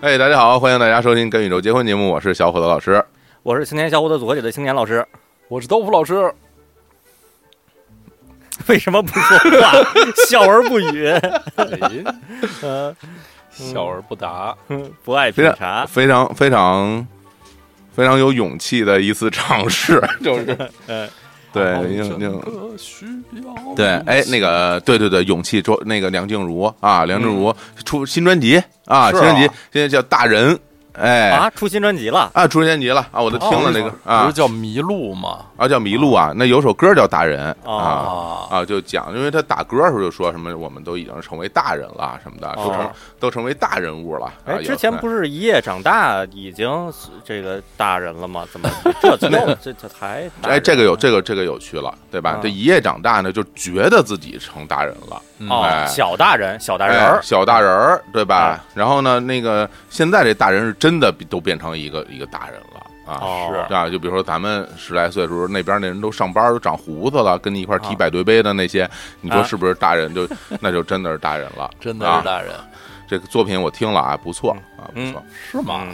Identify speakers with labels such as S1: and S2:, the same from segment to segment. S1: 哎，大家好，欢迎大家收听《跟宇宙结婚》节目，我是小伙子老师。
S2: 我是青年小伙子组合里的青年老师。
S3: 我是豆腐老师，
S2: 为什么不说话， 笑而不语？
S3: 哎
S2: 嗯，
S3: 小而不答，
S2: 不爱
S1: 非
S2: 品
S1: 常
S2: 茶。
S1: 非常非常非常有勇气的一次尝试，就是
S2: 嗯，
S1: 对，
S3: 好
S1: 应
S3: 整
S1: 应
S3: 个需要
S1: 对，哎，那个，对对对，勇气周那个梁静茹啊，梁静茹出新专辑啊，
S3: 是
S1: 新
S3: 啊
S1: 专辑现在叫《大人》，哎
S2: 啊，出新专辑了，
S1: 啊，出专辑了啊，我都听了那个
S3: 不
S1: 啊
S3: 是叫迷路吗？
S1: 啊叫《迷路》啊，那有首歌叫《大人》
S2: 哦
S1: 啊。
S3: 啊，
S1: 啊，就讲，因为他打歌的时候就说什么，我们都已经成为大人了，什么的，都成
S2: 哦
S1: 都成为大人物了。啊
S2: 哎，之前不是一夜长大已经这个大人了吗？怎么这怎么这这还大人
S1: 哎，这个有这个这个有趣了，对吧
S2: 啊？
S1: 这一夜长大呢，就觉得自己成大人了，
S2: 哦
S1: 哎，
S2: 小大人小大人
S1: 哎，
S2: 儿
S1: 小大人儿，对
S2: 哎
S1: 吧？然后呢，那个现在这大人是真的比都变成一个一个大人了啊。
S2: 哦
S1: 对吧？就比如说咱们十来岁的时候，那边那人都上班都长胡子了，跟你一块儿踢
S2: 啊
S1: 百对杯的那些，你说
S2: 啊
S1: 是不是大人就那就真的是大人了？
S3: 真的是
S1: 啊
S3: 大人
S1: 这个作品我听了啊，不错啊，不错。
S3: 是吗？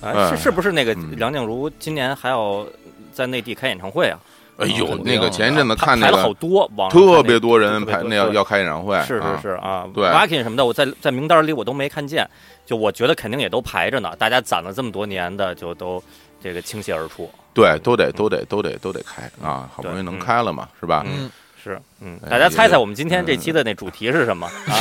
S2: 嗯，啊是
S1: 哎
S2: 是不是那个
S1: 嗯
S2: 梁静茹今年还要在内地开演唱会啊？
S1: 哎呦，
S3: 肯定
S1: 那个前一阵子
S2: 她
S1: 看那
S2: 排了好
S1: 个
S2: 多，网上
S1: 特
S2: 看那
S1: 别多人
S2: 特别
S1: 排
S2: 多
S1: 那要
S2: 对
S1: 要开演唱会，
S2: 是
S1: 啊
S2: 是是啊，
S1: 对
S2: m a r k i n 什么的，我在在名单里我都没看见，就我觉得肯定也都排着呢，大家攒了这么多年的，就都这个倾泻而出，
S1: 对，都得都得都得都得开啊，好不容易
S2: 嗯对
S1: 能
S2: 嗯
S1: 开了嘛，是吧？
S3: 嗯，
S2: 是，嗯，
S1: 哎
S2: 大家猜
S1: 也嗯
S2: 猜我们今天这期的那主题是什么？啊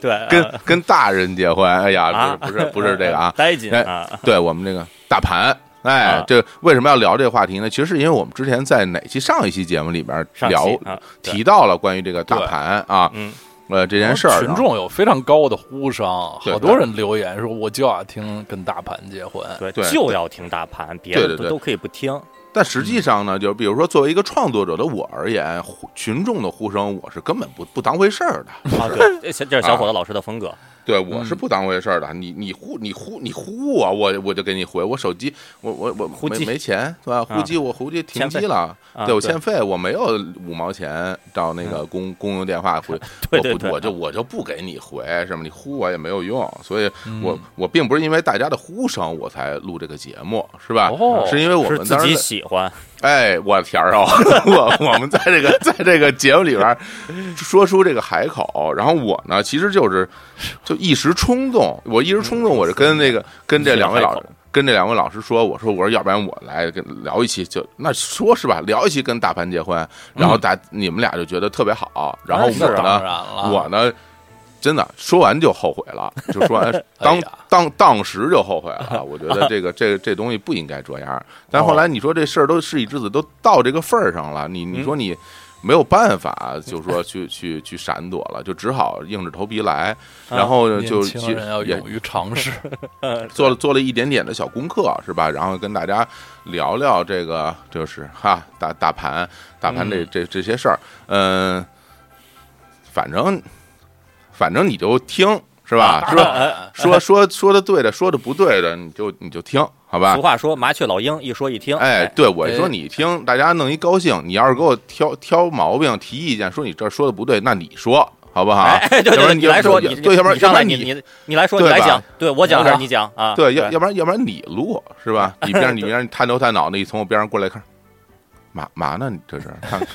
S2: 对，啊
S1: 跟跟大人结婚，哎呀，
S2: 啊，
S1: 不是不是不是这个啊
S2: 呆紧
S1: 哎
S2: 啊，
S1: 对我们这个大盘。哎
S2: 啊，
S1: 这为什么要聊这个话题呢？其实是因为我们之前在哪期上一期节目里边
S2: 上
S1: 聊
S2: 期啊，对
S1: 提到了关于这个大盘啊，
S2: 嗯，
S1: 呃这件事
S2: 哦
S1: 儿，
S3: 群众有非常高的呼声，
S1: 对
S3: 好多人留言说我就要听跟大盘结婚，
S2: 对，
S1: 对
S2: 就要听大盘，别
S1: 对
S2: 的
S1: 对
S2: 都
S1: 对
S2: 都可以不 听，
S1: 但实
S2: 嗯
S1: 际上呢，就比如说作为一个创作者的我而言，呼群众的呼声我是根本不不当回事儿的，
S2: 啊，对，这这是小伙子老师的风格，
S1: 对，我
S2: 嗯
S1: 是不当回事儿的。你你呼你呼你呼我，我我就给你回。我手机我我我
S2: 呼
S1: 没
S2: 机
S1: 没钱对吧？呼机我呼机停机了，
S2: 啊
S1: 对我
S2: 对嗯
S1: 欠费，我没有五毛钱到那个公公用电话回，
S2: 对对对啊
S1: 我不我就我就不给你回什么，你呼我也没有用。所以
S2: 嗯
S1: 我我并不是因为大家的呼声我才录这个节目，是吧
S3: 哦？
S1: 是因为我
S2: 是
S1: 们
S2: 自
S1: 当
S2: 己
S1: 时在
S2: 喜欢，
S1: 哎，我天儿啊！ 我我们在这个 在这个节目里边儿说出这个海口，然后我呢，其实就是就一时冲动，我一时冲动，我就跟那个跟这两位老
S2: 海口
S1: 跟这两位老师说，我说我说要不然我来跟聊一期，就那说是吧，聊一期跟大盘结婚，然后大、你们俩就觉得特别好，然后
S3: 那
S1: 我
S3: 当
S1: 呢，
S3: 然了，
S1: 我呢。真的说完就后悔 了，就说完当、
S3: 哎呀
S1: 当当时就后悔 了。我觉得这个这这东西不应该这样。
S3: 哦
S1: 但后来你说这事儿都事已至此，都到这个份儿上了，你你
S3: 嗯
S1: 说你没有办法，就说去去去闪躲了，就只好硬着头皮来。然后就
S3: 嗯啊年
S1: 其
S3: 轻
S1: 实
S3: 人要
S1: 也
S3: 勇于 尝试，
S1: 做了做了一点点的小功课，啊是吧？然后跟大家聊聊这个，就是哈大大盘大盘这这这些事儿，嗯，反正反正你就听是吧？是 吧？
S2: 吧？
S1: 说说说的对的，说的不对的，你就你就听，好吧
S2: 俗？话说麻雀老鹰，一说一听，
S1: 啊哎，对我说
S3: 哎
S1: 你听，大家弄一高兴。你要是给我挑挑毛病、提意见，说你这说的不对，那你说好不好？
S2: 哎，哎对
S1: 啊要不
S2: 对对，
S1: 然
S2: 你来说，你
S1: 就对，要不然
S2: 你上
S1: 要不
S2: 来
S1: 然
S2: 你
S1: 你
S2: 你你来说，你
S1: 对
S2: 来
S1: 吧
S2: 讲，对我讲还是
S1: 要
S2: 你讲啊？
S1: 对，要要不然要不然你录是 吧？你边上你边上探头探脑的，你从我边上过来看，嘛嘛呢？你 这是看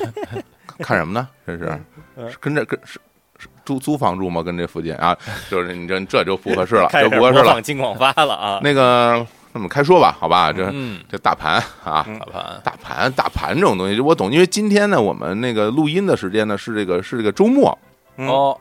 S1: 看什么呢？这是
S2: 嗯
S1: 是跟这跟是。是租租房住吗？跟这附近 啊，就是你这这就不合适了，
S2: 开
S1: 这
S2: 始
S1: 不合
S2: 模
S1: 适了
S2: 仿。金广发了啊！
S1: 那个，那我们开说吧，好吧？这
S3: 嗯，
S1: 这大盘啊，
S2: 嗯
S3: 大盘
S1: 大盘大盘这种东西我懂，因为今天呢，我们那个录音的时间呢是这个是这个周末，
S2: 嗯
S3: 哦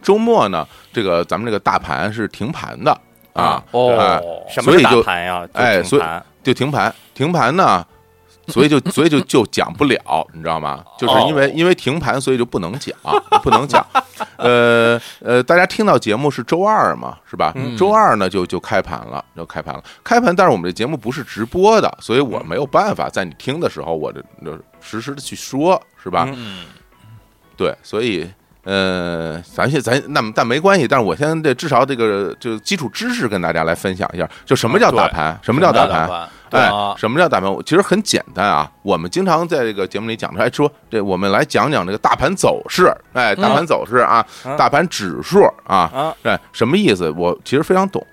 S1: 周末呢，这个咱们这个大盘是停盘的啊，哎
S3: 哦，
S2: 什么
S1: 所以
S2: 是大
S1: 就
S2: 盘呀？就
S1: 哎
S2: 停
S1: 所以
S2: 盘
S1: 就停盘，停盘呢， 所以就所以就就讲不了，你知道吗？就是因为
S3: 哦
S1: 因为停盘，所以就不能讲， 不能讲。呃呃，大家听到节目是周二嘛，是吧？
S3: 嗯
S1: 周二呢就就开盘了，就开盘了，开盘。但是我们这节目不是直播的，所以我没有办法在你听的时候，我这就实时的去说，是吧？
S3: 嗯，
S1: 对，所以。呃，咱先咱那么但没关系，但是我先这至少这个就基础知识跟大家来分享一下，就什么叫大
S3: 对
S1: 盘，啊什么叫大盘，
S3: 盘？对
S1: 哎
S3: 啊，，
S1: 什么叫大盘？我其实很简单啊，我们经常在这个节目里讲出来说，这我们来讲讲这个大盘走势，哎，大盘走势啊，
S2: 嗯
S1: 大盘指数啊，
S2: 啊，
S1: 哎，什么意思？我其实非常懂，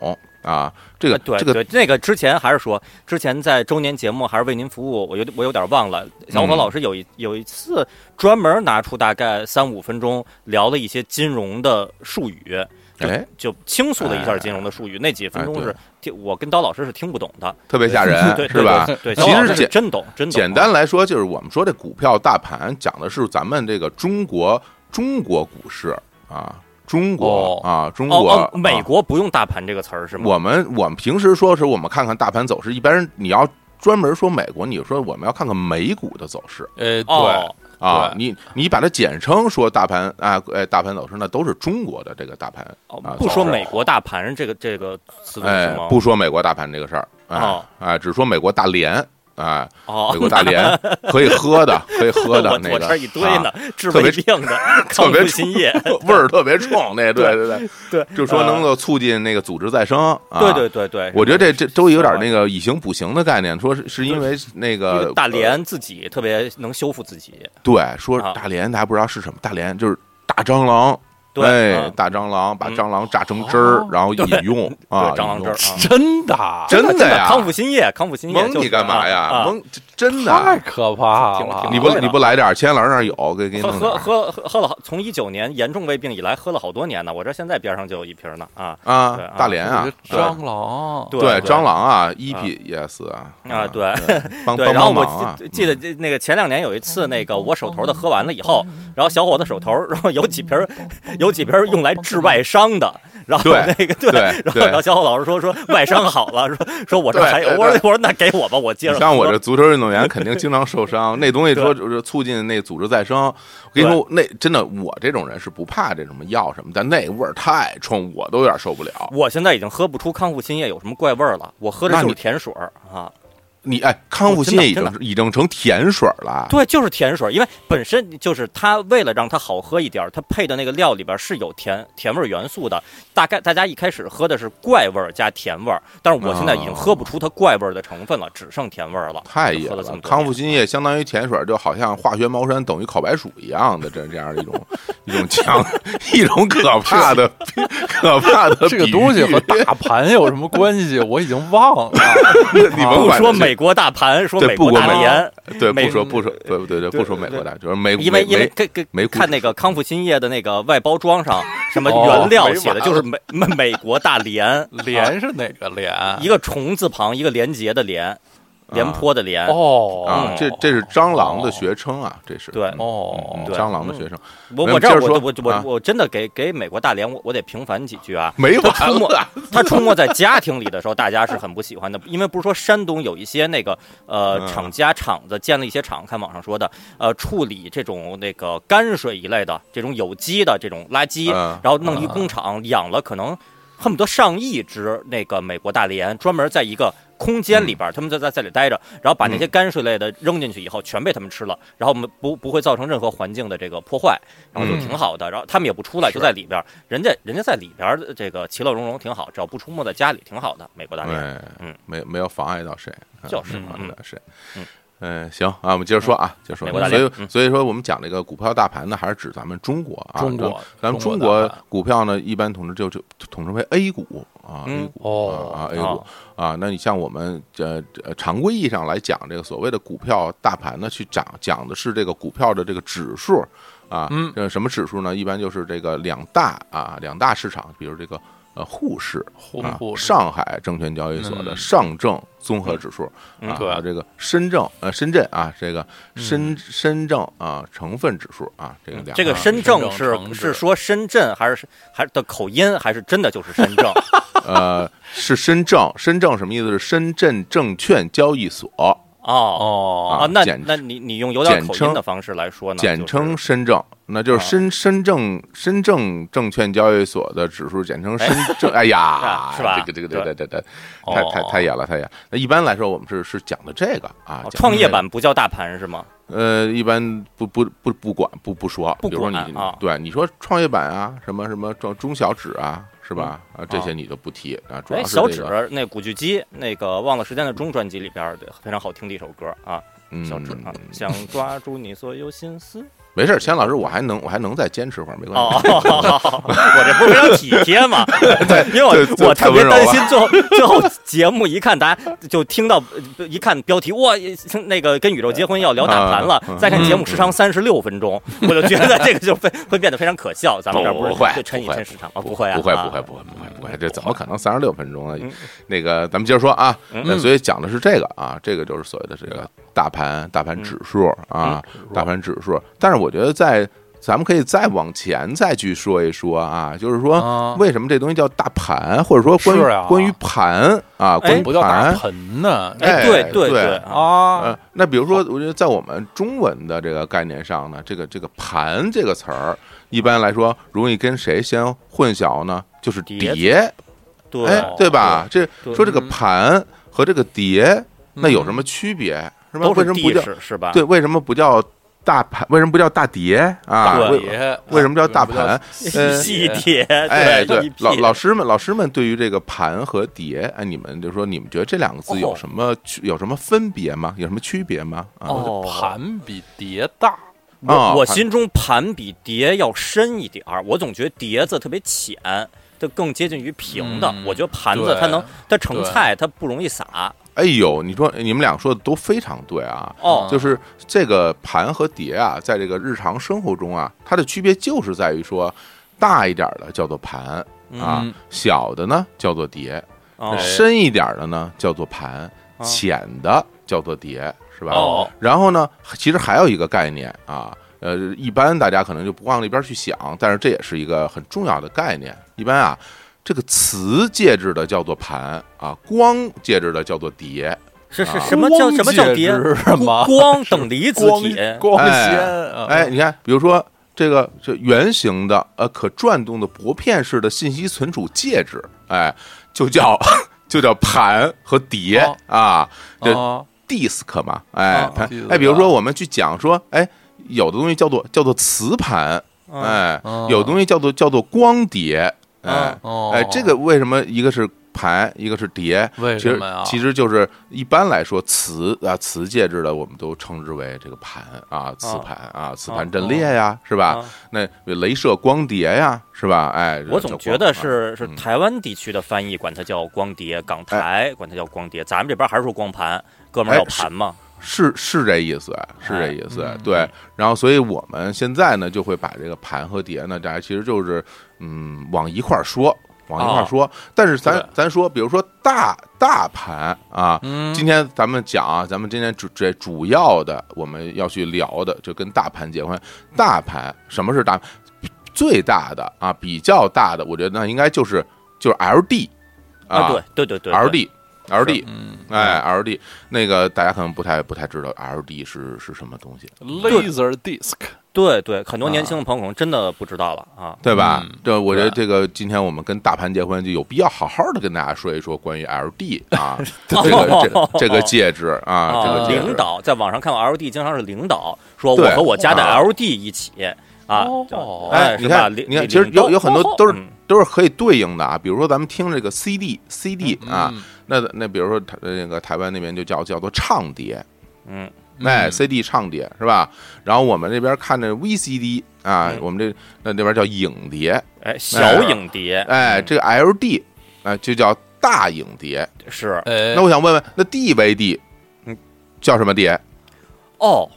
S1: 啊，这个
S2: 啊对
S1: 这个
S2: 对，那个之前还是说，之前在周年节目还是为您服务，我有我有点忘了。小
S1: 嗯
S2: 伙老师有一有一次专门拿出大概三五分钟聊了一些金融的术语，就
S1: 哎
S2: 就倾诉了一下金融的术语，那几分钟
S1: 哎
S2: 是听我跟刀老师是听不懂的，
S1: 特别吓人
S2: 对，
S1: 是吧？
S2: 对对，
S1: 其
S2: 小老
S1: 实
S2: 师是
S1: 简
S2: 真懂，真 懂，
S1: 简单来说，就是我们说这股票大盘讲的是咱们这个中国中国股市啊，中国、
S3: 哦
S1: 啊，中国、
S2: 哦哦，美
S1: 啊
S2: 国不用“大盘”这个词儿是吗？
S1: 我们我们平时说是我们看看大盘走势，一般人你要专门说美国，你说我们要看看美股的走势
S3: 呃，
S2: 哦
S3: 对，
S1: 啊，
S3: 对
S1: 你你把它简称说大盘啊，哎，大盘走势，那都是中国的这个大盘，
S2: 哦
S1: 啊
S2: 不说
S1: 早上
S2: 美国大盘这个这个词组是
S1: 哎
S2: 吗？，
S1: 不说美国大盘这个事儿，哎、
S2: 哦
S1: 哎，只说美国大连，哎，
S2: 哦
S1: 美，国大 连可以喝的，可以喝
S2: 我
S1: 的那
S2: 我这
S1: 个啊
S2: 儿一堆呢，治
S1: 特别
S2: 胃病的，
S1: 特
S2: 抗
S1: 别
S2: 复新液，
S1: 啊 味儿特别冲， 那对对对
S2: 对呃
S1: 就说能够促进那个组织再生啊。
S2: 对对对对，
S1: 我觉得这这都有点
S2: 是吧
S1: 那个以形补形的概念，说是是因为那
S2: 因为
S1: 个
S2: 大连自己特别能修复自己，
S1: 对，说
S2: 啊
S1: 大连大家不知道是什么，大连就是大蟑螂，
S2: 对
S1: 哎
S2: 嗯，
S1: 大蟑螂把
S2: 嗯
S1: 蟑螂榨成汁儿
S3: 哦，
S1: 然后饮用啊，
S2: 对蟑螂
S1: 饮用
S2: 汁儿啊。
S3: 真的啊，
S1: 真的呀，
S2: 康复新液，康复新液，
S1: 蒙你干
S2: 啊
S1: 嘛呀？
S2: 蒙
S1: 蒙真
S3: 太
S1: 的，啊
S3: 可怕了！
S1: 你
S2: 挺挺
S1: 不
S2: 贵的
S1: 你不来点儿？千老师那儿有，给给你
S2: 喝
S1: 弄点
S2: 喝
S1: 儿
S2: 喝喝喝了好，从一九年严重胃病以来喝了好多年呢，我这现在边上就有一瓶呢啊
S1: 啊
S2: 对啊，
S1: 大连啊
S3: 我。觉得蟑螂，
S2: 对
S1: 对
S2: 对
S1: 蟑螂啊，EPS 啊
S2: 啊对。
S1: 帮
S2: 对，
S1: 帮
S2: 然后
S1: 帮
S2: 我
S1: 忙啊！
S2: 记记得这那个前两年有一次，那个我手头的喝完了以后，然后小伙子手头，然后有几瓶儿，有几瓶儿用来治外伤的，然后
S1: 对
S2: 那个对，
S1: 对
S2: 然后
S1: 对
S2: 然后小伙老师说说外伤好了，说说我这
S1: 对
S2: 还有，
S1: 对
S2: 我说
S1: 对
S2: 我说那给我吧，我接着
S1: 你
S2: 喝。
S1: 像我这足球运动员，肯定经常受伤，那东西说就是促进那组织再生。我跟你说，那真的，我这种人是不怕这什么药什么，但那味儿太冲，我都有点受不了。
S2: 我现在已经喝不出康复新液有什么怪味儿了，我喝的
S1: 那
S2: 就
S1: 你
S2: 是甜水儿啊，
S1: 你哎，康复新液已
S2: 哦真的
S1: 经已经成甜水了。
S2: 对，就是甜水儿，因为本身就是它为了让它好喝一点儿，它配的那个料里边儿是有甜甜味儿元素的。大概大家一开始喝的是怪味儿加甜味儿，但是我现在已经喝不出它怪味儿的成分了，只剩甜味儿了。
S1: 哦太野
S2: 喝了这么多
S1: 康复新液相当于甜水，就好像化学猫山等于烤白薯一样的，这这样一种一种强， 一种可怕的可怕的
S3: 这个
S1: 比喻
S3: 东西 和大盘有什么关系？我已经忘了。
S1: 你甭
S2: 不
S1: 管
S2: 说
S1: 这
S2: 美国大盘，说
S1: 对
S2: 美
S1: 不
S2: 国
S1: 管
S2: 大
S1: 美
S2: 盐，
S1: 对
S2: 美
S1: 不说不说对对对不说美国的，就是美
S2: 因为
S1: 美
S2: 因为
S1: 美
S2: 跟跟
S1: 没故事
S2: 看那个康复新液的那个外包 装上，什么
S3: 哦
S2: 原料
S1: 没
S2: 写的
S1: 完
S2: 就是美美美国大 连啊
S3: 莲是哪个莲？
S2: 一个虫字旁，一个廉洁的廉，廉颇的廉。
S3: 哦
S1: 啊，这这是蟑螂的学称啊，这是
S2: 哦对
S1: 嗯
S3: 哦
S1: 嗯
S2: 对
S1: 蟑螂的学生，
S2: 我
S1: 没有
S2: 我这
S1: 接
S2: 儿
S1: 着
S2: 我
S1: 说
S2: 我我
S1: 啊
S2: 我真的给给美国大连我我得平反几句啊。
S1: 没
S2: 他
S1: 完
S2: 出没
S1: 了，
S2: 他出没在家庭里的时候，大家是很不喜欢的，因为不是说山东有一些那个呃
S1: 嗯
S2: 厂家厂子建了一些厂，看网上说的，呃处理这种那个泔水一类的这种有机的这种垃圾，
S1: 嗯
S2: 然后弄一工厂养了可能恨不得上亿只那个美国大连，专门在一个空间
S1: 嗯
S2: 里边，他们就在在里待着，然后把那些泔水类的扔进去以后，全被他们吃了，然后我们不不会造成任何环境的这个破坏，然后就挺好的，然后他们也不出来，
S1: 是
S2: 就在里边，人家人家在里边的这个其乐融融挺好，只要不出没在家里挺好的，美国大连
S1: 哎，
S2: 嗯
S1: 没没有妨碍到谁，啊
S2: 就是
S1: 没有妨碍到谁
S2: 嗯。
S1: 嗯，行啊，我们接着说啊，接着说。
S2: 美国大
S1: 所
S2: 连
S1: 以，
S2: 嗯
S1: 所以说我们讲这个股票大盘呢，还是指咱们中国啊，
S3: 中国
S1: 咱们咱们中
S3: 中国
S1: 国
S3: 大盘
S1: 股票呢，一般统称就就统称为 A 股啊
S2: 嗯
S1: ，A 股啊
S3: 哦
S1: 啊，A
S2: 哦
S1: 股啊。那你像我们呃呃常规意义上来讲，这个所谓的股票大盘呢，去讲讲的是这个股票的这个指数啊，
S3: 嗯
S1: 这什么指数呢？一般就是这个两大啊两大市场，比如这个呃沪市
S3: 沪
S1: 啊
S3: 沪市
S1: 上海证券交易所的
S3: 嗯
S1: 上证综合指数
S2: 嗯
S1: 啊，
S3: 对
S1: 还有这个深圳呃深圳啊，这个深深圳啊成分指数啊，这个两
S2: 嗯这个
S1: 啊
S2: 深
S3: 深
S2: 圳
S3: 圳
S2: 是
S3: 城
S2: 是
S3: 市
S2: 说深圳还是还是的口音，还是真的就是深 圳？
S1: 呃是深圳，深圳什么意思？是深圳证券交易所，
S2: 哦
S1: 啊
S2: 哦
S3: 哦，
S2: 那
S1: 简
S2: 那你你用有点
S1: 简
S2: 口
S1: 称
S2: 音的方式来说呢？
S1: 简称
S2: 就是哦啊
S1: 深圳，那就是深深圳深圳证券交易所的指数，简称深圳。哎呀
S2: 啊，是吧
S1: 这个这个这个这个这
S3: 哦
S1: 个太太太野了，太野。那一般来说，我们是是讲的这个啊讲
S2: 哦，
S1: 的
S2: 创业
S1: 这个
S2: 板不叫大盘是吗？
S1: 呃，一般不不不不管不不说，
S2: 不
S1: 比如说你
S2: 管啊
S1: 对你说创业板啊，什么什么中中小指啊，是吧？啊，这些你就不提啊，主
S2: 嗯哎，
S1: 要是
S2: 小
S1: 这
S2: 指
S1: 个
S2: 那古巨基那个忘了时间的钟专辑里边儿的非常好听的一首歌啊，
S1: 嗯
S2: 小智啊，想抓住你所有心思。
S1: 没事儿，钱老师，我还能我还能再坚持会儿，没关 系。
S2: 哦，我这不是非常体 贴嘛？对，因为
S1: 这
S2: 我
S1: 这
S2: 我
S1: 太
S2: 特别
S1: 温柔
S2: 担
S1: 了
S2: 心最后 最后节目一看大家就听到呃一看标题哇，那个跟宇宙结婚要聊大盘了
S1: 啊，
S2: 再看节目时长三十六分 钟，我就觉得这个就会会变得非常可笑。咱们这儿
S1: 不
S2: 是
S1: 会
S2: 就抻一
S1: 不会
S2: 抻时长啊，不会啊，
S1: 不会，
S2: 啊
S1: 不会，不会，不会，不会，这怎么可能三十六分钟啊？那个，咱们接着说啊。
S2: 嗯
S1: 那所以讲的是这个啊，这个就是所谓的这个大盘大盘指数啊，大盘指数。但是我觉得在咱们可以再往前再去说一说啊，就是说
S3: 啊
S1: 为什么这东西叫大盘，或者说关
S3: 是啊
S1: 于关于盘啊，关于
S3: 不叫大
S1: 盘
S3: 盆呢
S1: 哎
S2: 哎，对
S1: 对
S2: 对啊，
S3: 啊
S1: 呃，那比如说，我觉得在我们中文的这个概念上呢，这个这个“盘”这个词儿，一般来说容易跟谁先混淆呢？就是
S2: 碟
S1: 碟，
S2: 对
S1: 哎，对吧？这
S2: 对
S1: 说这个
S3: 嗯
S1: 盘和这个碟，那有什
S3: 嗯
S1: 么区别？是吧？
S2: 都
S1: 为
S2: 是
S1: 什么不
S2: 地
S1: 叫
S2: 势啊是吧？
S1: 对？为什么不叫大盘？为什么不叫大碟啊？
S2: 对
S1: 为
S3: 碟
S1: 为什么叫大盘？呃
S2: 细碟，
S1: 哎，
S2: 对
S1: 对
S2: 一，
S1: 老
S2: 批
S1: 老师们，老师们对于这个盘和碟，哎，你们就说你们觉得这两个字有
S2: 哦
S1: 什么区有什么分别吗？有什么区别吗？啊，
S2: 哦，
S3: 盘比碟大，
S1: 啊
S2: 我我
S1: 盘
S2: 心中盘比碟要深一点儿，我总觉得碟子特别浅，它更接近于平的。
S3: 嗯
S2: 我觉得盘子
S3: 对
S2: 它能它盛
S3: 对
S2: 菜它不容易洒。
S1: 哎呦，你说你们俩说的都非常对啊，
S2: 哦，
S1: 就是这个盘和碟啊，在这个日常生活中啊，它的区别就是在于说，大一点的叫做盘啊
S3: 嗯，
S1: 小的呢叫做碟，
S2: 哦
S1: 深一点的呢叫做盘，
S2: 啊
S1: 浅的叫做碟，是吧？
S2: 哦
S1: 然后呢，其实还有一个概念啊。呃，一般大家可能就不往那边去想，但是这也是一个很重要的概念。一般啊，这个磁介质的叫做盘啊，光介质的叫做碟，
S2: 是是
S1: 啊
S2: 什么叫什么叫碟？
S3: 光介质是吗
S2: 光等离子
S3: 光
S2: 体。
S3: 光
S1: 哎
S3: 鲜啊
S1: 哎，你看，比如说这个这圆形的呃可转动的薄片式的信息存储介质，哎，就叫就叫盘和碟、
S3: 哦
S1: 啊，这
S3: 啊
S1: disk 嘛，哎
S3: 哦
S1: 盘
S3: disk
S1: 哎，比如说我们去讲说，哎，有的东西叫做叫做磁盘，哎，
S3: 哦
S1: 有的东西叫做叫做光碟，哎
S2: 嗯
S3: 哦
S1: 哎，这个为什么一个是盘，一个是碟？
S3: 为
S1: 其
S3: 什
S1: 实
S3: 么呀？
S1: 其实就是一般来说，磁啊磁介质的，我们都称之为这个盘啊，磁
S3: 哦
S1: 盘啊，磁盘阵列呀，是吧
S2: 啊？
S1: 那镭射光碟呀，是吧？哎，
S2: 我
S1: 这
S2: 总
S1: 叫
S2: 觉
S1: 光
S2: 得是是
S1: 嗯
S2: 台湾地区的翻译管它叫光碟，港台管它叫光碟，咱们这边还是说光盘。哥们儿
S1: 哎
S2: 要盘嘛？
S1: 是是这意思，啊是这意思
S3: 哎，嗯
S1: 对。然后，所以我们现在呢，就会把这个盘和碟呢，大家其实就是嗯，往一块儿说，往一块儿
S2: 哦
S1: 说。但是咱
S3: 对
S1: 咱说，比如说大大盘啊，
S3: 嗯
S1: 今天咱们讲啊，咱们今天主这主要的我们要去聊的，就跟大盘结婚。大盘什么是大？最大的啊，比较大的，我觉得那应该就是就是 L D
S2: 啊，对对对对
S1: L D L D
S3: 嗯
S1: 哎，L D 那个大家可能不太不太知道 L D 是是什么东西，
S3: ，laser disc
S2: 对对，很多年轻的朋友可能真的不知道了啊。
S1: 对吧
S3: 嗯？
S1: 这我觉得
S3: 对
S1: 这个今天我们跟大盘结婚就有必要好好的跟大家说一说关于 L D 啊，这个这这个戒指啊，这个戒指
S2: 领导在网上看过 LD，经常是领导说我
S1: 对
S2: 和我家的
S1: 啊
S2: LD 一起啊
S3: 哦，
S2: 就
S1: 哎，你
S2: 是吧？
S1: 看，
S2: 领
S1: 你看，
S2: 领
S1: 其实有
S2: 导
S1: 有很多都是
S2: 嗯
S1: 都是可以对应的啊。比如说，咱们听这个 CD CD 啊，
S3: 嗯
S1: 那那比如说台那个台湾那边就叫叫做唱碟，
S2: 嗯
S1: 哎
S3: 嗯
S1: ，CD 唱碟是吧？然后我们这边看着 VCD 啊
S2: 嗯，
S1: 我们这那那边叫影碟，
S2: 哎小影碟
S1: 哎，
S2: 嗯
S1: 这个 LD 啊就叫大影碟。
S2: 是
S3: 哎
S1: 那我想问问，那 DVD
S2: 嗯
S1: 叫什么碟
S2: 哦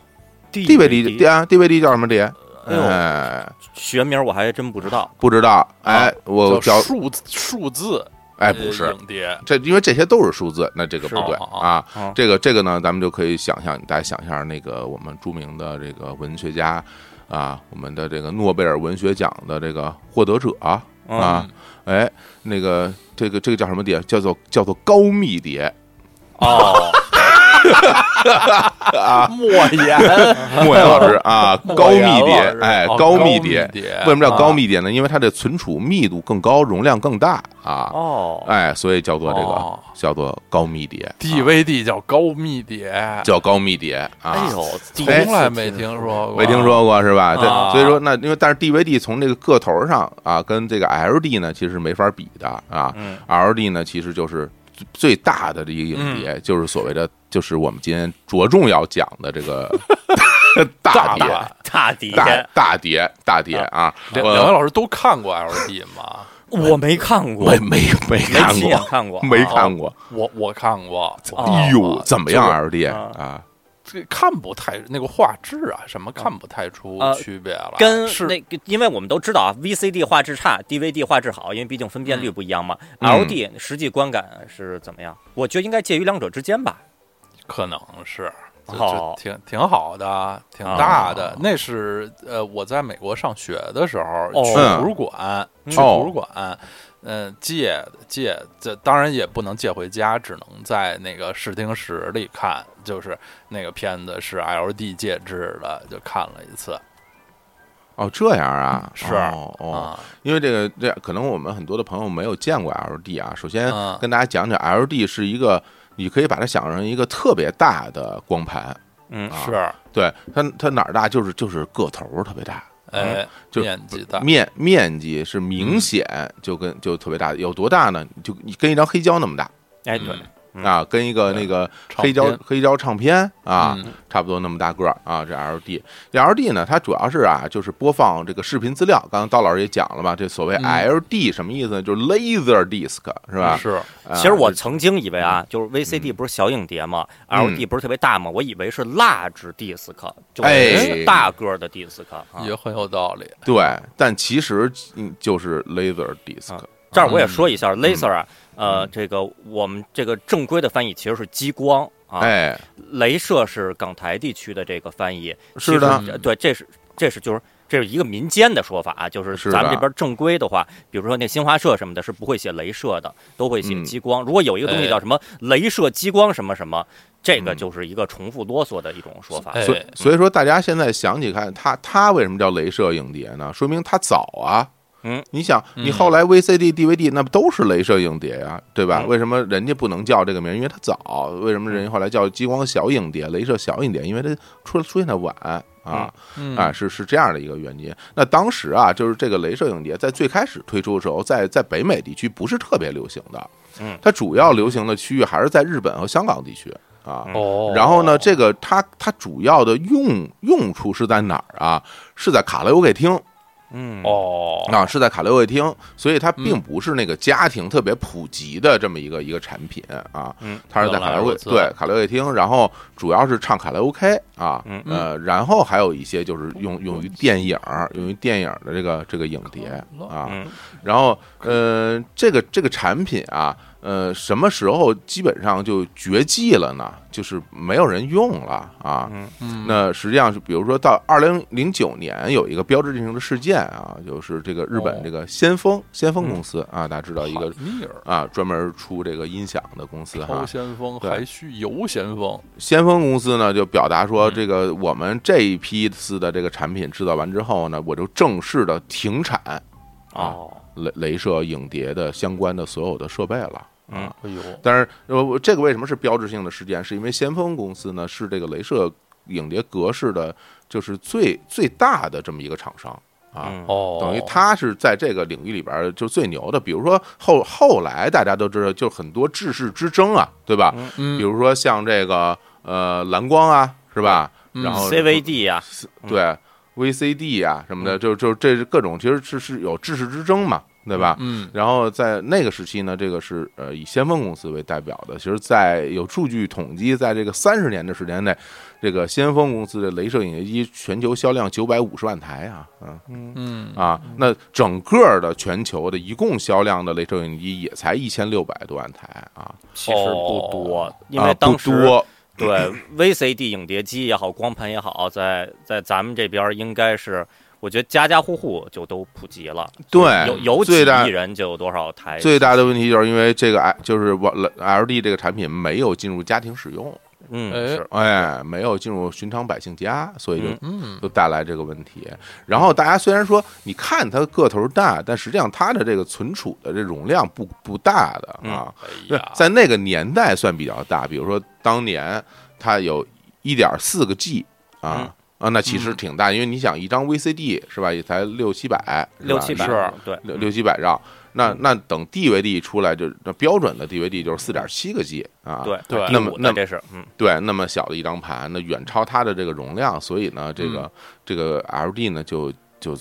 S1: ？DVD 啊，DVD 叫什么碟？
S2: 哎呦
S1: 哎，
S2: 学名我还真不知道
S1: 不知道。哎
S3: 啊，
S1: 我叫
S3: 叫数字数字，
S1: 哎，不是
S3: 呃影碟，
S1: 这因为这些都是数字，那这个不
S3: 是
S1: 对
S3: 哦哦
S1: 啊
S2: 哦。
S1: 这个这个呢，咱们就可以想象，大家想一下那个我们著名的这个文学家啊，我们的这个诺贝尔文学奖的这个获得者啊，
S2: 嗯
S1: 啊哎，那个这个这个叫什么碟？叫做叫做高密碟，
S2: 哦，
S1: 啊
S3: 莫言，
S1: 莫言老师啊，高密
S3: 莫言老
S1: 碟
S3: 师，
S1: 哎，
S3: 哦
S1: 高
S3: 高
S1: 密
S3: 密
S1: 碟。
S3: 碟
S1: 为什么叫高密碟呢？因为它的存储密度更高，容量更大啊，
S2: 哦
S1: 哎，所以叫做这
S3: 哦
S1: 个叫做高密碟，啊
S3: DVD 叫高密碟，
S1: 叫高密碟啊。
S2: 哎呦，第一次
S3: 从来没听说过，
S1: 哎没听说过是吧？对，
S2: 啊
S1: 所以说那因为但是 DVD 从这个个头上啊，跟这个 LD 呢其实没法比的啊。
S2: 嗯
S1: LD 呢其实就是最最大的这一个影碟，就是所谓的就是我们今天着重要讲的这个大
S3: 大
S1: 碟、
S2: 大底
S1: 大大碟、大碟啊！
S3: 两
S1: 我
S3: 两位老师都看过 LD 吗？
S2: 我没看过，
S1: 我也没没
S2: 没
S1: 看
S2: 亲眼
S1: 过，
S2: 看过，
S1: 没看过。
S3: 我我看过，我看过
S1: 哎呦，怎么样
S3: 哦就是
S1: ，L D
S2: 啊
S1: 啊？
S3: 这看不太那个画质啊，什么看不太出
S2: 呃
S3: 区别了，
S2: 跟
S3: 是
S2: 那个，因为我们都知道啊，VCD 画质差，DVD 画质好，因为毕竟分辨率不一样嘛。
S1: 嗯
S2: LD 实际观感是怎么样？我觉得应该介于两者之间吧。
S3: 可能是。这
S2: 好
S3: 这挺挺好的，挺大的。
S1: 啊
S3: 那是呃，我在美国上学的时候、
S2: 哦
S3: 去
S1: 嗯
S3: 图书馆，
S2: 嗯
S3: 去图书馆，嗯、借借，这当然也不能借回家，只能在那个视听室里看。就是那个片子是 LD 介质的，就看了一次
S1: 哦，这样啊，
S3: 是
S1: 哦哦，
S3: 啊、
S1: 因为这个这可能我们很多的朋友没有见过 L D 啊。首先
S3: 嗯
S1: 跟大家讲讲，L D 是一个，你可以把它想成一个特别大的光盘，
S2: 嗯，
S1: 啊
S3: 是，
S1: 对它它哪儿大就是就是个头儿特别大，
S3: 哎，
S1: 嗯就
S3: 面积大，
S1: 面面积是明显就跟就特别大，有多大呢？就你跟一张黑胶那么大
S2: 哎对，嗯
S1: 啊，跟一个
S3: 对
S1: 那个
S3: 唱
S1: 黑胶
S3: 片
S1: 黑胶唱片啊，
S3: 嗯
S1: 差不多那么大个儿啊，这 L D L D 呢，它主要是啊，就是播放这个视频资料。刚刚刀老师也讲了嘛，这所谓
S3: 嗯
S1: L D 什么意思呢？就是 laser disc 是吧？
S3: 是
S1: 啊
S2: 其实我曾经以为啊，就是 VCD 不是小影碟嘛
S1: 嗯
S2: ，LD 不是特别大嘛，我以为是蜡质 disc，就
S1: 哎
S2: 是大个儿的 disc 啊。
S3: 也很有道理。
S1: 对，但其实嗯就是 laser disc
S2: 啊这儿我
S1: 嗯
S2: 也说一下，laser 啊，呃，这个我们这个正规的翻译其实是激光啊，
S1: 哎，
S2: 镭射是港台地区的这个翻译，
S1: 是的
S2: 其实呃对，这是这是就是这是一个民间的说法啊，就是
S1: 是的
S2: 咱们这边正规的话，比如说那新华社什么的，是不会写镭射的，都会写
S1: 嗯
S2: 激光。如果有一个东西
S3: 哎
S2: 叫什么镭射激光什么什么，这个
S1: 嗯
S2: 就是一个重复啰嗦的一种说法。
S3: 哎
S1: 所以所以说大家现在想起看它，它为什么叫镭射影碟呢？说明它早啊。
S2: 嗯，
S1: 你想，你
S3: 嗯
S1: 后来 VCD、DVD 那不都是镭射影碟呀、对吧？
S2: 嗯
S1: 为什么人家不能叫这个名？因为它早。为什么人家后来叫激光小影碟、镭射小影碟？因为它出出现的晚啊。
S3: 嗯
S1: 啊，是是这样的一个原因。那当时啊，就是这个镭射影碟在最开始推出的时候，在在北美地区不是特别流行的，
S2: 嗯
S1: 它主要流行的区域还是在日本和香港地区啊。
S3: 哦，
S1: 然后呢，这个它它主要的用用处是在哪儿啊？是在卡拉 OK 厅
S2: 嗯，
S3: 哦，
S1: 啊，是在卡拉 OK 厅，所以它并
S3: 嗯
S1: 不是那个家庭特别普及的这么一个一个产品啊。
S2: 嗯，
S1: 它是在卡拉
S3: 原来
S1: OK
S3: 如此
S1: 对卡拉 OK 厅，然后主要是唱卡拉 OK 啊，
S2: 嗯
S1: 呃，然后还有一些就是用用于电影儿，用于电影儿的这个这个影碟啊，
S2: 嗯
S1: 然后呃，这个这个产品啊，呃，什么时候基本上就绝迹了呢？就是没有人用了啊。
S2: 嗯
S3: 嗯
S1: 那实际上是，比如说到二零零九年有一个标志性的事件啊，就是这个日本
S3: 哦嗯
S1: 这个先锋先锋公司啊，大家知道一个
S3: 尼尔
S1: 啊专门出这个音响的公司哈
S3: 超，先锋
S1: 对
S3: 还需游先锋，
S1: 先锋公司呢就表达说，
S3: 嗯
S1: 这个我们这一批次的这个产品制造完之后呢，我就正式的停产
S2: 哦，
S1: 镭镭射影碟的相关的所有的设备了。
S2: 嗯
S3: 哎呦，
S1: 但是，呃，我这个为什么是标志性的事件？是因为先锋公司呢是这个镭射影碟格式的，就是最最大的这么一个厂商啊。
S2: 嗯
S3: 哦，
S1: 等于它是在这个领域里边儿就最牛的，比如说后后来大家都知道，就很多制式之争啊，对吧？
S3: 嗯，
S1: 比如说像这个呃蓝光啊，是吧？
S3: 嗯
S1: 然后
S2: CVD 呀，
S1: 对 VCD 啊什么
S2: 嗯
S1: 的，就就这是各种其实是是有知识之争嘛，对吧？
S3: 嗯
S1: 然后在那个时期呢，这个是呃以先锋公司为代表的。其实，在有数据统计，在这个三十年的时间内，这个先锋公司的镭射影碟机全球销量九百五十万台啊，嗯
S3: 嗯
S1: 啊，那整个的全球的一共销量的镭射影碟机也才一千六百多万台啊，
S2: 其实不多，哦
S3: 哦
S2: 因
S1: 啊
S2: 为当
S1: 不
S2: 时
S1: 多，
S2: 对 VCD 影碟机也好，光盘也好，在在咱们这边儿应该是，我觉得家家户户就都普及了，
S1: 对，
S2: 有有几
S1: 最大
S2: 亿人就有多少台，
S1: 最大的问题就是因为这个 I 就是我 LD 这个产品没有进入家庭使用，
S2: 嗯
S3: 哎
S2: 是
S1: 哎，没有进入寻常百姓家，所以就
S2: 嗯
S3: 嗯
S1: 就带来这个问题。然后大家虽然说你看它个头大，但实际上它的这个存储的这容量不不大
S2: 嗯
S1: 的啊，
S3: 哎
S1: 对
S3: 呀，
S1: 在那个年代算比较大。比如说当年它有一点四个 G 啊，
S2: 嗯
S1: 啊，那其实挺大，因为你想一张 VCD 是吧，也才六七百，是吧
S2: 六七百嗯
S3: 是，
S2: 对，
S1: 六六七百兆。那那等 DVD 出来，就是那标准的 DVD 就是四点七个 G 啊，
S2: 嗯对
S3: 对
S2: 第
S1: 那么
S2: 五的
S1: 那么
S2: 这是嗯
S1: 对，那么小的一张盘，那远超它的这个容量，所以呢，这个、
S2: 嗯
S1: 这个 LD 呢，就就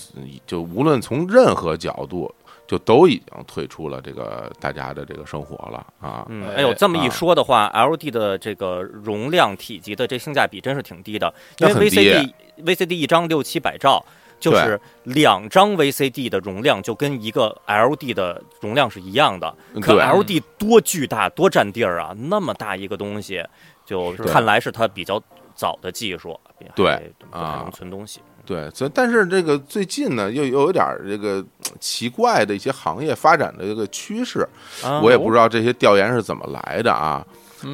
S1: 就无论从任何角度，就都已经退出了这个大家的这个生活了啊。
S2: 嗯，
S3: 哎
S2: 哎呦，这么
S1: 啊
S2: 一说的话，LD 的这个容量体积的这性价比真是挺低的，因
S1: 那
S2: 为
S1: 很低
S2: VCD VCD 一张六七百兆。就是两张 VCD 的容量就跟一个 LD 的容量是一样的，嗯可
S1: 对
S2: LD 多巨大，多占地儿啊！那么大一个东西，就是看来是它比较早的技术，比
S1: 对
S2: 还不太
S1: 啊
S2: 能存东西。
S1: 对，所以但是这个最近呢，又又有点儿这个呃奇怪的一些行业发展的这个趋势，
S2: 啊嗯
S1: 我也不知道这些调研是怎么来的啊。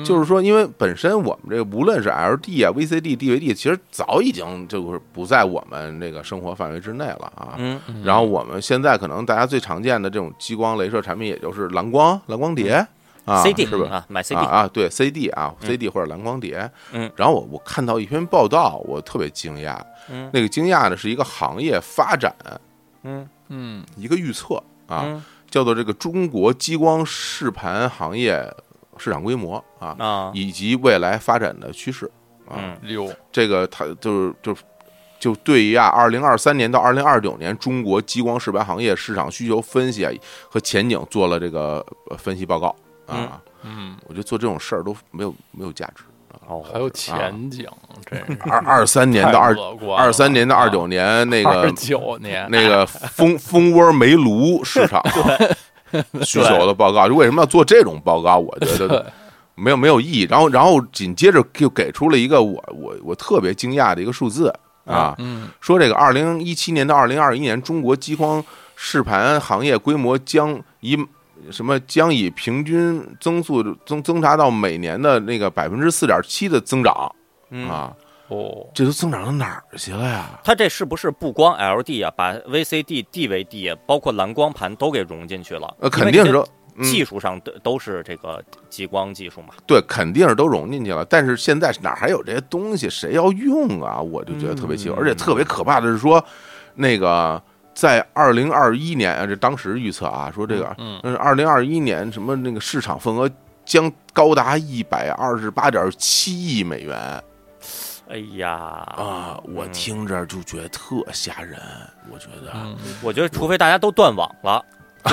S1: 就是说，因为本身我们这个无论是 LD 啊、VCD、DVD，其实早已经就是不在我们这个生活范围之内了啊。
S2: 嗯，
S1: 然后我们现在可能大家最常见的这种激光镭射产品，也就是蓝光、蓝光碟啊
S2: CD
S1: 是不是？
S2: 啊，买 CD
S1: 啊啊，对 CD 啊，CD 或者蓝光碟。
S2: 嗯，
S1: 然后我我看到一篇报道，我特别惊讶。
S2: 嗯
S1: 那个惊讶呢是一个行业发展
S2: 嗯
S3: 嗯
S1: 一个预测啊，
S2: 嗯
S1: 叫做这个中国激光试盘行业市场规模啊，
S2: 啊，
S1: 以及未来发展的趋势啊。
S2: 嗯
S3: 六
S1: 这个它就是就是就对于啊，二零二三年到二零二九年中国激光试盘行业市场需求分析啊和前景做了这个呃分析报告啊。
S3: 嗯，
S1: 我觉得做这种事儿都没有没有价值。
S2: 哦，
S3: 还有
S1: 啊
S3: 前景，这是
S1: 二二三年到二二三年到二九年那
S3: 二
S1: 个
S3: 九年
S1: 那个蜂蜂窝煤炉市场需求的报告，就为什么要做这种报告？我觉得没有没有意义。然后然后紧接着就给出了一个我我我特别惊讶的一个数字啊，
S3: 嗯
S1: 说这个二零一七年到二零二一年，中国激光试盘行业规模将以什么将以平均增速增增长到每年的那个百分之四点七的增长
S2: 嗯，
S1: 啊，
S3: 哦，
S1: 这都增长到哪儿去了呀？
S2: 它这是不是不光 LD 啊，把 VCD、DVD 包括蓝光盘都给融进去了？
S1: 呃，肯定是
S2: 因为
S1: 都
S2: 这
S1: 嗯
S2: 技术上都都是这个激光技术嘛。
S1: 对，肯定是都融进去了。但是现在哪还有这些东西？谁要用啊？我就觉得特别奇
S3: 嗯
S1: 怪，而且特别可怕的是说，那个在二零二一年，啊这当时预测啊，说这个，
S3: 嗯
S1: 嗯，二零二一年什么那个市场份额将高达一百二十八点七亿美元
S2: 哎呀
S1: 啊！我
S2: 嗯
S1: 听着就觉得特吓人，我觉得，
S3: 嗯
S2: 我觉得除非大家都断网了，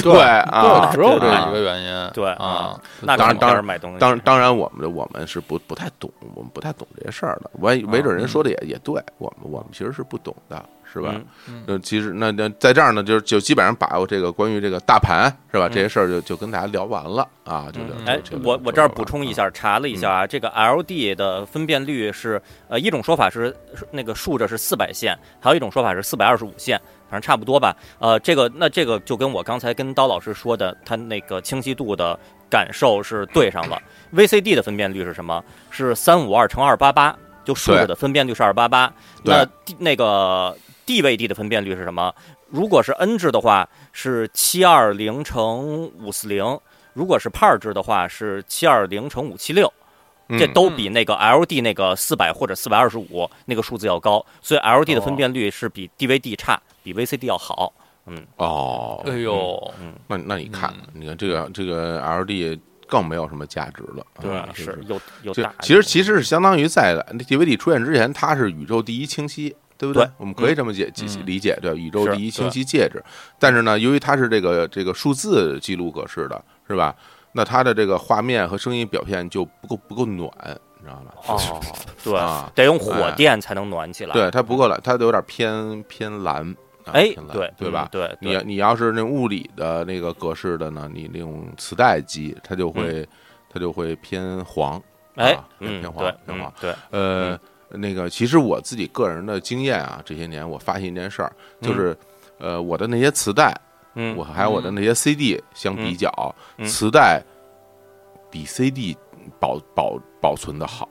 S1: 对啊，
S3: 只有这
S1: 啊
S3: 一个原因，
S2: 对
S3: 啊，
S2: 那
S1: 当然当然
S2: 可能开始买东西。
S1: 当当然，我们的我们是不不太懂，我们不太懂这些事儿的。万一没准人说的也、也对，我们我们其实是不懂的，是吧？
S2: 嗯
S3: 嗯
S1: 呃，其实那那在这儿呢，就是就基本上把我这个关于这个大盘是吧这些事儿就就跟大家聊完了啊，就聊
S3: 嗯
S2: 哎
S1: 就，就
S2: 我
S1: 就聊
S2: 我这儿
S1: 完
S2: 补充
S1: 了
S2: 一下，查了一下啊，这个 LD 的分辨率是，呃，一种说法是是那个竖着是四百线，还有一种说法是四百二十五线，反正差不多吧。呃，这个那这个就跟我刚才跟刀老师说的，它那个清晰度的感受是对上了。VCD 的分辨率是什么？是三五二乘二八八，就竖着的分辨率是二八八。
S1: 对
S2: 那地那个 DVD 的分辨率是什么？如果是 N 制的话，是七二零乘五四零；如果是 PAR 制的话，是七二零乘五七六。
S1: 嗯
S2: 这都比那个 LD 那个四百或者四百二十五那个数字要高，所以 LD 的分辨率是比 DVD 差，比 VCD 要好。
S1: 哦，
S3: 哎呦，
S1: 那那你看
S3: 嗯，
S1: 你看这个这个 L D 更没有什么价值了，啊
S2: 嗯
S1: 就是
S2: 又又
S1: 这
S2: 大。
S1: 其实其实是相当于在那 DVD 出现之前，它是宇宙第一清晰，对不对？
S2: 对
S1: 我们可以这么解、解
S3: 嗯
S1: 理解，对，宇宙
S2: 是
S1: 第一清晰介质。但是呢，由于它是这个这个数字记录格式的，是吧？那它的这个画面和声音表现就不够不够暖，你知道吧？
S2: 哦， 对
S1: 啊，
S2: 得用火电才能暖起来。
S1: 对，它不够蓝，它有点偏偏蓝，啊、
S2: 嗯哎
S1: 偏，蓝
S2: 对
S1: 对吧？
S2: 嗯对，
S1: 你
S2: 对
S1: 你要是那物理的那个格式的呢，你那种磁带机，它
S2: 嗯
S1: 就会、它就会偏黄，
S2: 哎
S1: 啊，
S2: 嗯，
S1: 偏黄
S2: 对，
S1: 偏黄
S2: 嗯，对，
S1: 呃，那个其实我自己个人的经验啊，这些年我发现一件事儿，就是、呃，我的那些磁带，
S2: 嗯，
S1: 我还有我的那些 CD 相比较，
S2: 嗯
S1: 磁带比 CD 保保保存的好，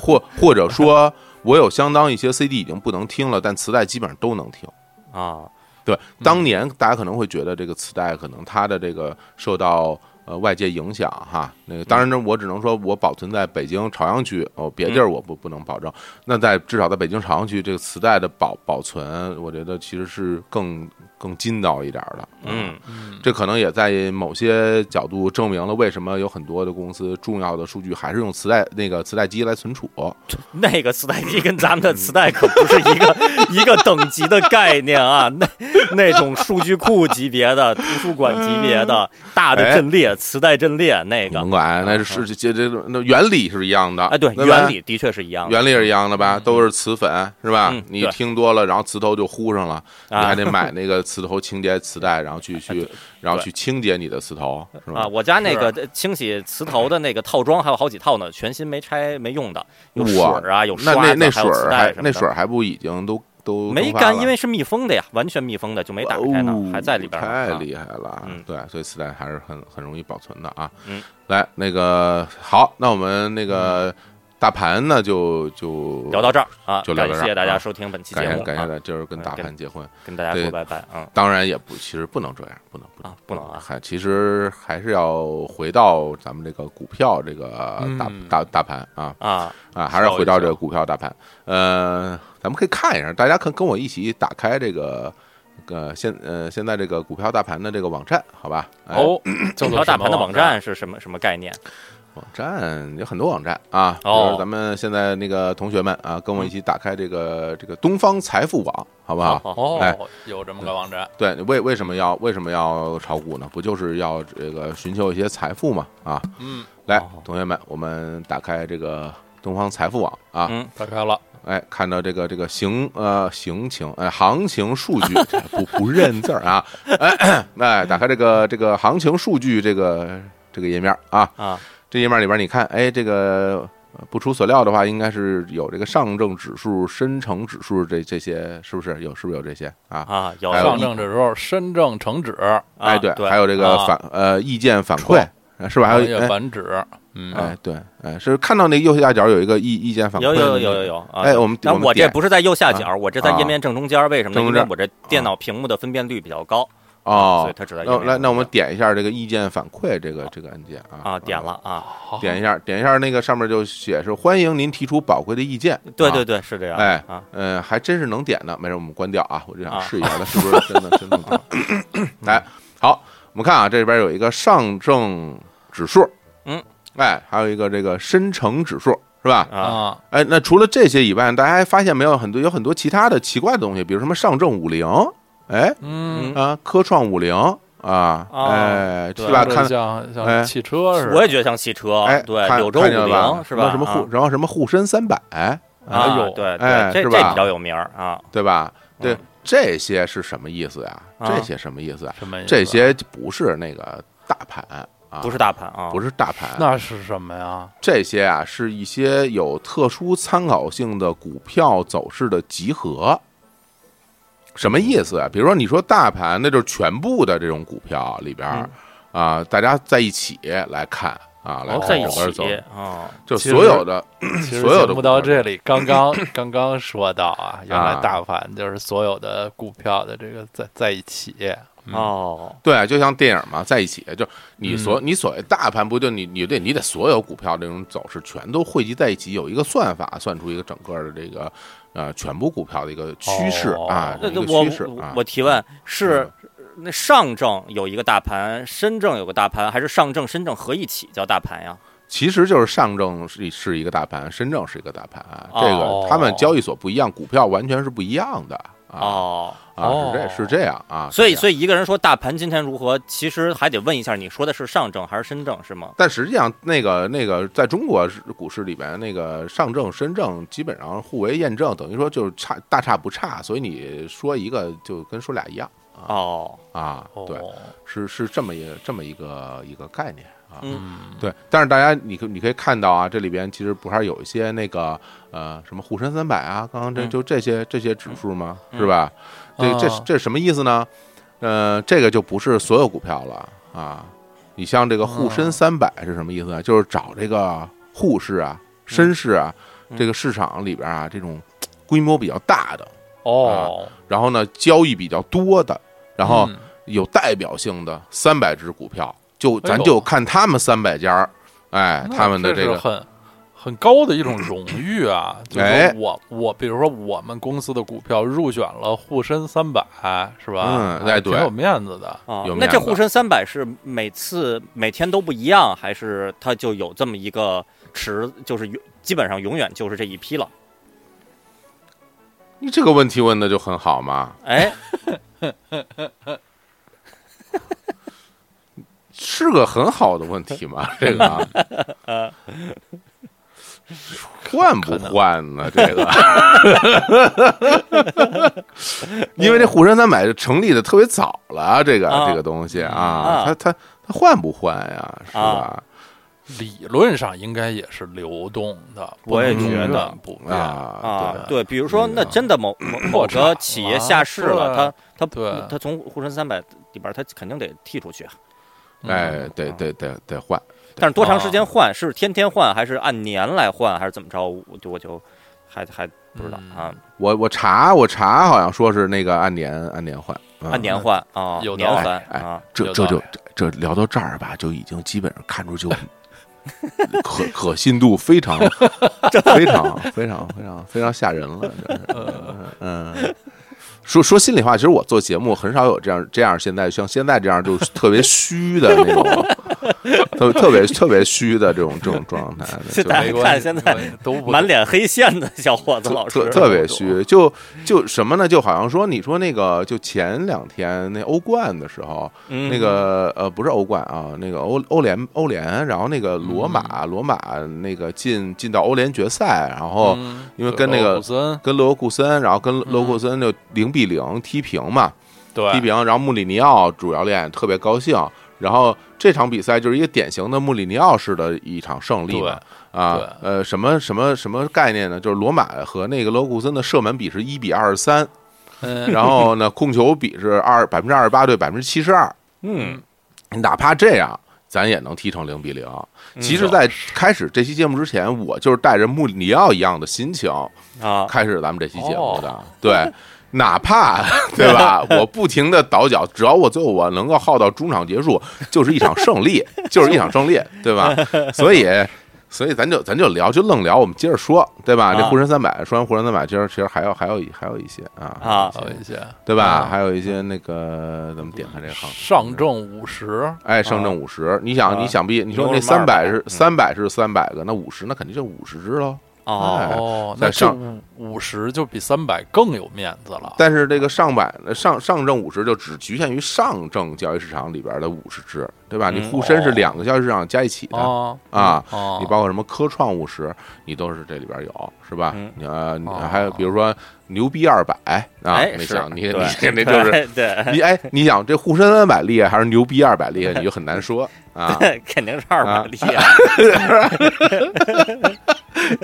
S1: 或或者说，我有相当一些 CD 已经不能听了，但磁带基本上都能听。
S2: 啊，
S1: 对，当年大家可能会觉得这个磁带可能它的这个受到呃外界影响哈。那个当然，呢，我只能说我保存在北京朝阳区哦，别
S2: 嗯
S1: 地儿我不不能保证。那在至少在北京朝阳区，这个磁带的保保存，我觉得其实是更更筋道一点儿的。啊
S2: 嗯，
S3: 嗯
S1: 这可能也在某些角度证明了为什么有很多的公司重要的数据还是用磁带那个磁带机来存储。
S2: 那个磁带机跟咱们的磁带可不是一个 一个等级的概念啊， 那那种数据库级别的、图书馆级别的
S1: 嗯
S2: 大的阵列、磁带阵列那
S1: 你
S2: 个
S1: 甭，管，那是这这这那原理是一样的。
S2: 哎，啊对，
S1: 吧
S2: 原理的确是一样的，
S1: 原理是一样的吧？都是磁粉是吧
S2: 啊嗯？
S1: 你
S2: 对
S1: 听多了，然后磁头就糊上了，你
S2: 啊
S1: 还得买那个磁头清洁磁带，然后去去，然后去清洁你的磁头，是
S2: 啊，
S1: 吧？
S2: 我家那个呃清洗磁头的那个套装还有好几套呢，全新没拆没用的，有水
S1: 哇
S2: 儿啊，有
S1: 那
S2: 刷
S1: 那
S2: 子，
S1: 那
S2: 还
S1: 水
S2: 有磁
S1: 儿
S2: 带
S1: 还
S2: 什么的
S1: 那水儿还不已经都都
S2: 没
S1: 蒸发
S2: 干，
S1: 了
S2: 因为是密封的呀，完全密封的就没打开呢
S1: 哦，
S2: 还在里边呢。
S1: 太
S2: 啊
S1: 厉害了
S2: 嗯！
S1: 对，所以磁带还是很很容易保存的啊。
S2: 嗯，
S1: 来那个好，那我们那个大盘呢就就
S2: 聊到这儿啊，
S1: 哦就聊
S2: 感
S1: 到这儿
S2: 谢大
S1: 啊
S2: 家收听本期节
S1: 感
S2: 目
S1: 谢感
S2: 啊
S1: 谢，，就是跟大
S2: 跟
S1: 盘结婚。
S2: 跟大家
S1: 对
S2: 说拜拜，嗯
S1: 当然也不，其实不能这样，不能不能
S2: 啊，不能啊，
S1: 还其实还是要回到咱们这个股票这个大、
S3: 嗯
S1: 大大盘啊
S2: 啊，
S1: 啊，还是
S3: 稍一
S1: 回到这
S3: 稍
S1: 个股票大盘。呃，咱们可以看一下，大家可跟我一起打开这个呃现呃现在这个股票大盘的这个网站，好吧？哎、，
S3: 哦，
S2: 股
S3: 叫
S2: 票
S3: 做
S2: 大
S3: 什么
S2: 盘的网
S3: 网站
S2: 站是什么什么概念？
S1: 网站有很多网站啊，比
S2: 哦
S1: 如咱们现在那个同学们啊，跟我一起打开这个这个东方财富网，好不好？哎嗯
S3: 哦，有这么个网站，
S1: 对，为为什么要为什么要炒股呢？不就是要这个寻求一些财富嘛？啊，
S3: 嗯，
S1: 来
S2: 哦，
S1: 同学们，我们打开这个东方财富网啊，
S2: 嗯
S3: 打开了，
S1: 哎，看到这个这个行呃行情哎行情数据 这不不认字儿啊，哎哎，打开这个这个行情数据这个这个页面啊，
S2: 啊，
S1: 这页面里边你看，哎，这个呃不出所料的话，应该是有这个上证指数、深成指数这这些，是不是有是不是有这些啊？
S2: 啊，有
S1: 还有
S3: 上
S2: 啊
S3: 证指数、深证成指，
S1: 哎，
S2: 对，
S1: 还有这个
S3: 啊
S1: 反呃意见反
S3: 戳
S1: 馈是吧？还有
S3: 也
S1: 哎
S3: 反指，嗯，
S1: 哎对，哎是看到那右下角有一个意意见反馈
S2: 有
S1: 的那个，
S2: 有有有有啊！
S1: 哎我们
S2: 但
S1: 我们
S2: 我这
S1: 点
S2: 不是在右下角，我这在
S1: 啊
S2: 页面正中间，为什么
S1: 正
S2: 呢？因
S1: 中间啊
S2: 为我这电脑屏幕的分辨率比较高，所
S1: 哦
S2: 以，它只在页
S1: 那
S2: 面
S1: 来，
S2: 中
S1: 那我们
S2: 间
S1: 点一下这个意见反馈这个这个按键啊
S2: 啊点，了啊，
S3: 好，
S1: 点一下，点一下那个上面就写是欢迎您提出宝贵的意见。
S2: 对
S1: 啊
S2: 对，对，是这样，
S1: 哎
S2: 啊，
S1: 嗯，还真是能点的，没事，我们关掉啊，我就
S2: 啊
S1: 想试一下，它是不是真的真的能点。 来，好，我们看啊，这里边有一个上证指数，
S2: 嗯，
S1: 哎，还有一个这个深成指数，是吧？
S2: 啊
S3: 啊，
S1: 哎，那除了这些以外，大家还发现没有很多有很多其他的奇怪的东西，比如什么上证五零，哎，
S3: 嗯，
S2: 嗯，
S1: 啊，科创五零啊，
S2: 哦
S1: 哎，
S2: 对
S1: 是吧？
S3: 听着
S1: 看，
S3: 像
S1: 哎
S3: 像汽车似的，
S2: 我也觉得像汽车
S1: 哎，，
S2: 对，
S1: 看
S2: 柳州五
S1: 看见了吧
S2: 零是吧？
S1: 什么
S2: 啊
S1: 沪，然后什么沪深三百，
S2: 啊
S3: 哎呦，
S2: 对对，
S1: 哎
S2: 这
S1: 是
S2: 这
S1: 吧
S2: 比较有名儿啊，
S1: 对吧？对
S2: 嗯，
S1: 这些是什么意思呀？
S2: 啊
S1: 这些什么意思啊？
S3: 什么意思
S1: 这些不是那个大盘啊，
S2: 不是大盘啊，
S1: 不是大盘，
S3: 那是什么 呀？
S1: 这些啊是一些有特殊参考性的股票走势的集合。什么意思啊？比如说，你说大盘，那就是全部的这种股票里边儿啊，大家在一起来看啊，来
S2: 嗯哦
S1: 看
S2: 在一
S1: 整个
S2: 起
S1: 走
S2: 啊，
S1: 就
S3: 其
S1: 所有
S3: 实
S1: 的
S3: 其实
S1: 所有的
S3: 节目
S1: 股
S3: 到
S1: 票
S3: 这里，刚刚 刚刚说到啊，原来
S1: 啊
S3: 大盘就是所有的股票的这个在在一起，嗯
S2: 哦，
S1: 对，就像电影嘛，在一起，就你
S3: 嗯
S1: 所、你所谓大盘，不就你你对你得所有股票这种走势全都汇集在一起，有一个算法算出一个整个的这个呃全部股票的一个趋势、
S3: 哦
S1: 啊，
S2: 那
S1: 一个
S2: 我
S1: 趋势啊
S2: 我，我提问是
S1: 嗯。
S2: 那上证有一个大盘，深证有个大盘，还是上证深证合一起叫大盘呀？
S1: 其实就是上证是是一个大盘，深证是一个大盘啊，这
S3: 哦
S1: 个他们交易所不一样，股票完全是不一样的啊、
S2: 哦，
S1: 啊，是
S3: 哦
S1: 这是这样啊，
S2: 所
S1: 以。
S2: 以，所以一个人说大盘今天如何，其实还得问一下，你说的是上证还是深证是吗？
S1: 但实际上，那个那个，在中国是股市里边，那个上证、深证基本上互为验证，等于说就是差大差不差，所以你说一个就跟说俩一样
S2: 哦，
S1: 啊。对，
S3: 哦，
S1: 是是这么一个这么一个一个概念啊。
S2: 嗯，
S3: 嗯，
S1: 对，但是大家你可你可以看到啊，这里边其实不还是有一些那个呃什么沪深三百啊，刚刚这
S2: 嗯
S1: 就这些这些指数吗？
S2: 嗯哦
S1: 是吧？这这
S3: 啊
S1: 这什么意思呢？呃，这个就不是所有股票了啊。你像这个沪深
S3: 哦
S1: 三百是什么意思呢？就是找这个沪市啊、深市啊、
S2: 嗯
S1: 这个市场里边啊这种规模比较大的，
S3: 哦，
S1: 然后呢交易比较多的，然后
S3: 嗯
S1: 有代表性的三百只股票。就
S3: 哎
S1: 咱
S3: 呦
S1: 就看他们三百家儿，哎，他们的
S3: 这
S1: 这
S3: 是
S1: 个
S3: 很很高的一种荣 誉啊！就是
S1: 哎
S3: 说我我比如说我们公司的股票入选了沪深三百，是吧？
S1: 嗯
S3: 还
S1: 哎
S3: 挺
S1: 对
S3: 有面子的。
S2: 啊
S1: 有，
S2: 那
S1: 面
S2: 这
S1: 子
S2: 沪深三百是每次每天都不一样，还是它就有这么一个池，就是永基本上永远就是这一批了？
S1: 你这个问题问的就很好嘛，
S2: 哎，
S1: 是个很好的问题嘛，这个啊，换不换呢？这个， 因为这沪深三百成立的特别早了啊，这个
S2: 啊
S1: 这个东西啊
S2: 啊，
S1: 它它它换不换呀？是吧
S2: 啊？
S3: 理论上应该也是流动的，
S2: 我也
S3: 不能
S1: 觉
S3: 永
S1: 得
S3: 远不变。
S1: 啊，
S2: 啊，对，比如说，那真的 某某某
S3: 破
S2: 个
S3: 产
S2: 企
S3: 了
S2: 业下市了，
S3: 对
S2: 它它
S3: 对
S2: 它从沪深三百里边，它肯定得剔除去啊。
S1: 对，哎，得得得得换，
S2: 但是多长时间换？是天天换，还是按年来换，还是怎么着？我就我就还还不知道啊，
S1: 我我查我查，好像说是那个按年按年换，嗯
S2: 按年换啊，
S3: 有
S2: 年
S3: 道
S1: 理
S2: 还
S1: 哎
S2: 啊，
S1: 这
S3: 有
S1: 这
S3: 道
S1: 就
S3: 理
S1: 这这聊到这儿吧，就已经基本上看出就可 可信度非 常非常非常非常非常吓人了，真是
S2: 呃
S1: 嗯。说说心里话，其实我做节目很少有这样这样，现在像现在这样就是 特别虚的那种，特特别特别虚的这种这种状态，
S2: 这
S1: 就
S2: 大
S1: 没
S2: 家
S3: 没 关
S2: 看
S3: 系
S2: 现
S3: 没
S2: 在
S3: 关系都不
S2: 满脸黑线的小伙 子老师
S1: 特，特别虚，就就什么呢？就好像说，你说那个，就前两天那欧冠的时候，
S2: 嗯
S1: 那个呃，不是欧冠啊，那个欧欧联欧联，然后那个罗马罗马那个进进到欧联决赛，然后
S3: 嗯
S1: 因为跟那
S3: 勒沃
S1: 个
S3: 库森
S1: 跟勒沃库森，然后跟勒沃库森就零比零踢平嘛，
S3: 对
S1: 踢平，然后穆里尼奥主教练特别高兴，然后这场比赛就是一个典型的穆里尼奥式的一场胜利嘛。啊
S3: 对，
S1: 呃，什么什么什么概念呢？就是罗马和那个勒沃库森的射门比是一比二十三，
S3: 嗯
S1: 然后呢，控球比是二百分之二十八对百分之七十二。
S2: 嗯，
S1: 哪怕这样，咱也能踢成零比零。其实，在开始这期节目之前，我就是带着穆里尼奥一样的心情
S2: 啊，
S1: 开始咱们这期节目的。对，哪怕对吧，我不停的倒脚，只要我最后我能够耗到中场结束，就是一场胜利，就是一场胜利，对吧？所以。所以咱就咱就聊，就愣聊，我们接着说，对吧？
S2: 啊
S1: 这沪深三百，说完沪深三百，其实其实还有还有一还有一些啊
S2: 啊
S3: 好一些
S1: 对吧？
S3: 嗯
S1: 还有一些那个咱们点开这行，
S3: 上证五十，
S1: 哎，上证五十，你想，
S2: 啊
S1: 你想必你说
S2: 牛
S1: 那
S2: 肉
S1: 三
S2: 面
S1: 百
S2: 儿
S1: 是
S2: 嗯
S1: 三百是三百个，那五十那肯定就五十只喽。
S2: 哦
S1: 哎
S3: 哦，
S1: 在
S3: 那这
S1: 上
S3: 五五十就比三百更有面子
S2: 啊
S3: 了。
S1: 但是这个上百上上证五十就只局限于上证交易市场里边的五十只，对吧？你
S2: 嗯
S1: 沪深是
S3: 哦
S1: 两个交易市场加一起的，
S3: 哦
S1: 啊，
S3: 哦
S1: 你包括什么科创五十，你都是这里边有，是吧
S2: 嗯？
S1: 你呃，你
S3: 哦
S1: 还有比如说牛逼二百啊，
S2: 哎，
S1: 你
S2: 是
S1: 想你你
S2: 对
S1: 那就是
S2: 对对
S1: 你哎，你想这沪深三百厉害还是牛逼二百厉害， 你就很难说啊。
S2: 对， 肯定是二
S1: 啊
S2: 百厉害，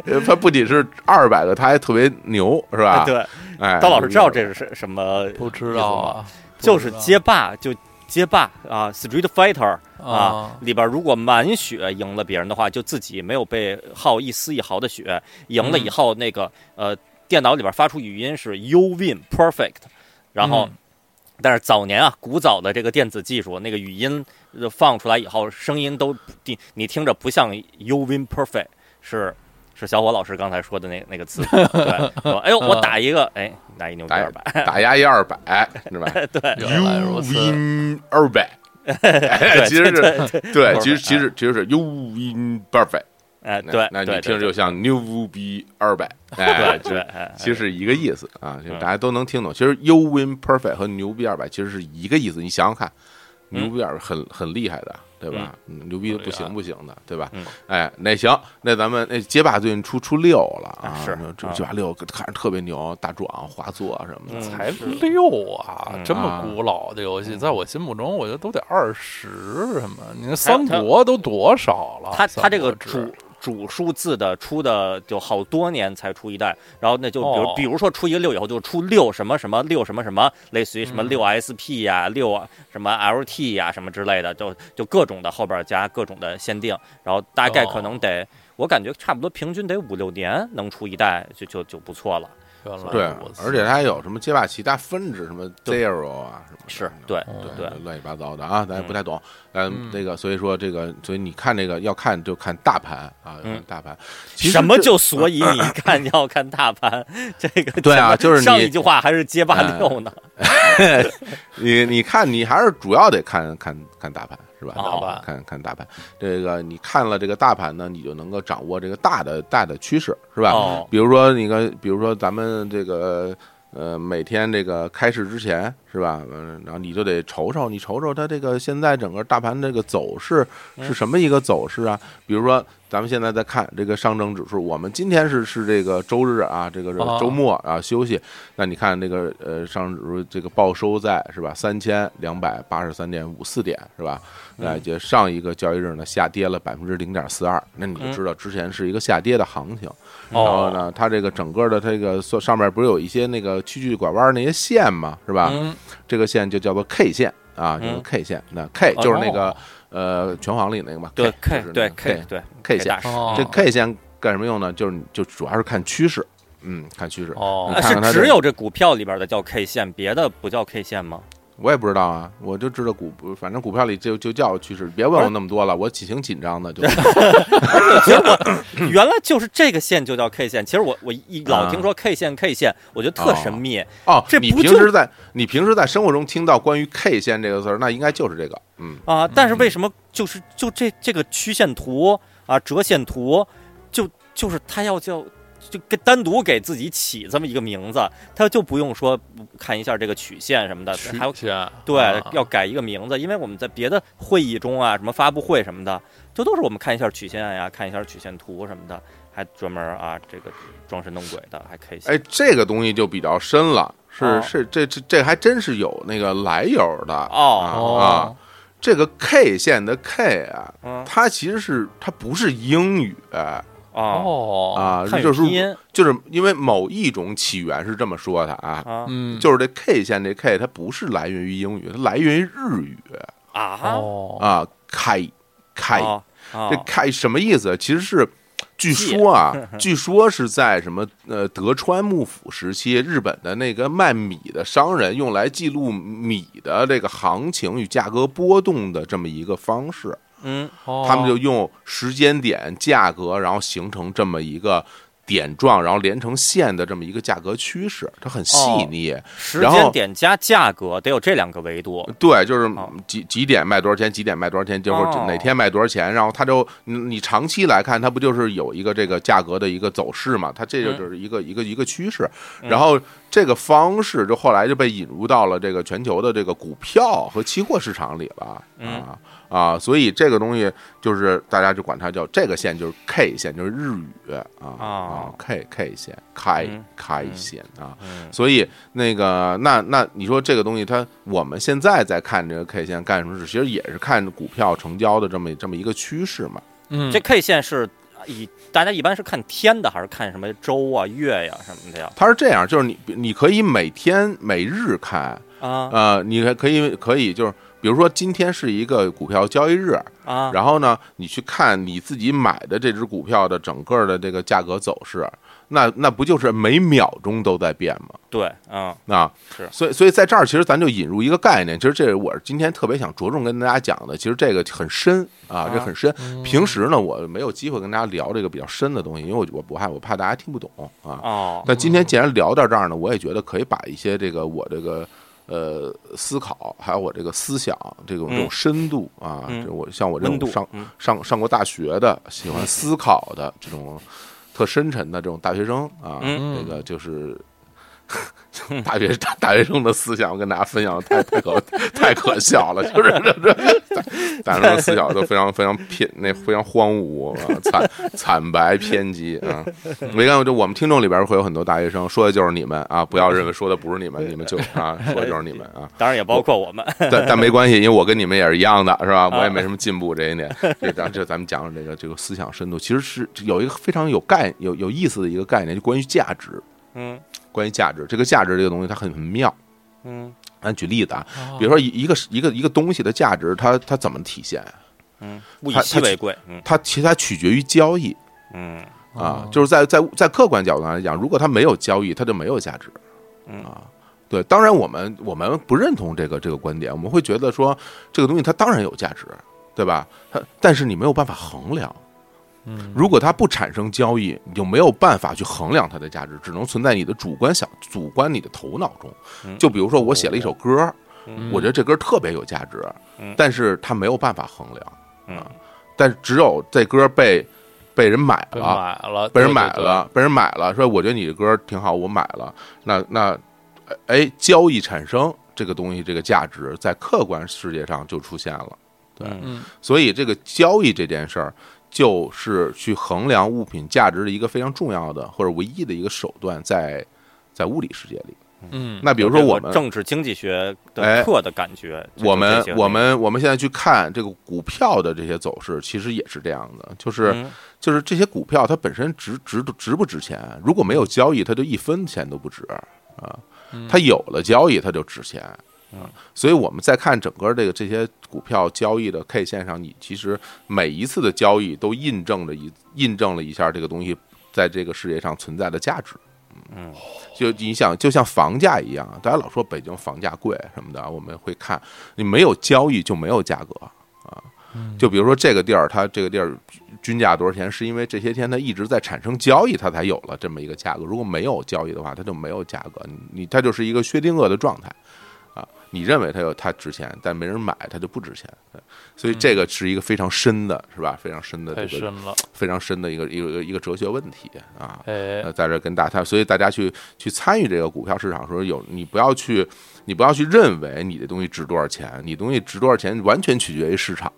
S1: 呃它不仅是二百个，它还特别牛，是吧？，
S2: 对。
S1: 哎，
S2: 刀老师知啊道这是什么？
S3: 不知道啊，
S2: 就是街霸，就街霸啊，Street Fighter
S1: 哦
S2: 啊
S3: 啊，
S2: 里边如果满血赢了别人的话，就自己没有被耗一丝一毫的血，赢了
S1: 嗯
S2: 以后那个呃，电脑里边发出语音是 “You win, perfect”，然后
S3: 嗯。
S2: 但是早年啊，古早的这个电子技术，那个语音呃放出来以后，声音都不你你听着不像 “You win perfect”，是是小伙老师刚才说的那那个词。对，说哎呦，我
S1: 嗯
S2: 打一个，哎，打一牛逼
S1: 打一
S2: 二百，
S1: 打压一二 百，是吧？
S3: 原来如此
S1: win 二百，
S2: 对啊
S1: 其实是对，
S2: 200
S1: 其实其实其实是 you win perfect，
S2: 哎，
S1: 那
S2: 对，
S1: 那你
S2: 对
S1: 听着。就像牛逼二百，
S2: 对
S1: 哎，
S2: 对对，哎嗯
S1: 其实是一个意思啊，就大家都能听懂。其实 you win perfect 和牛逼二百其实是一个意思，你想想看，
S2: 嗯
S1: 牛逼二百很很厉害的。对吧？嗯牛逼的不
S3: 厉
S1: 行
S3: 害
S1: 不行的，对吧？
S2: 嗯
S1: 哎，那行，那咱们那街霸最近出出六了啊，
S2: 啊是
S1: 这
S2: 啊
S1: 街霸六看着特别牛，大壮、华座什么的，
S2: 嗯
S3: 才六啊
S2: 嗯，
S3: 这么
S1: 啊
S3: 古老的游戏，在我心目中，我觉得都得二十什么。你看
S2: 他
S3: 三国都多少
S1: 啊
S3: 了？
S2: 他他
S3: 三
S2: 这个
S3: 国志
S2: 主主数字的出的就好多年才出一代，然后那就比如、
S3: 哦
S2: 比如说出一个六以后就出六什么什么六什么什么，类似于
S1: 嗯
S2: 什么六 SP 呀、六什么 LT 呀、什么之类的，就就各种的后边加各种的限定，然后
S1: 哦
S2: 大概可能得、我感觉差不多平均得五六年能出一代就就就不错了。
S3: 原来
S1: 对
S3: 如，此
S1: 而且它还有什么街霸其他分支，什么 Zero 啊，什么
S2: 是
S1: 的那种
S2: 对
S3: 嗯
S2: 对
S1: 对，乱七八糟的啊，咱也不太懂。嗯
S3: 嗯，
S1: 那个，所以说这个，所以你看这个要看就看大盘啊，要看
S2: 嗯
S1: 大盘。其实
S2: 什么
S1: 这
S2: 就所 以你看要看大盘，这个
S1: 对啊
S2: 怎
S1: 就
S2: 么
S1: 是你哎
S2: 上一句话还是街霸六呢，
S1: 你你看，你还是主要得看看看大盘是吧？
S2: 哦
S1: 大盘看看大盘，这个你看了这个大盘呢，你就能够掌握这个大的大的趋势是吧？
S2: 哦
S1: 比如说你看，比如说咱们这个呃每天这个开市之前是吧？嗯，然后你就得瞅瞅，你瞅瞅它这个现在整个大盘这个走势是什么一个走势啊？比如说咱们现在在看这个上证指数，我们今天是是这个周日啊，这个是
S3: 哦
S1: 周末啊休息，那你看这个呃上证指数这个报收在是吧三千两百八十三点五四点是吧？那就上一个交易日呢下跌了百分之零点四二，那你就
S2: 嗯
S1: 知道之前是一个下跌的行情。然后
S2: 哦，
S1: 呢，它这个整个的这个算上面不是有一些那个曲曲拐弯儿那些线嘛，是吧？
S3: 嗯，
S1: 这个线就叫做 K 线啊，
S2: 嗯
S1: 叫做 K 线。那 K 就是那个
S2: 哦
S1: 呃拳皇里那个嘛，
S2: 对
S1: K 就是那
S2: 对
S1: 个
S2: K 对
S1: K 线。
S2: 大师
S3: 哦
S1: 这 K 线干什么用呢？就是你就主要是看趋势，嗯，看趋势。
S3: 哦
S1: 你
S2: 那
S1: 看看它
S2: 呃是
S1: 这
S2: 只有这股票里边的叫 K 线，别的不叫 K 线吗？
S1: 我也不知道啊，我就知道股，反正股票里就就叫趋势，别问我那么多了，我挺挺紧张的， 就
S2: 结果原来就是这个线就叫 K 线。其实我我一老听说 K 线 K 线，我觉得特神秘。
S1: 啊哦。
S2: 这
S1: 你
S2: 不
S1: 平
S2: 就
S1: 时在你平时在生活中听到关于 K 线这个词儿，那应该就是这个，嗯。
S2: 啊，但是为什么就是就这这个曲线图啊、折线图，就就是它要叫就给单独给自己起这么一个名字，它就不用说看一下这个曲线什么的，
S3: 曲
S2: 还有
S3: 线
S2: 对、
S3: 啊
S2: 要改一个名字，因为我们在别的会议中啊，什么发布会什么的，这都是我们看一下曲线呀、看一下曲线图什么的，还专门啊这个装神弄鬼的，还可以。
S1: 哎，这个东西就比较深了，是、
S2: 哦
S1: 是这这这还真是有那个来由的啊
S2: 哦，
S1: 啊
S3: 哦，
S1: 这个 K 线的 K 啊，
S2: 嗯
S1: 它其实是它不是英语啊，
S2: 哦，
S3: 哦
S2: 汉
S1: 就
S2: 语
S1: 是
S2: 拼音
S1: 就是因为某一种起源是这么说的啊，
S2: 啊
S3: 嗯，
S1: 就是这 K 线这 K 它不是来源于英语，它来源于日语
S2: 啊
S3: 哦
S1: 啊，凯凯、
S2: 哦哦
S1: 这凯什么意思？啊其实是。据说 啊，据说是在什么呃德川幕府时期，日本的那个卖米的商人用来记录米的这个行情与价格波动的这么一个方式，
S2: 嗯
S3: 哦，
S1: 他们就用时间点、价格，然后形成这么一个点状，然后连成线的这么一个价格趋势，它很细腻。
S2: 时
S1: 然后
S2: 间点加价格得有这两个维度，
S1: 对，就是
S2: 哦
S1: 几几点卖多少钱，几点卖多少钱，就
S2: 哦
S1: 是哪天卖多少钱，然后它就你你长期来看，它不就是有一个这个价格的一个走势嘛？它这就
S2: 嗯
S1: 就是一个一个一个趋势。然后这个方式就后来就被引入到了这个全球的这个股票和期货市场里了
S2: 嗯
S1: 啊啊！所以这个东西就是大家就管它叫这个线就是 K 线，就是日语啊啊
S2: 哦
S1: K K 线开
S2: 嗯
S1: 开
S2: 嗯
S1: 线啊。
S2: 嗯
S1: 所以那个，那那你说这个东西它，我们现在在看这个 K 线干什么事，其实也是看股票成交的这么这么一个趋势嘛。
S3: 嗯
S2: 这 K 线是以大家一般是看天的，还是看什么周啊、月呀、什么的呀？
S1: 它是这样，就是你你可以每天每日看，
S2: 啊
S1: 呃，你还可以可以就是，比如说今天是一个股票交易日，
S2: 啊
S1: 然后呢，你去看你自己买的这只股票的整个的这个价格走势，那那不就是每秒钟都在变吗？
S2: 对，嗯
S1: 啊，
S2: 是
S1: 所以所以在这儿，其实咱就引入一个概念，其实这是我今天特别想着重跟大家讲的，其实这个很深啊，这很深。
S3: 嗯
S1: 平时呢，我没有机会跟大家聊这个比较深的东西，因为我我不害我怕大家听不懂啊。
S2: 哦
S1: 那今天既然聊到这儿呢，我也觉得可以把一些这个我这个呃思考，还有我这个思想这种这种
S2: 嗯
S1: 深度啊，
S2: 嗯
S1: 这我像我这
S2: 温度
S1: 种上
S2: 嗯
S1: 上上过大学的，喜欢思考的这种特深沉的这种大学生啊，
S2: 嗯
S1: 这个就是。 大学 大大学生的思想，我跟大家分享 太太可太可笑了，就是这这 大大学生的思想都非常非常偏那非常荒芜、啊、惨 惨白偏激啊！没干，就我们听众里边会有很多大学生，说的就是你们啊！不要认为说的不是你们，你们就啊说的就是你们啊！
S2: 当然也包括我们，
S1: 但但没关系，因为我跟你们也是一样的，是吧？
S2: 啊
S1: 我也没什么进步这一点。这咱这咱们讲讲这个这个思想深度，其实是有一个非常有概有有意思的一个概念，就关于价值，
S2: 嗯
S1: 关于价值这个价值这个东西它很很妙。
S2: 嗯
S1: 咱举例子啊，
S3: 哦
S1: 比如说一一个一个一个东西的价值，它它怎么体现？
S2: 嗯，物以
S1: 他
S2: 稀
S1: 他
S2: 为贵，嗯
S1: 它其实它取决于交易。
S2: 嗯
S1: 啊，就是在在在客观角度上来讲，如果它没有交易，它就没有价值。
S2: 嗯
S1: 啊，对，当然我们我们不认同这个这个观点，我们会觉得说这个东西它当然有价值，对吧？它但是你没有办法衡量。
S3: 嗯，
S1: 如果它不产生交易，你就没有办法去衡量它的价值，只能存在你的主观想、主观你的头脑中。
S2: 嗯
S1: 就比如说，我写了一首歌，
S2: 嗯
S1: 我觉得这歌特别有价值
S2: 嗯，
S1: 但是它没有办法衡量。
S2: 嗯
S1: 但是只有这歌被被人买
S3: 嗯被
S1: 了，
S3: 买了，
S1: 被人
S3: 对
S1: 买，了，被人买了，说我觉得你的歌挺好，我买了。那那，哎，交易产生这个东西，这个价值在客观世界上就出现了。
S2: 对，
S3: 对嗯
S1: 所以这个交易这件事儿，就是去衡量物品价值的一个非常重要的或者唯一的一个手段在，在物理世界里。
S3: 嗯，
S1: 那比如说我
S2: 我
S1: 们。
S2: 政治经济学
S1: 哎
S2: 的课的感觉，就
S1: 我
S2: 就
S1: 们
S2: 这些
S1: 我们我们现在去看这个股票的这些走势，其实也是这样的，就是
S2: 嗯
S1: 就是这些股票它本身值值值不值钱？如果没有交易，它就一分钱都不值啊。
S3: 嗯
S1: 它有了交易，它就值钱
S2: 嗯
S1: 啊。所以我们在看整个这个这些股票交易的 K 线上，你其实每一次的交易都印证了一印证了一下这个东西在这个世界上存在的价值。
S2: 嗯，
S1: 就你想，就像房价一样，啊大家老说北京房价贵什么的，我们会看你没有交易就没有价格啊。
S3: 嗯
S1: 就比如说这个地儿，它这个地儿均价多少钱，是因为这些天它一直在产生交易，它才有了这么一个价格。如果没有交易的话，它就没有价格，你你它就是一个薛定谔的状态啊。你认为它有它值钱，但没人买，它就不值钱。对所以这个是一个非常深的，是吧？非常深的
S3: 嗯太
S1: 这个
S3: 深了，
S1: 非常深的一个一个一个哲学问题啊。
S3: 哎
S1: 呃，，在这儿跟大家，所以大家去去参与这个股票市场的时候，有你不要去，你不要去认为你的东西值多少钱，你东西值多少钱完全取决于市场，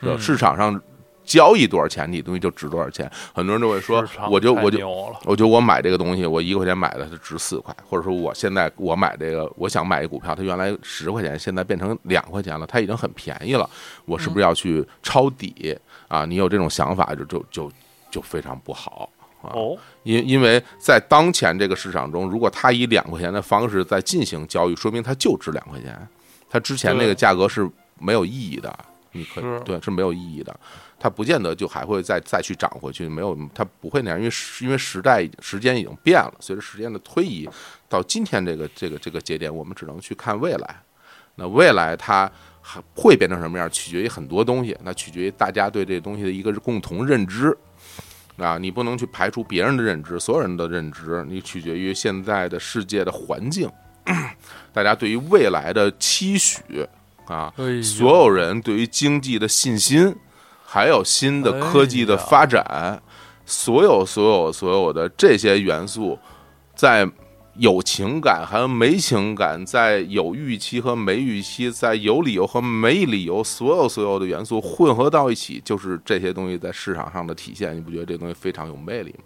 S1: 是吧？
S3: 嗯
S1: 市场上交易多少钱，你东西就值多少钱。很多人都会说
S3: 市，场
S1: 我就
S3: 太
S1: 我就
S3: 牛了
S1: 我觉得我买这个东西，我一块钱买的它值四块，或者说我现在我买这个，我想买一股票，它原来十块钱，现在变成两块钱了，它已经很便宜了，我是
S3: 嗯
S1: 不是要去抄底啊？你有这种想法就就就就非常不好。啊。
S2: 哦，
S1: 因因为在当前这个市场中，如果它以两块钱的方式在进行交易，说明它就值两块钱，它之前那个
S3: 对
S1: 价格是没有意义的。你可
S3: 是
S1: 以对是没有意义的，它不见得就还会再再去涨回去，没有它不会那样，因为时因为时代时间已经变了，随着时间的推移，到今天这个这个这个节点，我们只能去看未来。那未来它还会变成什么样，取决于很多东西，那取决于大家对这东西的一个共同认知。啊，你不能去排除别人的认知，所有人的认知，你取决于现在的世界的环境， 大家对于未来的期许啊，
S3: 哎呦
S1: 所有人对于经济的信心，还有新的科技的
S3: 哎呀
S1: 发展，所有所有所有的这些元素，在有情感和没情感，在有预期和没预期，在有理由和没理由，所有所有的元素混合到一起，就是这些东西在市场上的体现。你不觉得这东西非常有魅力吗？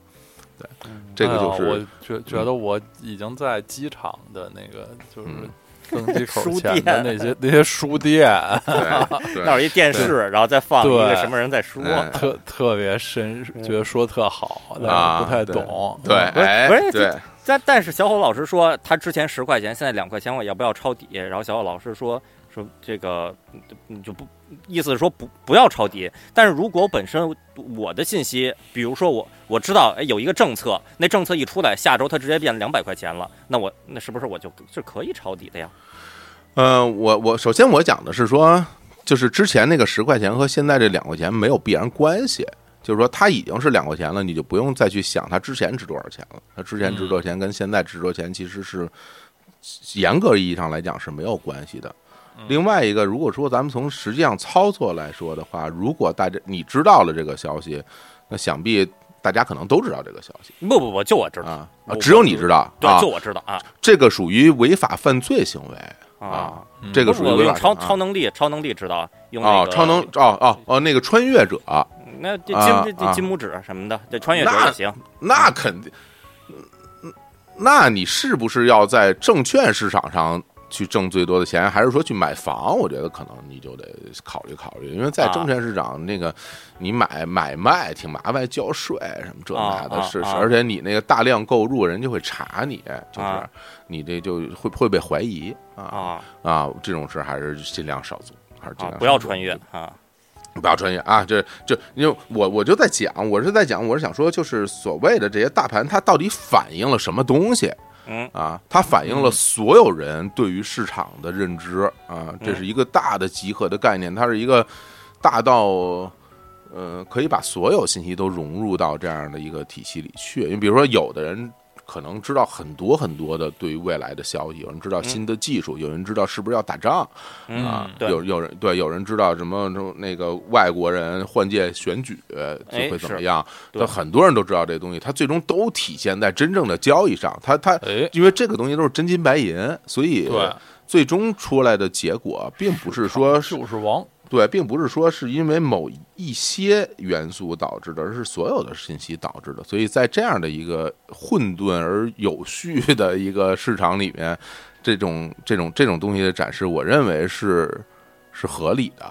S1: 对，这个就
S3: 哎呀
S1: 是嗯
S3: 我觉觉得我已经在机场的那个就是
S1: 嗯
S3: 登机口
S2: 书
S3: 前
S2: 店
S3: 的那些那些书店，
S1: 哎对对
S2: 那有一电视，然后再放一个
S3: 对
S2: 什么人在说，
S1: 哎
S3: 特特别深，
S2: 嗯
S3: 觉得说特好，但
S1: 啊，
S3: 是不太
S1: 对
S3: 懂。
S1: 对，
S3: 嗯
S1: 哎
S2: 不是这
S1: 对，
S2: 但但是小伙老师说他之前十块钱，现在两块钱，我要不要抄底？然后小伙老师说说这个嗯就不意思是说不不要抄底。但是如果本身我的信息，比如说我我知道哎有一个政策，那政策一出来，下周它直接变两百块钱了，那我那是不是我就是可以抄底的呀？
S1: 呃，我我首先我讲的是说，就是之前那个十块钱和现在这两块钱没有必然关系，就是说它已经是两块钱了，你就不用再去想它之前值多少钱了。它之前值多少钱跟现在值多少钱其实是严格意义上来讲是没有关系的。另外一个，如果说咱们从实际上操作来说的话，如果大家你知道了这个消息，那想必大家可能都知道这个消息
S2: 不不不，就我知道，
S1: 啊啊
S2: 我，
S1: 只有你知道
S2: 对，
S1: 啊
S2: 就，我知道啊
S1: 这个属于违法犯罪行为啊
S2: 啊。，
S3: 嗯
S1: 这个
S2: 不
S1: 属
S2: 是
S1: 于
S2: 我
S1: 违
S2: 用
S1: 法
S2: 超
S1: 行为啊
S2: 超能力，超能力知道啊用那
S1: 哦，
S2: 个
S1: 超能哦哦哦，那个穿越者，
S2: 那这
S1: 啊
S2: 金这
S1: 啊
S2: 这金拇指什么的，这穿越者
S1: 那
S2: 也行。
S1: 那肯定，嗯那你是不是要在证券市场上去挣最多的钱，还是说去买房？我觉得可能你就得考虑考虑，因为在
S2: 啊
S1: 证券市场那个你买买卖挺麻烦，交税什么这那的，
S2: 啊
S1: 是
S2: 啊
S1: 是，
S2: 啊
S1: 而且你那个大量购入，人就会查你，就是
S2: 啊
S1: 你这就会会被怀疑啊
S2: 啊
S1: 啊，这种事还是尽量少做，还是尽
S2: 啊
S1: 量！
S2: 不要
S1: 少做
S2: 穿越啊！
S1: 不要专业啊，这这，因为我我就在讲，我是在讲，我是想说，就是所谓的这些大盘，它到底反映了什么东西？
S2: 嗯
S1: 啊，它反映了所有人对于市场的认知啊，这是一个大的集合的概念，它是一个大到呃，可以把所有信息都融入到这样的一个体系里去。因为比如说，有的人可能知道很多很多的对于未来的消息，有人知道新的技术，有人知道是不是要打仗，啊，
S2: 嗯对
S1: 有有人对有人知道什么什么那个外国人换届选举
S2: 哎
S1: 就会怎么
S2: 是
S1: 样，
S2: 对
S1: 但很多人都知道这东西，它最终都体现在真正的交易上，它它
S3: 哎，
S1: 因为这个东西都是真金白银，所以
S3: 对
S1: 最终出来的结果并不是 说是
S3: 就是王，
S1: 对，并不是说是因为某一些元素导致的，而是所有的信息导致的。所以在这样的一个混沌而有序的一个市场里面，这种这种这种东西的展示，我认为是是合理的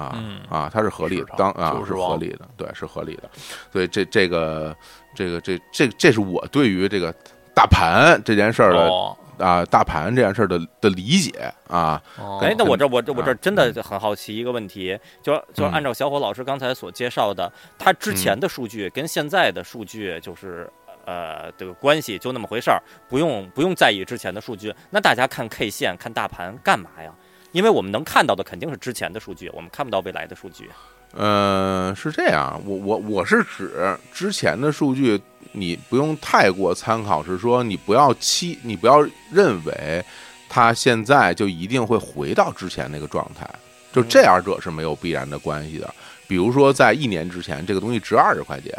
S1: 啊、
S3: 嗯
S1: 啊，它是合理
S3: 市
S1: 的，
S3: 场
S1: 当啊
S3: 就是
S1: 是
S3: 王
S1: 合理的，对，是合理的。所以这这个这个这这这是我对于这个大盘这件事儿的、
S3: 哦，
S1: 啊，大盘这件事儿的的理解啊，
S3: 哦
S2: 哎，那我
S1: 跟
S2: 这我这我这
S1: 啊
S2: 真的很好奇一个问题，就是就是
S1: 嗯
S2: 按照小伙老师刚才所介绍的，他之前的数据跟现在的数据就是呃这个关系就那么回事儿，不用不用在意之前的数据。那大家看 K 线看大盘干嘛呀？因为我们能看到的肯定是之前的数据，我们看不到未来的数据。
S1: 呃，是这样，我我我是指之前的数据，你不用太过参考，是说你不要期，你不要认为它现在就一定会回到之前那个状态，就这二者是没有必然的关系的。比如说，在一年之前，这个东西值二十块钱，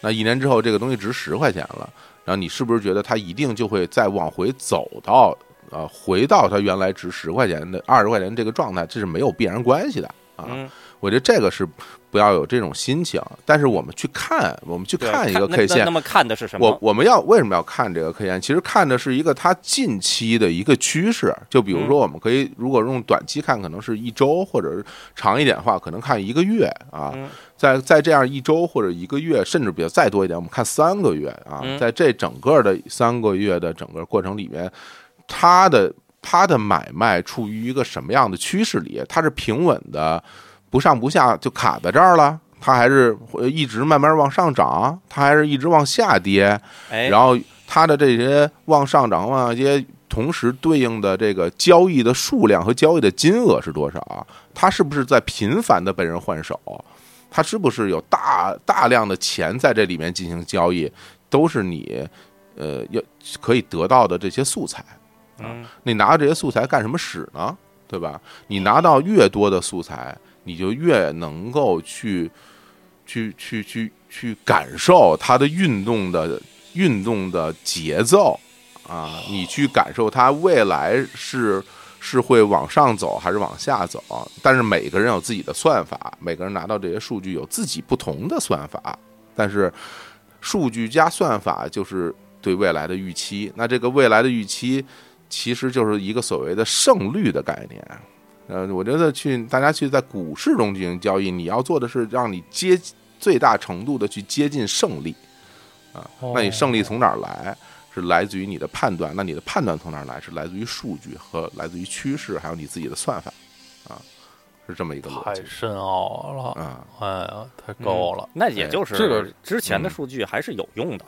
S1: 那一年之后，这个东西值十块钱了，然后你是不是觉得它一定就会再往回走到呃回到它原来值十块钱的二十块钱这个状态？这是没有必然关系的啊。
S2: 嗯，
S1: 我觉得这个是不要有这种心情。但是我们去看，我们去
S2: 对
S1: 看一个 K
S2: 那那那
S1: 线，
S2: 么看的是什
S1: 我
S2: 么？
S1: 我们要为什么要看这个 K 线？其实看的是一个它近期的一个趋势。就比如说，我们可以如果用短期看，可能是一周，或者是长一点的话，可能看一个月啊。
S2: 嗯
S1: 在在这样一周或者一个月，甚至比较再多一点，我们看三个月啊，
S2: 嗯
S1: 在这整个的三个月的整个过程里面，它的它的买卖处于一个什么样的趋势里？它是平稳的，不上不下就卡在这儿了。它还是会一直慢慢往上涨，它还是一直往下跌，
S2: 哎，
S1: 然后它的这些往上涨、往下跌，同时对应的这个交易的数量和交易的金额是多少？它是不是在频繁的被人换手？它是不是有大大量的钱在这里面进行交易？都是你呃要可以得到的这些素材。
S2: 嗯
S1: 你拿这些素材干什么使呢？对吧？你拿到越多的素材，你就越能够去去去去去感受它的运动的运动的节奏啊，你去感受它未来是。是会往上走还是往下走？但是每个人有自己的算法，每个人拿到这些数据有自己不同的算法。但是数据加算法就是对未来的预期。那这个未来的预期其实就是一个所谓的胜率的概念。呃，我觉得去大家去在股市中进行交易，你要做的是让你接最大程度的去接近胜利啊。
S3: 哦
S1: 那你胜利从哪儿来？是来自于你的判断。那你的判断从哪儿来？是来自于数据和来自于趋势，还有你自己的算法啊，是这么一个逻
S3: 哦太
S1: 辑
S3: 深奥了，
S1: 啊。
S3: 哎呀，太高了，
S2: 那也就是
S3: 这个
S2: 之前的
S1: 哎嗯
S2: 数据还是有用的。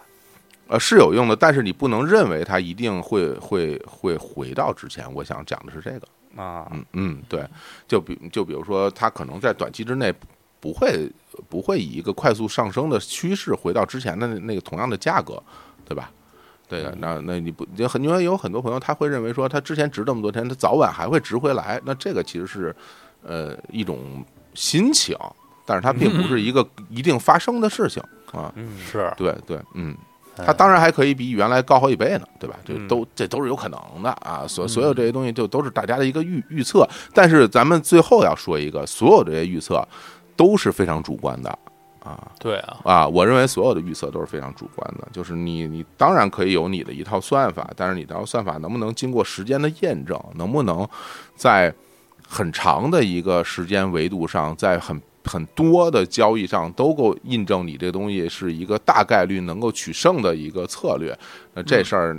S1: 呃，是有用的，但是你不能认为它一定会会会回到之前。我想讲的是这个，
S2: 啊，
S1: 嗯嗯，对，就比就比如说，它可能在短期之内不会不会以一个快速上升的趋势回到之前的那那个同样的价格，对吧？对的，那那你不就很因为有很多朋友他会认为说，它之前值这么多钱，它早晚还会值回来。那这个其实是呃一种心情，但是它并不是一个一定发生的事情啊。
S2: 嗯
S3: 是，
S1: 对对，嗯。
S3: 哎
S1: 它当然还可以比原来高好几倍呢，对吧？这
S2: 嗯
S1: 都这都是有可能的啊，所所有这些东西就都是大家的一个预预测。但是咱们最后要说一个，所有这些预测都是非常主观的啊
S3: 对啊，
S1: 啊！我认为所有的预测都是非常主观的，就是你你当然可以有你的一套算法，但是你的一套算法能不能经过时间的验证，能不能在很长的一个时间维度上，在很很多的交易上都够印证你这东西是一个大概率能够取胜的一个策略。那
S3: 嗯
S1: 这事儿，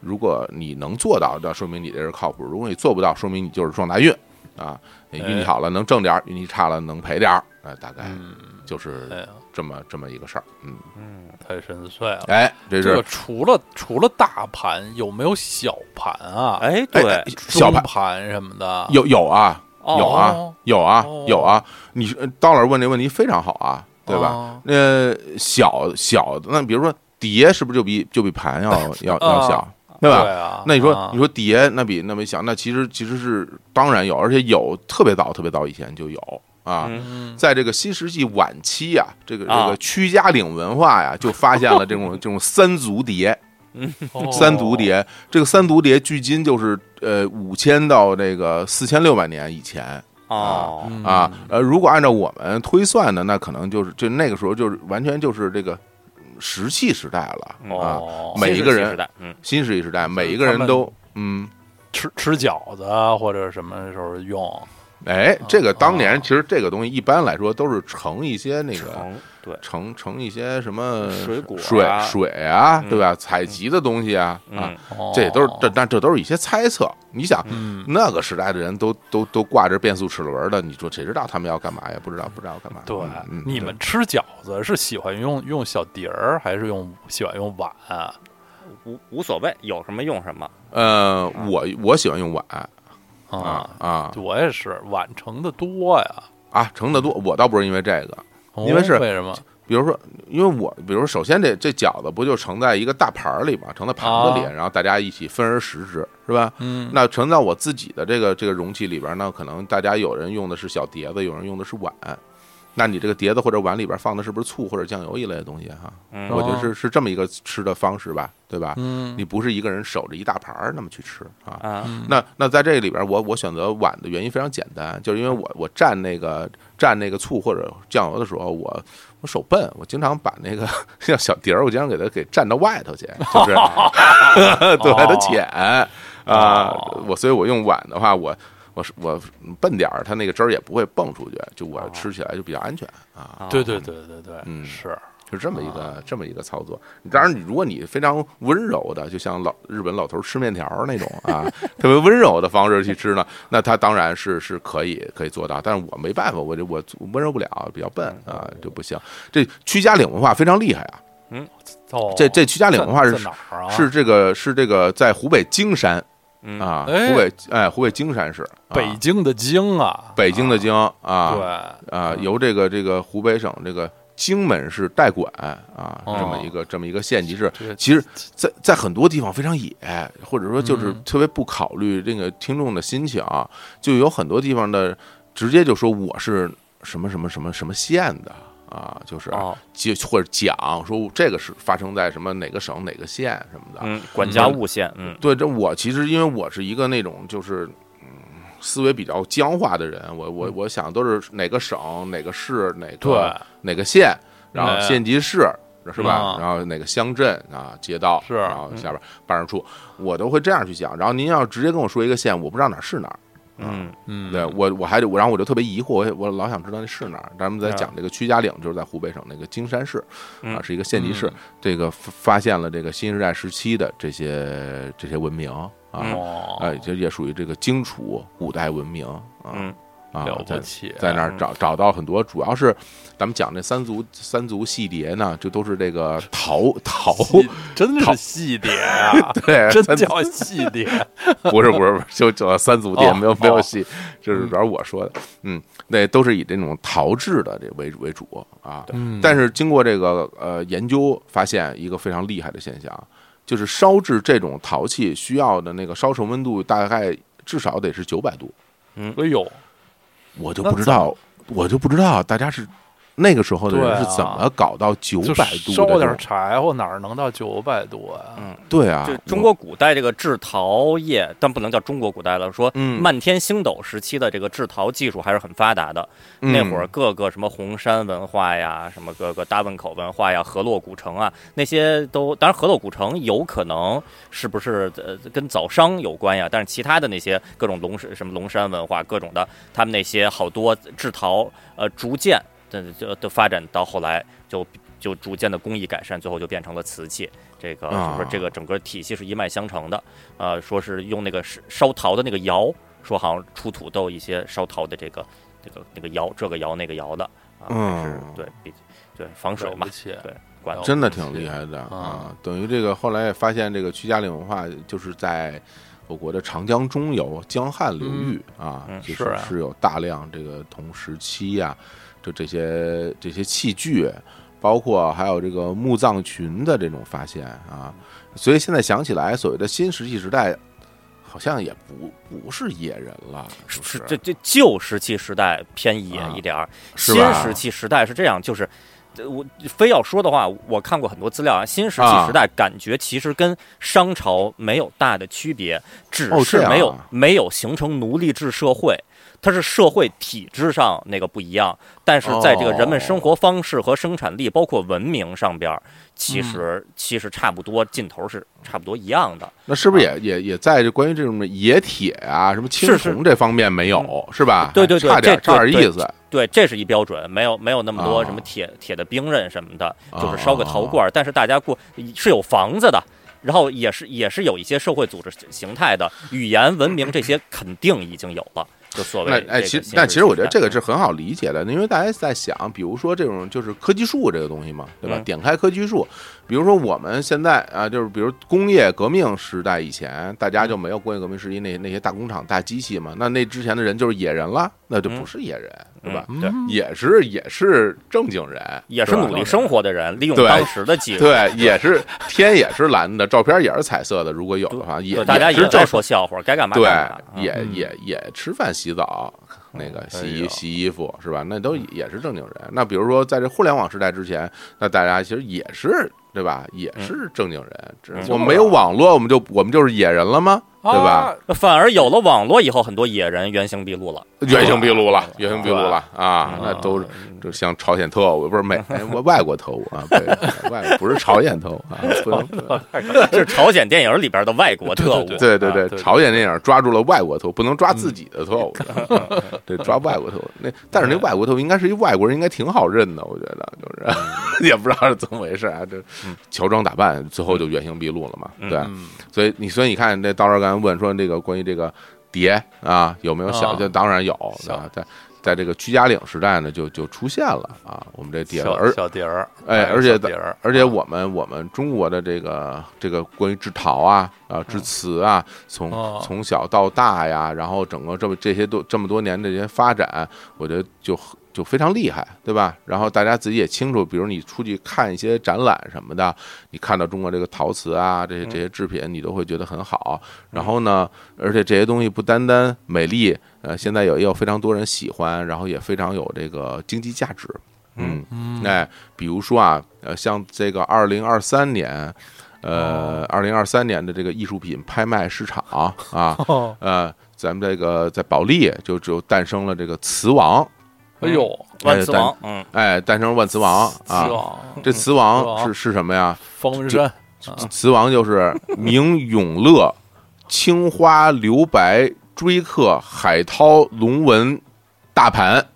S1: 如果你能做到，那说明你这是靠谱；如果你做不到，说明你就是撞大运啊，
S3: 哎
S1: 运气好了能挣点儿，运气差了能赔点儿，哎，大概
S3: 嗯，
S1: 就是
S3: 哎呀，
S1: 这么这么一个事儿。嗯，
S3: 嗯，太深邃了。
S1: 哎，这
S3: 这
S1: 是
S3: 个除了除了大盘，有没有小盘啊？，
S2: 哎，对
S1: 哎，小
S3: 盘
S1: 盘
S3: 盘什么的，
S1: 有有啊，
S2: 哦
S1: 有啊
S3: 哦，
S1: 有啊
S3: 哦，
S1: 有啊。你是呃刀老师问这问题非常好啊，对吧？
S3: 哦？
S1: 那小小的，那比如说碟，是不是就比就比盘要要要
S3: 啊
S1: 小，对吧？
S3: 啊，
S1: 那你说
S3: 啊，
S1: 你说碟那比那么小，那其实其实是当然有，而且有特别早特别早以前就有啊。
S2: 嗯
S3: 嗯，
S1: 在这个新石器晚期啊，这个这
S2: 啊
S1: 个屈家岭文化呀，就发现了这种这种三足碟，
S3: 哦
S1: 三足，碟。这个三足碟距今就是呃五千到这个四千六百年以前
S2: 哦，
S3: 嗯
S1: 啊，呃，如果按照我们推算的，那可能就是就那个时候就是完全就是这个石器时代了啊，
S3: 哦，
S1: 每一个人
S2: 新石器时代，嗯，
S1: 新石器时代，每一个
S3: 他
S1: 人
S3: 们
S1: 都嗯。
S3: 吃吃饺子啊或者什么时候用，
S1: 哎，这个当
S3: 啊
S1: 年其实这个东西一般来说都是盛一些那个
S2: 哦成对，
S1: 盛盛一些什么
S2: 水果
S1: 水
S2: 啊
S1: 水啊，
S2: 嗯
S1: 对吧？采集的东西啊啊
S2: 嗯，，
S3: 哦
S1: 这都是这，但这都是一些猜测。你想
S3: 嗯
S1: 那个时代的人都都都挂着变速齿轮的，你说谁知道他们要干嘛呀？不知道不知道要干嘛。
S3: 对
S1: 嗯，嗯
S3: 你们吃饺子是喜欢用用小碟儿，还是用喜欢用碗啊？
S2: 嗯无无所谓，有什么用什么，
S1: 呃，我我喜欢用碗啊
S3: 啊，
S1: 啊
S3: 我也是，碗盛的多呀，
S1: 啊，盛的多。我倒不是因为这个，
S3: 哦
S1: 因为是
S3: 为什么？
S1: 比如说，因为我，比如说，首先这这饺子不就盛在一个大盘儿里嘛，盛在盘子里，
S3: 啊
S1: 然后大家一起分而食之，是吧？
S3: 嗯，
S1: 那盛在我自己的这个这个容器里边呢，可能大家有人用的是小碟子，有人用的是碗。那你这个碟子或者碗里边放的是不是醋或者酱油一类的东西哈、
S2: 嗯
S1: 我觉得是是这么一个吃的方式吧，对吧？
S3: 嗯
S1: 你不是一个人守着一大盘儿那么去吃啊。
S2: 啊，
S1: 那那在这里边我，我选择碗的原因非常简单，就是因为我我蘸那个蘸那个醋或者酱油的时候，我我手笨，我经常把那个像小碟儿，我经常给它给蘸到外头去，就是 对它浅啊
S3: 哦。
S1: 我所以，我用碗的话，我我是我笨点儿，它那个汁儿也不会蹦出去，就我吃起来就比较安全啊。
S2: 啊
S3: 对对对对对，
S1: 嗯
S3: 是
S1: 就这么一个、
S3: 啊
S1: 这么一个操作。当然，你如果你非常温柔的，就像老日本老头吃面条儿那种 啊，特别温柔的方式去吃呢，那他当然是是可以可以做到。但是我没办法，我就我温柔不了，比较笨啊，就不行。这屈家岭文化非常厉害啊，
S3: 哦，
S1: 这这屈家岭文化是
S3: 在在哪儿啊？
S1: 是这个是这个在湖北荆山
S2: 嗯
S1: 啊，
S3: 哎
S1: 湖北哎湖北荆山市，啊
S3: 北京的京啊，
S1: 北京的京啊，
S3: 啊
S1: 啊，由这个这个湖北省这个荆门市代管啊，这么
S3: 哦
S1: 一个这么一个县级市
S3: 这个，
S1: 其实在，在很多地方非常野，或者说就是
S3: 嗯
S1: 特别不考虑这个听众的心情啊，就有很多地方的直接就说我是什么什么什么什么县的。啊，就是
S2: 哦
S1: 就或者讲说这个是发生在什么哪个省哪个县什么的，
S2: 嗯，管家务线，嗯
S1: 对，这我其实因为我是一个那种就是嗯思维比较僵化的人，我我我想都是哪个省哪个市哪
S3: 对
S1: 个哪个县，然后
S3: 哎
S1: 县级市。是吧
S3: 啊？
S1: 然后哪个乡镇啊、街道，
S3: 是
S1: 然后下边办事处，我都会这样去想。然后您要直接跟我说一个县，我不知道哪儿是哪儿，
S2: 嗯
S3: 嗯，
S1: 对我我还得，我然后我就特别疑惑，我我老想知道那是哪儿。咱们在
S2: 嗯
S1: 讲这个屈家岭，就是在湖北省那个荆山市，
S2: 嗯
S1: 啊，是一个县级市
S3: 嗯。
S1: 这个发发现了这个新时代时期的这些这些文明啊，
S3: 哦，
S1: 哎，这也属于这个荆楚古代文明啊
S2: 嗯
S1: 啊
S3: 了，不
S1: 在
S3: 起，
S1: 在那儿找找到很多，主要是咱们讲这三足三足戏蝶呢，就都是这个陶陶
S3: 细真是细碟啊，
S1: 对
S3: 真
S1: 三足
S3: 叫细碟，
S1: 不是不是，不是，就就三足店，
S3: 哦
S1: 没有没有
S3: 哦
S1: 戏，就是主要是我说的，嗯，那都是以这种陶制的这为为主啊。
S3: 嗯
S1: 但是经过这个呃研究，发现一个非常厉害的现象，就是烧制这种陶器需要的那个烧成温度大概至少得是九百度，
S3: 哎呦，
S1: 我就
S3: 那
S1: 不知
S3: 怎么
S1: 道，我就不知道大家是那个时候的
S3: 对
S1: 人
S3: 啊
S1: 是怎么搞到九
S3: 就
S1: 百度
S3: 烧
S1: 的这
S3: 点
S1: 种，
S3: 柴火哪儿能到九百度啊？
S2: 嗯，
S1: 对啊
S2: 就，中
S1: 我
S2: 国古代这个制陶业，但不能叫中国古代了，说
S1: 嗯
S2: 漫天星斗时期的这个制陶技术还是很发达的。那会儿
S1: 嗯
S2: 各个什么红山文化呀，什么各个大汶口文化呀、河洛古城啊，那些都当然河洛古城有可能是不是呃跟早商有关呀？但是其他的那些各种龙什么龙山文化各种的，他们那些好多制陶呃逐渐的就的发展到后来就就逐渐的工艺改善，最后就变成了瓷器。这个就是
S1: 啊
S2: 说这个整个体系是一脉相承的，呃，说是用那个是烧陶的那个窑说好像出土都有一些烧陶的这个这个那个窑，这个窑那个窑的啊，
S1: 嗯
S2: 还是对比对防水
S3: 了
S2: 嘛
S3: 不，起
S2: 对，管
S3: 了
S2: 子
S3: 不起
S1: 真的挺厉害的啊！等于这个后来也发现，这个屈家岭文化就是在我国的长江中游、江汉流域啊
S2: 嗯，
S1: 就是
S3: 啊
S1: 是有大量这个同时期呀、就这些这些器具，包括还有这个墓葬群的这种发现啊，所以现在想起来，所谓的新石器时代，好像也不不是野人了，
S2: 是
S1: 不
S2: 是这这旧石器时代偏野
S1: 啊
S2: 一点儿，
S1: 是
S2: 新
S1: 吧
S2: 石器时代是这样，就是。呃我非要说的话，我看过很多资料啊。新石器
S1: 啊
S2: 时代感觉其实跟商朝没有大的区别，只
S1: 哦这
S2: 是
S1: 样啊
S2: 没有、没有形成奴隶制社会，它是社会体制上那个不一样，但是在这个人们生活方式和生产力，包括文明上边儿，其实、其实差不多，尽头是差不多一样的。
S1: 那是不是也也也在这关于这种冶铁啊、什么青
S2: 啊是是嗯
S1: 铜这方面没有是吧？
S2: 对对对
S1: 差点
S2: 这
S1: 差点
S2: 对
S1: 意思。
S2: 对，这是一标准，没有没有那么
S1: 啊
S2: 多什么铁、铁的兵刃什么的，就
S1: 啊
S2: 是烧个陶罐儿。但是大家过是有房子的，然后也是也是有一些社会组织形态的，语言文明这些肯定已经有了，就所谓
S1: 那哎，
S2: 这个
S1: 其实
S2: 新
S1: 但
S2: 式
S1: 其实我觉得
S2: 时代
S1: 这个是很好理解的，因为大家在想，比如说这种就是科技树这个东西嘛，对吧？
S2: 嗯
S1: 点开科技树，比如说我们现在啊，就是比如工业革命时代以前，大
S2: 嗯
S1: 家就没有工业革命时期那那些大工厂、大机器嘛，那那之前的人就是野人了，那就不
S2: 嗯
S1: 是野人，对吧？
S2: 嗯对，
S1: 也是也是正经人，
S2: 也是
S1: 吧
S2: 努力生活的人，利用
S1: 对
S2: 当时的技术。
S1: 对，也是天也是蓝的，照片也是彩色的，如果有的话，也
S2: 对大家
S1: 也是
S2: 也在
S1: 正
S2: 说笑话，该干嘛干
S1: 对
S2: 嘛。，嗯
S1: 也
S3: 嗯
S1: 也也吃饭、洗澡，那个洗
S3: 哎
S1: 衣、
S3: 呦
S1: 洗衣服是吧？那都也是正经人。那比如说在这互联网时代之前，那大家其实也是对吧？也是正经人。只
S2: 嗯
S1: 我们没有网络，我们就我们就是野人了吗？对吧？
S3: 啊？
S2: 反而有了网络以后，很多野人原形毕露 了。
S1: 原形毕露了，原形毕露
S3: 对
S1: 了啊！那都是就像朝鲜特务，不是美哎我外国特务啊，不是外国不是朝鲜特务啊，不能。不能
S2: 这是朝鲜电影里边的外国特务。
S1: 对对
S3: 啊对嗯
S1: 朝鲜电影抓住了外国特务，不能抓自己的特 务，对，抓外国特务。那但是
S3: 嗯
S1: 那外国特务应该是一外国人，应该挺好认的，我觉得
S3: 嗯
S1: 就是 也不知道是怎么回事啊，这乔装打扮，最后就原形毕露了嘛，对。啊
S3: 嗯，
S1: 所以你所以你看，那道士刚才问说这个关于这个碟啊有没有小
S3: 啊
S1: 就当然有
S3: 小
S1: 啊，在在这个居家岭时代呢，就就出现了啊，我们这碟
S3: 小
S1: 而
S3: 小碟儿，
S1: 哎
S3: 买个
S1: 而且
S3: 小
S1: 的
S3: 碟儿，啊
S1: 而且我们我们中国的这个这个关于制陶啊啊制瓷啊，从
S3: 嗯哦
S1: 从小到大呀，然后整个这么这些都这么多年的这些发展，我觉得就就非常厉害，对吧？然后大家自己也清楚，比如你出去看一些展览什么的，你看到中国这个陶瓷啊这些
S3: 嗯
S1: 这些制品，你都会觉得很好。然后呢，而且这些东西不单单美丽，呃，现在有也有非常多人喜欢，然后也非常有这个经济价值。嗯，
S3: 嗯
S1: 哎，比如说啊，呃，像这个二零二三年，呃，二零二三年的这个艺术品拍卖市场啊，
S3: 哦
S1: 呃，咱们这个在保利就就诞生了这个瓷王，
S3: 哎呦，
S2: 万磁王，嗯，
S1: 哎，诞生了万瓷王啊
S3: 希。望
S1: 这瓷王是是什么呀？
S3: 风云山
S1: 瓷王就是明永乐、青花、留白、追客、海涛、龙纹、大盘。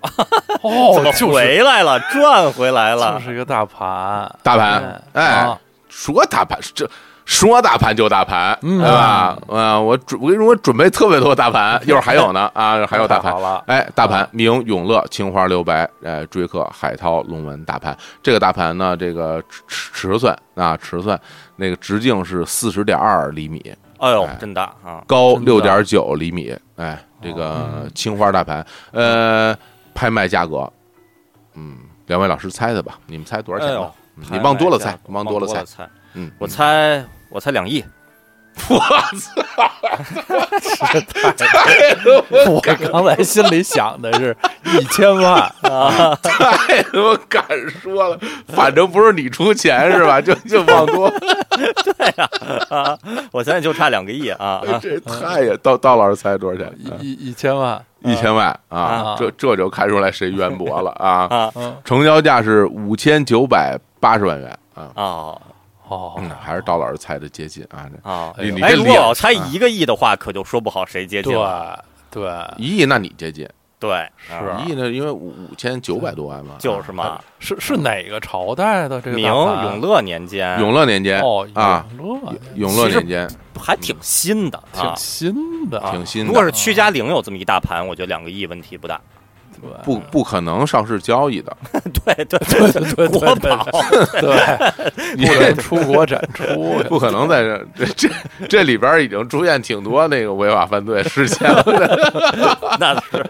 S2: 怎么
S3: 哦，就是
S2: 回来了？转回来
S3: 就
S2: 了。
S3: 是一个大盘，
S1: 大盘，哎，
S3: 啊
S1: 说大盘这。说大盘就大盘，
S3: 嗯
S1: 对吧？啊、我准我跟你说，我准备特别多大盘，一会儿还有呢啊，还有大
S3: 太
S1: 盘
S3: 好了，
S1: 哎，大盘明永乐青花留白，哎，追客海涛龙纹大盘。这个大盘呢，这个尺尺尺寸啊，尺寸那个直径是四十点二厘米，
S2: 哎呦
S1: 哎，
S2: 真大啊！
S1: 高
S3: 真
S1: 六
S3: 的
S1: 点九厘米，
S2: 哦
S1: 哎，这个青花大盘，呃，拍卖价格，嗯，两位老师猜猜吧，你们猜多少钱
S2: 哎呦
S1: 吧？嗯你往多了猜，
S2: 往
S1: 多了
S2: 多
S1: 猜，
S2: 猜。
S1: 嗯，
S2: 我猜，我猜两亿。
S3: 我刚才心里想的 是一千万，
S1: 太他妈敢说了，反正不是你出钱是吧？就就往多，
S2: 我现在就差两个亿啊！啊
S1: 这太也到到老师猜多少钱？
S3: 一一一千万，
S1: 一千万啊
S3: 啊！
S1: 这这就看出来谁渊博了啊！
S2: 啊
S3: 嗯，
S1: 成交价是五千九百八十万元啊，
S2: 哦
S3: 哦
S1: 嗯，还是到老师猜的接近啊！这
S2: 哦！
S1: 你你
S2: 哎，
S1: 这
S2: 如果
S1: 脸啊
S2: 我猜一个亿的话，可就说不好谁接近
S3: 对
S2: 了。
S3: 对，
S1: 一亿，那你接近
S2: 对，
S3: 是
S2: 啊
S1: 一亿呢，因为五千九百多万嘛，
S2: 就是嘛，
S3: 是是哪个朝代的这个
S2: 明
S3: 大盘
S2: 永乐年间，
S1: 永乐年间
S3: 哦
S1: 啊，
S3: 永乐呀
S1: 永乐年间
S2: 还挺新的啊
S3: 挺。新的，
S1: 挺新
S2: 如果
S1: 的，
S2: 是屈家陵有这么一大盘，我觉得两个亿问题不大。
S3: 对
S1: 不不可能上市交易的，
S2: 对对对对
S3: 对对
S2: 国宝
S3: 对，
S1: 你，
S3: 不能出国展出
S1: 不可能在这这这这里边已经出现挺多那个违法犯罪事件了。
S2: 那是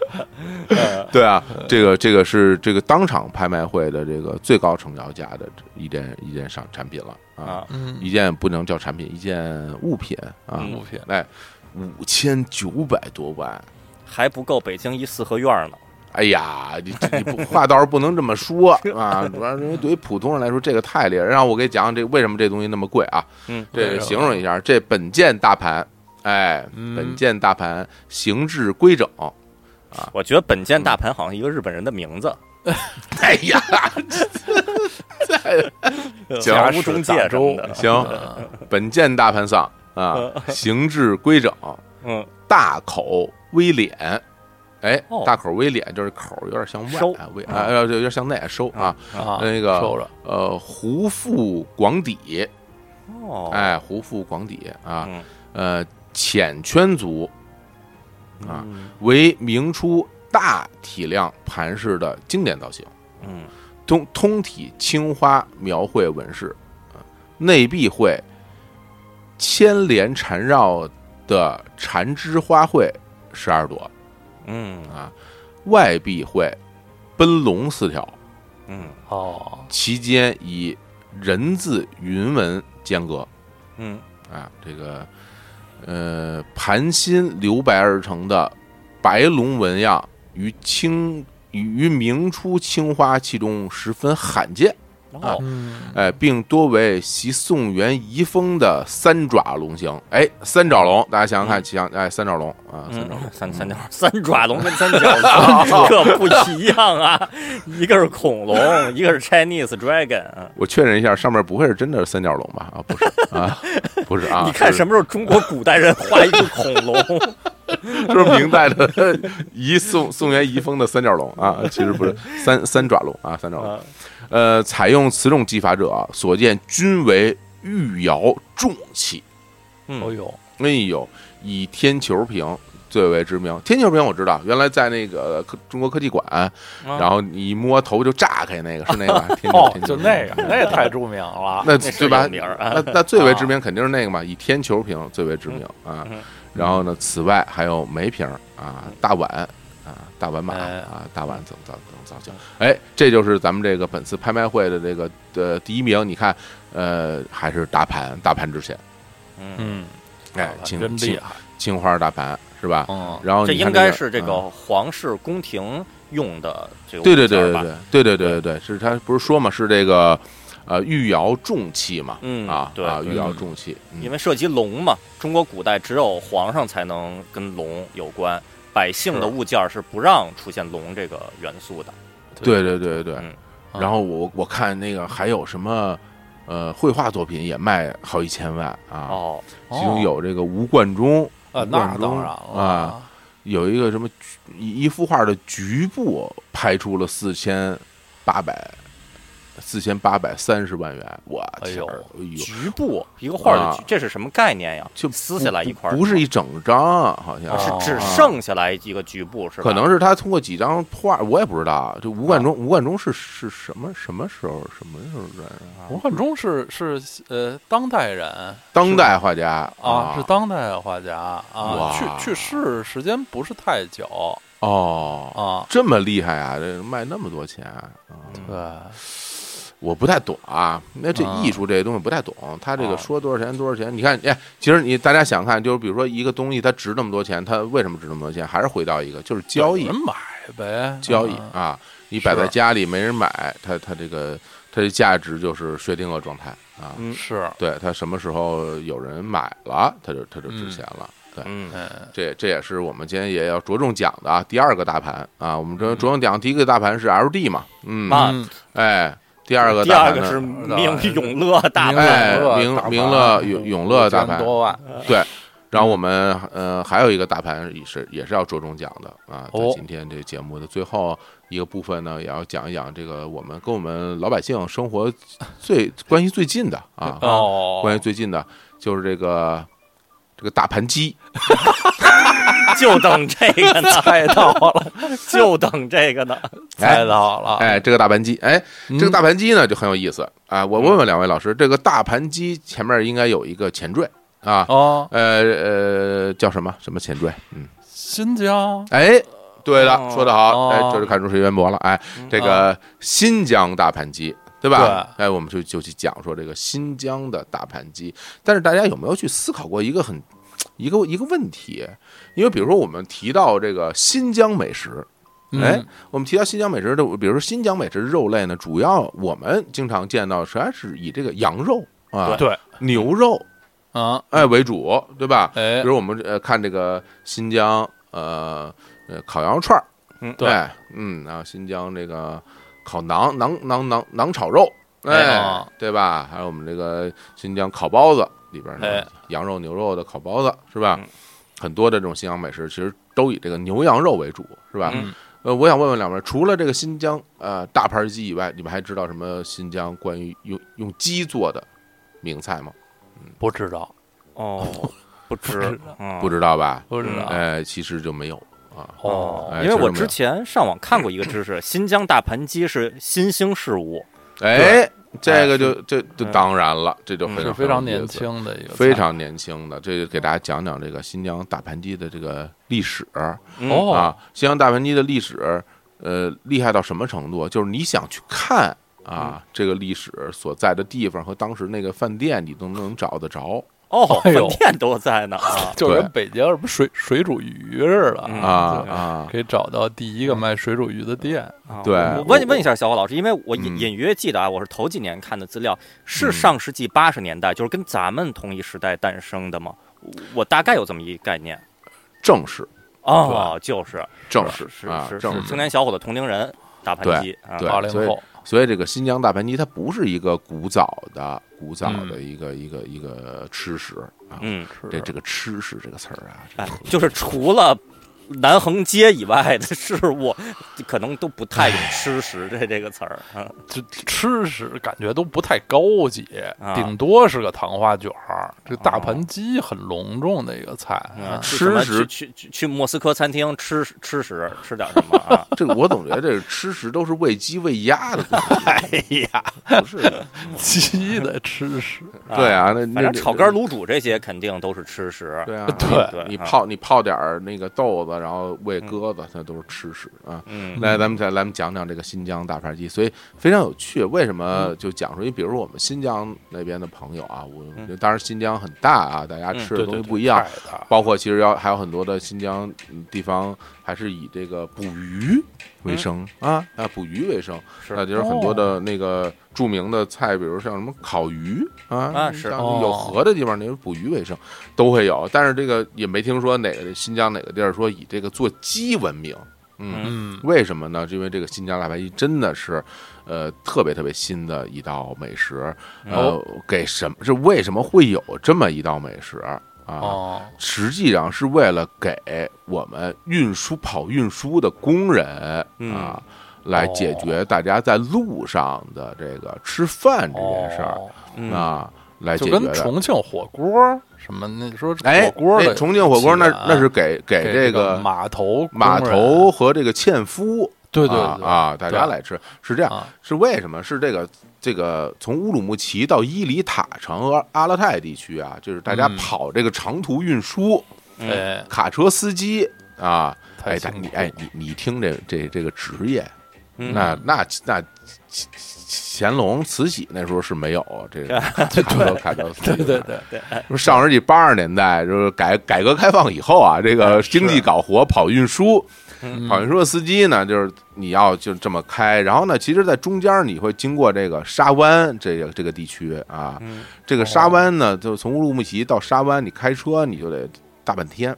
S1: 对啊，这个这个是这个当场拍卖会的这个最高成交价的一件一件商产品了啊，
S2: 啊，
S3: 嗯，
S1: 一件不能叫产品，一件物品啊，
S3: 物品
S1: 来五千九百多万。
S2: 还不够北京一四合院呢。
S1: 哎呀，你这你不话倒是不能这么说啊！主要是因为对于普通人来说，这个太厉害。让我给讲讲这为什么这东西那么贵啊？
S2: 嗯，
S1: 这个形容一下，这本件大盘，哎，
S3: 嗯
S1: 本件大盘形制规整。
S2: 我觉得本件大盘好像一个日本人的名字，
S1: 哎呀，行
S2: 家无中介什么的。
S1: 行，本件大盘丧啊，形制规整，
S2: 嗯，
S1: 大口微脸。哎
S2: 哦，
S1: 大口微脸就是口有点向
S2: 收
S1: 外，微啊，有点向内收啊。
S3: 啊，
S1: 那个
S3: 收着，
S1: 呃，胡腹广底，
S2: 哦，
S1: 哎，胡腹广底啊，
S2: 嗯
S1: 呃，浅圈足啊，
S2: 嗯
S1: 为明初大体量盘饰的经典造型。
S2: 嗯，
S1: 通通体青花描绘纹饰，啊内壁绘牵连缠绕的缠枝花卉十二朵，
S2: 嗯
S1: 外壁绘奔龙四条，
S2: 嗯
S3: 哦，
S1: 其间以人字云纹间隔。
S2: 嗯，
S1: 啊，这个呃盘心留白而成的白龙纹样，于清于于明初青花器中十分罕见。
S2: 哦，
S3: 嗯，
S1: 哎，并多为习宋元遗风的三爪龙形。哎，三爪龙，大家想想看，想哎，三爪龙啊，三爪龙，
S2: 嗯三三角三爪龙跟三角 龙 这不一样啊，一个是恐龙，一个是 Chinese dragon 啊。
S1: 我确认一下，上面不会是真的是三角龙吧？啊，不是啊，不是啊，
S2: 你看什么时候中国古代人画一个恐龙？
S1: 么？就是明代的 遗宋宋元遗风的三角龙啊，其实不是三三爪龙啊，三爪龙。
S2: 啊
S1: 呃，采用此种技法者啊，所见均为御窑重器。
S3: 哦呦，
S1: 哎呦，以天球瓶最为知名。天球瓶我知道，原来在那个科中国科技馆，
S3: 啊
S1: 然后你一摸头就炸开那个，是那个吧 天球
S3: 哦
S1: 天，球
S3: 就
S1: 瓶
S3: 那个，那也太著名了，
S1: 那
S2: 那是
S1: 对吧？
S2: 有名儿啊
S1: 那那最为知名肯定是那个嘛，以天球瓶最为知名啊
S2: 嗯嗯。嗯
S1: 然后呢，此外还有梅瓶儿啊、大碗啊、大碗马
S3: 哎
S1: 啊、大碗等造等造型。
S2: 嗯
S1: 哎，这就是咱们这个本次拍卖会的这个呃第一名。你看，呃，还是大盘，大盘值钱。
S2: 嗯，
S3: 嗯，
S1: 哎，青
S3: 真厉
S1: 青
S3: 害，
S1: 青花大盘是吧？
S2: 哦
S3: 嗯，
S1: 哦然后
S2: 这
S1: 你看
S2: 应该
S1: 那
S2: 是这
S1: 嗯
S2: 个皇室宫廷用的这个
S1: 对对对对
S2: 物件吧
S1: 对对对对对对，是他不是说嘛，是这个呃御窑重器嘛，
S2: 嗯
S1: 啊
S2: 对
S1: 啊
S2: 对
S1: 御窑重器，嗯
S2: 因为涉及龙嘛，中国古代只有皇上才能跟龙有关，百姓的物件是不让出现龙这个元素的。
S1: 对对对对对
S2: 嗯。
S3: 啊
S1: 然后我我看那个还有什么呃绘画作品也卖好几千万啊，
S2: 哦，
S1: 其中
S3: 哦
S1: 有这个吴冠中，
S3: 呃，
S1: 吴
S3: 那
S1: 冠
S3: 当
S1: 中
S3: 然
S1: 啊，
S3: 了，
S1: 有一个什么局一一幅画的局部拍出了四千八百。四千八百三十万元，我
S3: 哎
S1: 天
S3: 呦
S1: 儿，哎呦，
S2: 局部一个画的局
S1: 啊，
S2: 这是什么概念呀？
S1: 就
S2: 撕下来一块儿，
S1: 不是一整张啊，好像
S3: 哦
S2: 是只
S1: 啊
S2: 剩下来一个局部，是吧？哦
S1: 可能是他通过几张画，我也不知道。这吴冠中，吴冠中是是什么什么时候什么时候转啊？
S3: 吴汉中是是呃当代人
S1: 当代画家
S2: 哦
S3: 啊，是当代画家啊，
S1: 哇
S3: 去去世时间不是太久
S1: 哦，
S3: 啊，
S1: 这么厉害啊！这卖那么多钱啊，
S3: 对，
S1: 我不太懂啊。那这
S3: 啊
S1: 艺术这些东西不太懂，他这
S3: 啊
S1: 个说多少钱多少钱？你看，哎，其实你大家想看，就是比如说一个东西它值那么多钱，它为什么值那么多钱？还是回到一个就是交易
S3: 有人买呗，
S1: 交易
S3: 嗯
S1: 啊，你摆在
S3: 是
S1: 家里没人买，它它这个它的价值就是薛定谔状态啊。
S2: 嗯
S3: 是，
S1: 对它什么时候有人买了，它就它就值钱了。对，
S2: 嗯，
S3: 嗯，
S1: 这这也是我们今天也要着重讲的啊。第二个大盘啊，我们这着重讲第一个大盘是 LD 嘛，嗯，
S2: 嗯啊
S3: 嗯
S1: 哎，第二个
S2: 第
S1: 大
S2: 二
S1: 盘
S2: 个是
S1: 呢
S2: 明永乐大
S1: 哎
S2: 盘，
S1: 明明乐大盘嗯
S3: 五千多万，
S1: 对，然后我们呃还有一个大盘也是也是要着重讲的啊，在
S3: 哦
S1: 今天这节目的最后一个部分呢，也要讲一讲这个我们跟我们老百姓生活最关系最近的啊，
S3: 哦，
S1: 关系最近的就是这个这个大盘鸡，
S2: 就等这个 呢，
S3: 猜到了，
S2: 就等这个呢。
S3: 猜到
S2: 啊
S3: 了，嗯
S1: 哎，这个大盘鸡，哎，这个大盘鸡呢就很有意思啊。我问问两位老师，这个大盘鸡前面应该有一个前缀啊，
S3: 哦，
S1: 呃呃，叫什么什么前缀？嗯，
S3: 新疆
S1: 哎，对了，
S2: 哦
S1: 说得好，哎
S3: 哦哦，嗯
S1: 这就看出谁渊博了。哎，这个新疆大盘鸡。对吧？哎，我们就就去讲说这个新疆的大盘鸡，但是大家有没有去思考过一个很一个一个问题？因为比如说我们提到这个新疆美食，哎
S3: 嗯，
S1: 我们提到新疆美食的，比如说新疆美食肉类呢，主要我们经常见到实际上是以这个羊肉啊、
S3: 对，
S1: 牛肉
S3: 啊，
S1: 哎为主，对吧？
S3: 哎
S1: 比，如我们呃看这个新疆呃呃烤羊肉串儿，
S2: 嗯
S3: 对
S1: 哎嗯，然后新疆这个烤馕馕馕馕馕炒肉，
S3: 哎
S1: 哎
S3: 哦，
S1: 对吧？还有我们这个新疆烤包子里边
S3: 哎
S1: 呢，羊肉牛肉的烤包子是吧
S2: 嗯？
S1: 很多的这种新疆美食其实都以这个牛羊肉为主，是吧？
S3: 嗯
S1: 呃，我想问问两位，除了这个新疆呃大盘鸡以外，你们还知道什么新疆关于用用鸡做的名菜吗？
S3: 不知道，
S2: 哦，不
S3: 不知
S2: 知
S3: 道，
S2: 嗯
S1: 不知道吧？
S3: 不知道，
S1: 哎，其实就没有啊。
S3: 哦，
S1: 哎
S2: 因为
S1: 其实
S2: 我
S1: 没
S2: 之
S1: 有
S2: 前上网看过一个 知识，新疆大盘鸡是新兴事物，
S1: 哎，这个就这这
S2: 嗯
S1: 当然了，这就很有
S2: 嗯
S3: 是非常
S1: 很有
S3: 年
S1: 意思
S3: 轻的一个菜，
S1: 非常年轻的，这就给大家讲讲这个新疆大盘鸡的这个历史、
S2: 嗯
S3: 哦
S1: 啊。新疆大盘鸡的历史，呃，厉害到什么程度？就是你想去看
S3: 嗯
S1: 啊，这个历史所在的地方和当时那个饭店，你都能找得着
S2: 哦，饭
S3: 哎呦，
S2: 店都在呢啊
S3: 就跟
S1: 对
S3: 北京什么水水煮鱼似的
S2: 嗯
S1: 啊
S3: 对
S1: 啊！
S3: 可以找到第
S1: 嗯
S3: 一个卖水煮鱼的店。
S2: 啊
S1: 对
S2: 我
S1: 我
S2: 问问一下小伙老师，因为我
S1: 嗯
S2: 隐隐约记得啊，我是头几年看的资料，
S1: 嗯
S2: 是上世纪八十年代，就是跟咱们同一时代诞生的吗？我我大概有这么一概念。
S1: 正是
S2: 哦，就是
S1: 正
S2: 是是
S1: 啊，
S2: 是
S1: 正
S2: 是青年小伙的同龄人大盘鸡啊，
S1: 对
S3: 八零
S1: 所以
S3: 后，
S1: 所以这个新疆大盘鸡它不是一个古早的、古早
S3: 嗯
S1: 的一 个、一个一个吃食啊。
S2: 嗯，
S3: 是
S1: 这这个“吃食”这个词儿啊，这
S2: 哎
S1: 个，
S2: 就是除了。南横街以外的事物，可能都不太有“吃食”这这个词儿。嗯
S3: 这吃食感觉都不太高级，
S2: 啊
S3: 顶多是个糖花卷儿。这
S1: 啊
S3: 大盘鸡很隆重的一个菜，
S2: 嗯，
S3: 啊
S2: 去什么
S1: 吃食
S2: 去去去莫斯科餐厅吃吃食，吃点什么 啊？
S1: 这个我总觉得这个吃食都是喂鸡喂鸭的，
S2: 哎呀，
S1: 不是的？
S3: 鸡的吃 食。
S1: 对啊，那
S2: 反
S1: 那
S2: 正炒肝、卤煮这些肯定都是吃食。
S1: 对啊，
S3: 对
S2: 对，
S1: 你
S2: 啊，
S1: 泡你泡点儿那个豆子，然后喂鸽子，那都是吃食啊。
S2: 嗯
S1: 来，咱们再来，咱们讲讲这个新疆大盘鸡，所以非常有趣。为什
S2: 嗯
S1: 么就讲说？因为比如说我们新疆那边的朋友啊，我
S2: 嗯
S1: 当然新疆很大啊，大家
S2: 嗯
S1: 吃
S3: 对
S1: 的
S3: 对
S1: 东西
S3: 对，
S1: 不一样，
S3: 太大了
S1: 包括其实要还有很多的新疆嗯地方还是以这个捕鱼为生、啊啊捕鱼为生，
S2: 是
S1: 那就是很多的那个著名的菜，比如像什么烤鱼啊，
S2: 啊是
S1: 像
S3: 哦
S1: 有河的地方，那是捕鱼为生都会有，但是这个也没听说哪个新疆哪个地儿说以这个做鸡闻名，嗯
S2: 嗯
S3: 嗯，
S1: 为什么呢？是因为这个新疆大盘鸡真的是，呃，特别特别新的一道美食。呃，给什么？是为什么会有这么一道美食啊？
S3: 哦，
S1: 实际上是为了给我们运输跑运输的工人
S2: 嗯
S1: 啊，来解决大家在路上的这个吃饭这件事儿
S3: 哦
S2: 嗯
S1: 啊，来
S3: 就
S1: 解决
S3: 跟
S1: 的。
S3: 重庆火锅儿什么，那说
S1: 哎，
S3: 火锅儿
S1: 那
S3: 的
S1: 重庆火锅那
S3: 起源
S1: 那是给给
S3: 给
S1: 这
S3: 个
S1: 个
S3: 码头工
S1: 码
S3: 人
S1: 头，和这个纤夫
S3: 对对
S1: 啊
S3: 对
S1: 啊，大家
S3: 对
S1: 来吃是这样。
S3: 啊，
S1: 是为什么？是这个这个从乌鲁木齐到伊犁塔城和阿勒泰地区啊，就是大家
S3: 嗯
S1: 跑这个长途运输，
S2: 嗯
S3: 哎，
S1: 卡车司机啊，
S3: 太
S1: 哎，
S3: 辛
S1: 大
S3: 苦
S1: 你哎你你听这这这个职业，
S2: 嗯
S1: 那那那乾隆、慈禧那时候是没有这 个卡车卡车司
S3: 对
S1: 机的，
S3: 对对，
S1: 说上世纪八十年代，就是改改革开放以后啊，这
S3: 哎
S1: 个经济搞活，跑运输，
S3: 嗯
S1: 跑运输的司机呢，就是你要就这么开，然后呢，其实，在中间你会经过这个沙湾这个这个地区啊，
S3: 嗯
S1: 这个沙湾呢，就从乌鲁木齐到沙湾，你开车你就得大半天，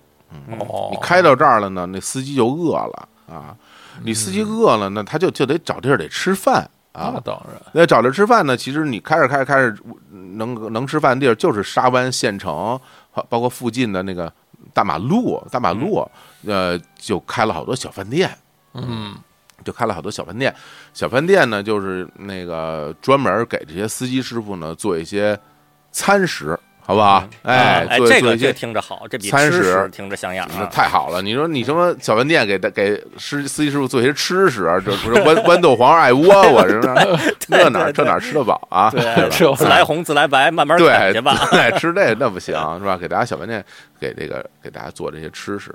S3: 哦，
S1: 你开到这儿了呢，那司机就饿了啊，你司机饿了呢，他就就得找地儿得吃饭啊
S3: 那，当然，
S1: 那找着吃饭呢，其实你开着开着开着，嗯能能吃饭地儿就是沙湾县城好包括附近的那个大马路，大马路，呃，就开了好多小饭店，
S3: 嗯
S1: 就开了好多小饭店。小饭店呢，就是那个专门给这些司机师傅呢做一些餐食，好不好？哎，
S2: 哎，
S1: 做
S2: 这
S1: 做
S2: 个
S1: 一
S2: 这
S1: 些
S2: 个听着好，这比
S1: 餐
S2: 吃
S1: 食
S2: 食听着像样
S1: 那
S2: 啊。
S1: 太好了！你说你什么小饭店给他给师司机师傅做些吃食，啊这不是豌豌豆黄、爱窝窝什么的，这哪儿这哪儿吃得饱啊？
S2: 对，
S3: 是吧
S2: 自来红自来白，慢慢啃
S1: 对
S2: 去吧。
S1: 对，吃这个那不行是吧？给大家小饭店给这个给大家做这些吃食，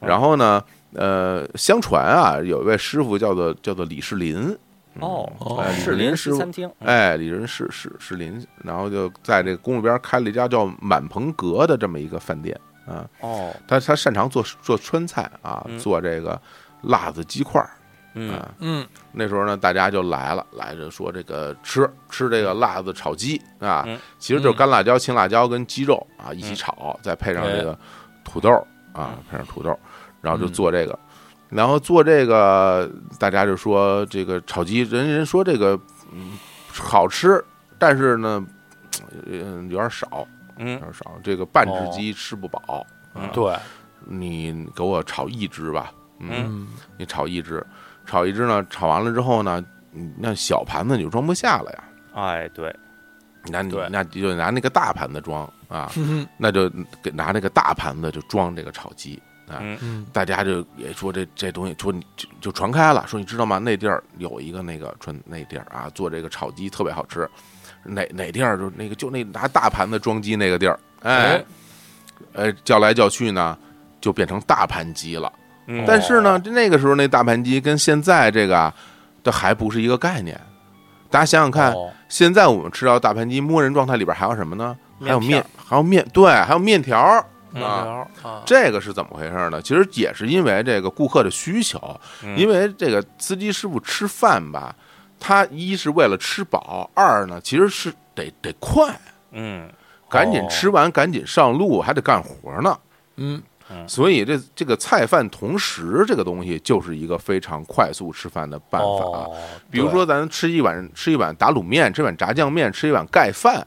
S2: 嗯
S1: 然后呢，呃，相传啊，有一位师傅叫做叫做李世林，
S2: 哦
S1: 哎，
S2: 士
S1: 李林
S2: 林
S1: 师
S2: 西
S1: 傅
S2: 餐厅，
S1: 哎，李仁士士士林，然后就在这个公路边开了一家叫满鹏阁的这么一个饭店啊。
S2: 哦，
S1: 他他擅长做做川菜啊，
S2: 嗯
S1: 做这个辣子鸡块儿。
S2: 嗯
S1: 啊
S3: 嗯
S1: 那时候呢，大家就来了，来就说这个吃吃这个辣子炒鸡啊
S2: 嗯，
S1: 其实就是
S3: 嗯
S1: 干辣椒、青辣椒跟鸡肉啊一起
S2: 嗯
S1: 炒，再配上
S2: 哎嗯
S1: 这个土豆啊，配上土豆，然后就做这个。然后做这个，大家就说这个炒鸡，人人说这个嗯好吃，但是呢，嗯、有点少，有
S2: 嗯，
S1: 点少。这个半
S2: 哦
S1: 只鸡吃不饱，啊
S2: 嗯
S3: 对，
S1: 你给我炒一只吧，
S2: 嗯
S3: 嗯
S1: 你炒一只，炒一只呢，炒完了之后呢，你那小盘子你就装不下了呀，
S2: 哎，对，
S1: 那你
S3: 对
S1: 那你就拿那个大盘子装啊，
S3: 嗯
S1: 那就给拿那个大盘子就装这个炒鸡。
S3: 嗯
S1: 大家就也说这这东西，说你就就传开了，说你知道吗？那地儿有一个那个传那地儿啊，做这个炒鸡特别好吃，哪哪地儿就那个就那拿大盘子装鸡那个地儿，哎
S3: 哎
S1: 哎叫来叫去呢，就变成大盘鸡了。
S3: 哦
S2: 嗯
S1: 但是呢，那个时候那大盘鸡跟现在这个啊，这还不是一个概念。大家想想看，
S3: 哦
S1: 现在我们吃到大盘鸡默认状态里边还有什么呢？还有
S2: 面
S1: 面，还有面，对，还有面条儿。
S3: 面
S1: 啊，
S3: 条啊，
S1: 这个是怎么回事呢？其实也是因为这个顾客的需求，
S2: 嗯
S1: 因为这个司机师傅吃饭吧，他一是为了吃饱，二呢其实是得得快，
S2: 嗯
S1: 赶紧
S3: 哦
S1: 吃完，赶紧上路，还得干活呢。
S3: 嗯
S1: 所以这这个菜饭同时这个东西就是一个非常快速吃饭的
S2: 啊
S1: 办法。
S3: 哦
S1: 比如说，咱吃一碗吃一碗打卤面，吃一碗炸酱面，吃一碗盖饭，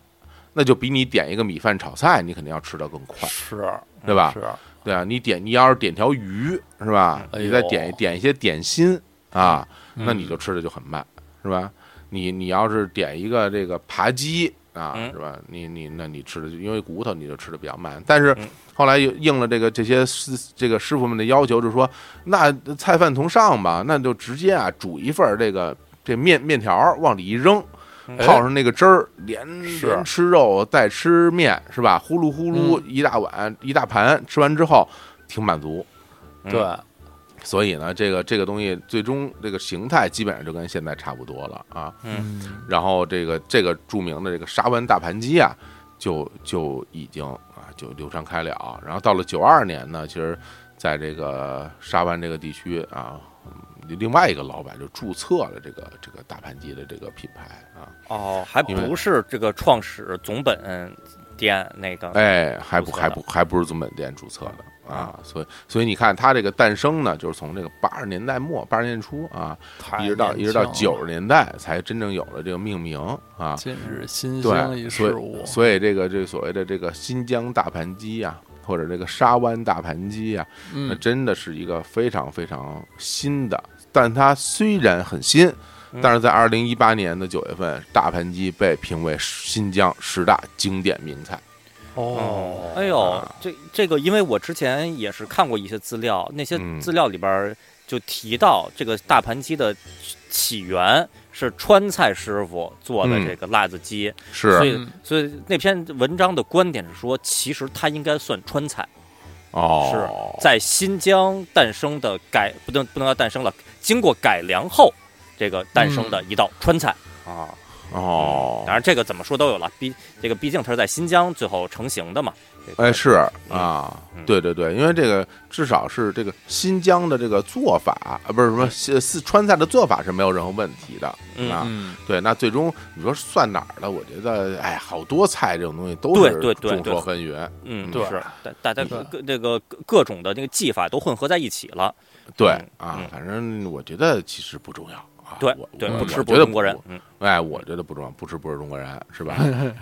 S1: 那就比你点一个米饭炒菜，你肯定要吃的更
S3: 对
S1: 快，
S3: 是
S1: 对吧？
S3: 是
S1: 对啊，你点你要是点条鱼是吧？
S3: 嗯
S1: 你再
S3: 哎呦
S1: 点点一些点心啊，那你
S3: 嗯
S1: 就吃的就很慢，是吧？你你要是点一个这个扒鸡啊，
S2: 嗯
S1: 是吧？你你那你吃的就因为骨头你就吃的比较慢，但是
S2: 嗯
S1: 后来又应了这个这些师这个师傅们的要求，就说那菜饭同上吧，那就直接啊煮一份儿这个这面面条儿往里一扔。
S2: 嗯
S1: 泡上那个汁儿，连
S3: 是
S1: 连吃肉再吃面，是吧？呼噜呼
S3: 嗯
S1: 噜一大碗一大盘，吃完之后挺满足。
S2: 嗯
S3: 对
S1: 所以呢，这个这个东西最终这个形态基本上就跟现在差不多了啊。
S3: 嗯
S1: 然后这个这个著名的这个沙湾大盘鸡啊，就就已经啊就流传开了。然后到了九二年呢，其实在这个沙湾这个地区啊，嗯另外一个老板就注册了这个这个大盘鸡的这个品牌啊，
S2: 哦，还
S1: 因为
S2: 不是这个创始总本店那个，
S1: 哎，还不
S2: 注册的嗯
S1: 还不还不是总本店注册的啊，所以所以你看它这个诞生呢，就是从这个八十年代末八十年代初啊，
S3: 太
S1: 一直到
S3: 年
S1: 一直到
S3: 轻
S1: 九
S3: 了
S1: 十年代才真正有了这个命名啊。
S3: 今日新兴
S1: 对，
S3: 一
S1: 所
S3: 事物
S1: 以，所以这个这所谓的这个新疆大盘鸡啊，或者这个沙湾大盘鸡啊，那
S3: 嗯
S1: 真的是一个非常非常新的。但它虽然很新
S2: 嗯，
S1: 但是在二零一八年的九月份，大盘鸡被评为新疆十大经典名菜。
S2: 哦，哎呦
S1: 啊，
S2: 这这个，因为我之前也是看过一些资料，那些
S1: 嗯
S2: 资料里边儿就提到这个大盘鸡的起源是川菜师傅做的
S1: 嗯
S2: 这个辣子鸡，
S1: 是，
S2: 所以
S3: 嗯
S2: 所以那篇文章的观点是说，其实它应该算川菜，
S1: 哦，
S2: 在新疆诞生的改不能不能叫诞生了，经过改良后这个诞生
S1: 嗯
S2: 的一道川菜。啊，
S1: 哦，
S2: 当然这个怎么说都有了，毕这个毕竟它是在新疆最后成型的嘛。这个
S1: 哎，是
S2: 嗯
S1: 啊
S2: 嗯，
S1: 对对对，因为这个至少是这个新疆的这个做法啊，不是什么西四川菜的做法是没有任何问题的
S2: 嗯
S1: 啊。
S3: 嗯
S1: 对，那最终你说算哪儿的？我觉得，哎，好多菜这种东西都
S2: 对
S1: 是
S2: 对对
S1: 众
S2: 对
S1: 说纷纭。
S2: 嗯，
S1: 对
S2: 是大大家
S3: 对
S2: 各这个各各种的那个技法都混合在一起了。
S1: 对
S2: 嗯
S1: 啊
S2: 嗯，
S1: 反正我觉得其实不重要啊。
S2: 对
S1: 我
S2: 对，
S1: 我
S2: 不吃
S1: 我
S2: 不
S1: 觉
S2: 是
S1: 得
S2: 中国人
S1: 不，
S2: 嗯，
S1: 哎，我觉得不重要，不吃不是中国人，是吧？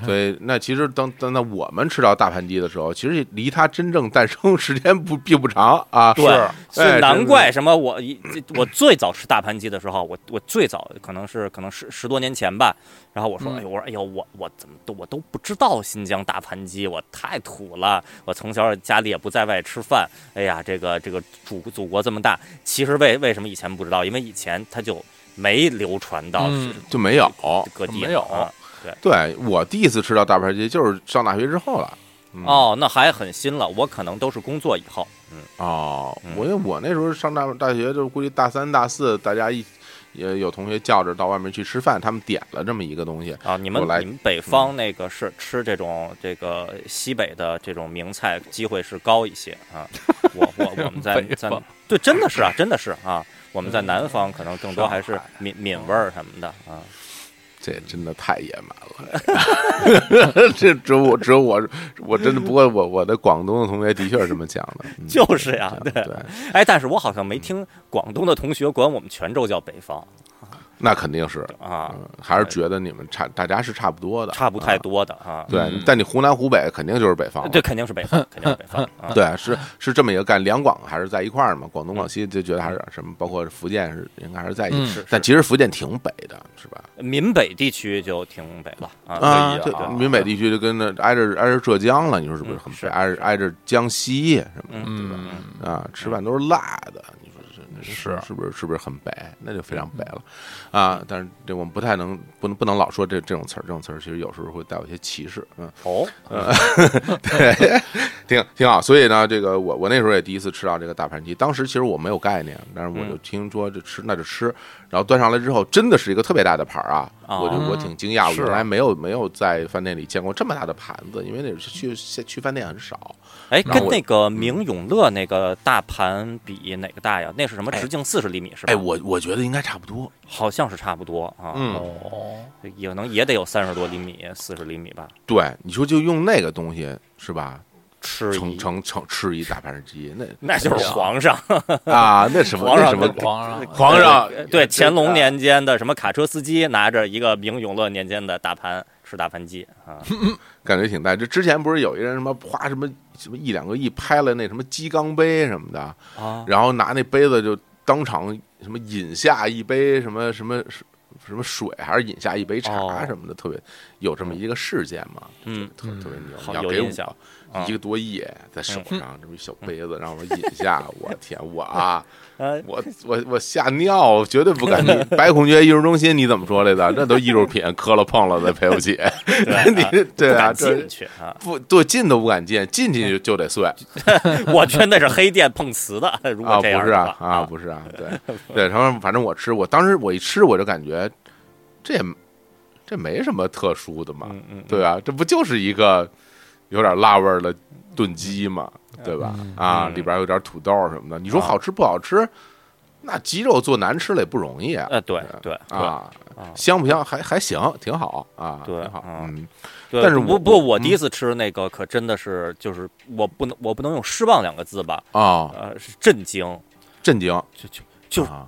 S1: 所以那其实当当当我们吃到大盘鸡的时候，其实离它真正诞生时间不并不长啊。
S2: 对，所
S1: 哎
S2: 以难
S1: 真
S2: 怪什么我一这我最早吃大盘鸡的时候，我我最早可能是可能十十多年前吧，然后我说，
S3: 嗯
S2: 哎呦，我说，哎呦，我我怎么都我都不知道新疆大盘鸡，我太土了，我从小家里也不在外吃饭，哎呀，这个这个祖祖国这么大，其实为为什么以前不知道？因为以前它就没流传到
S3: 嗯
S1: 就没有。
S2: 各地、
S3: 没有
S2: 啊
S1: 对我第一次吃到大盘鸡就是上大学之后了。嗯
S2: 哦，那还很新了，我可能都是工作以后，
S1: 哦，
S2: 嗯
S1: 我因为我那时候上大大学，就估计大三大四，大家一也有同学叫着到外面去吃饭，他们点了这么一个东西，
S2: 啊，你们
S1: 我来嗯
S2: 你们北方那个是吃这种这个西北的这种名菜机会是高一些啊。我我我们在
S3: 北
S2: 在
S3: 方
S2: 对，真的是啊，真的是啊。我
S1: 嗯
S2: 们在南方可能更多
S3: 上
S2: 还是
S3: 海
S2: 闽闽味儿什么的啊。
S1: 这真的太野蛮 了。这只有我只有我我真的，不过我我的广东的同学的确是这么讲的，嗯
S2: 就是呀
S1: 对
S2: 对哎，但是我好像
S1: 嗯
S2: 没听广东的同学管我们泉州叫北方
S1: 那肯定是，
S2: 啊，
S1: 嗯还是觉得你们差大家是差不多的，
S2: 差不太
S1: 啊。
S2: 多的啊。
S1: 对
S3: 嗯，
S1: 但你湖南湖北肯定就是北方了，
S2: 对，肯定是北方，肯定是北方 啊。
S1: 对，是是这么一个概念，两广还是在一块儿嘛？广东、广西就觉得还是什么，包括福建是应该还是在一起。
S3: 嗯
S2: 嗯是
S1: 但
S2: 是
S1: 其实福建挺北的，是吧？
S2: 闽北地区就挺北了啊。
S1: 啊，
S3: 对
S1: 这
S3: 呀啊
S1: 闽北地区就跟那挨着挨着浙江了，你说是不是
S2: 嗯
S1: 很
S2: 是
S1: 北？挨着挨着江西什么
S2: 嗯
S3: 嗯，
S1: 的啊，吃饭都是辣的，你说是那
S3: 是
S1: 是不是是不是很北？那就非常
S2: 嗯
S1: 北了啊！但是这我们不太能不能不能老说这这种词儿，这种词儿其实有时候会带有一些歧视，嗯。
S2: 哦，
S1: 对，挺挺好。所以呢，这个我我那时候也第一次吃到这个大盘鸡，当时其实我没有概念，但是我就听说这吃那就吃，然后端上来之后，真的是一个特别大的盘儿啊，
S2: 哦
S1: 我就我挺惊讶，我
S3: 是
S1: 原来没有没有在饭店里见过这么大的盘子，因为那是去现去饭店很少。
S2: 哎，
S1: 然后
S2: 跟
S1: 我嗯
S2: 那个明永乐那个大盘比哪个大呀？那是什么
S1: 哎
S2: 直径四十厘米是吧？
S1: 哎，我我觉得应该差不多，啊
S2: 好像是差不多啊，
S1: 嗯。
S3: 哦，
S2: 也能也得有三十多厘米、四十厘米吧。
S1: 对，你说就用那个东西是吧？
S2: 吃
S1: 盛
S2: 一
S1: 盛盛吃一大盘鸡，那
S2: 那就是皇上，
S1: 啊，那什么
S2: 皇
S1: 那
S2: 上
S1: 什么
S2: 的
S3: 皇上
S1: 皇上 啊
S2: 对乾隆年间的什么卡车司机拿着一个明永乐年间的大盘吃大盘鸡 啊，
S1: 感觉挺带。这之前不是有一人什么花什么什么一两个亿拍了那什么鸡缸杯什么的，
S2: 啊
S1: 然后拿那杯子就当场什么饮下一杯什么什么什么水，还是饮下一杯
S2: 哦
S1: 茶什么的，特别有这么一个事件嘛，
S2: 嗯，
S1: 特特别牛。
S2: 好
S1: 你要
S2: 有
S1: 给
S2: 印象
S1: 我
S2: 啊
S1: 一个多亿在手上这么一小杯子，让我饮下，我天，我啊，
S2: 呃，
S1: 我我我吓尿，绝对不 敢。你白孔雀艺术中心你怎么说来的？这都艺术品，磕了碰了的赔不起。 你
S2: 对
S1: 对
S2: 啊不
S1: 啊，
S2: 敢
S1: 这
S2: 进去啊，
S1: 不对，进都不敢进，进去就就得碎
S2: 我觉得那是黑店碰瓷的，如
S1: 啊！
S2: 果
S1: 不
S2: 这样
S1: 是
S2: 的
S1: 啊
S2: 话
S1: 啊，不是 啊，对对，然后反正我吃，我当时我一吃我就感觉这也这没什么特殊的嘛，
S2: 嗯嗯，
S1: 对啊，这不就是一个有点辣味儿的炖鸡嘛，对吧？啊，
S2: 嗯
S1: 里边有点土豆什么的，你说
S2: 啊
S1: 好吃不好吃？那鸡肉做难吃了也不容易啊，
S2: 呃，对对
S1: 啊
S2: 啊，
S1: 香不香？还还行，挺好啊，
S2: 对
S1: 挺好，
S2: 啊
S1: 嗯，
S2: 对
S1: 但是我
S2: 不不，我
S1: 嗯
S2: 第一次吃那个可真的是就是我不能我不能用失望两个字吧，
S1: 哦，
S2: 呃，是震惊，
S1: 震惊，
S2: 就就就
S1: 啊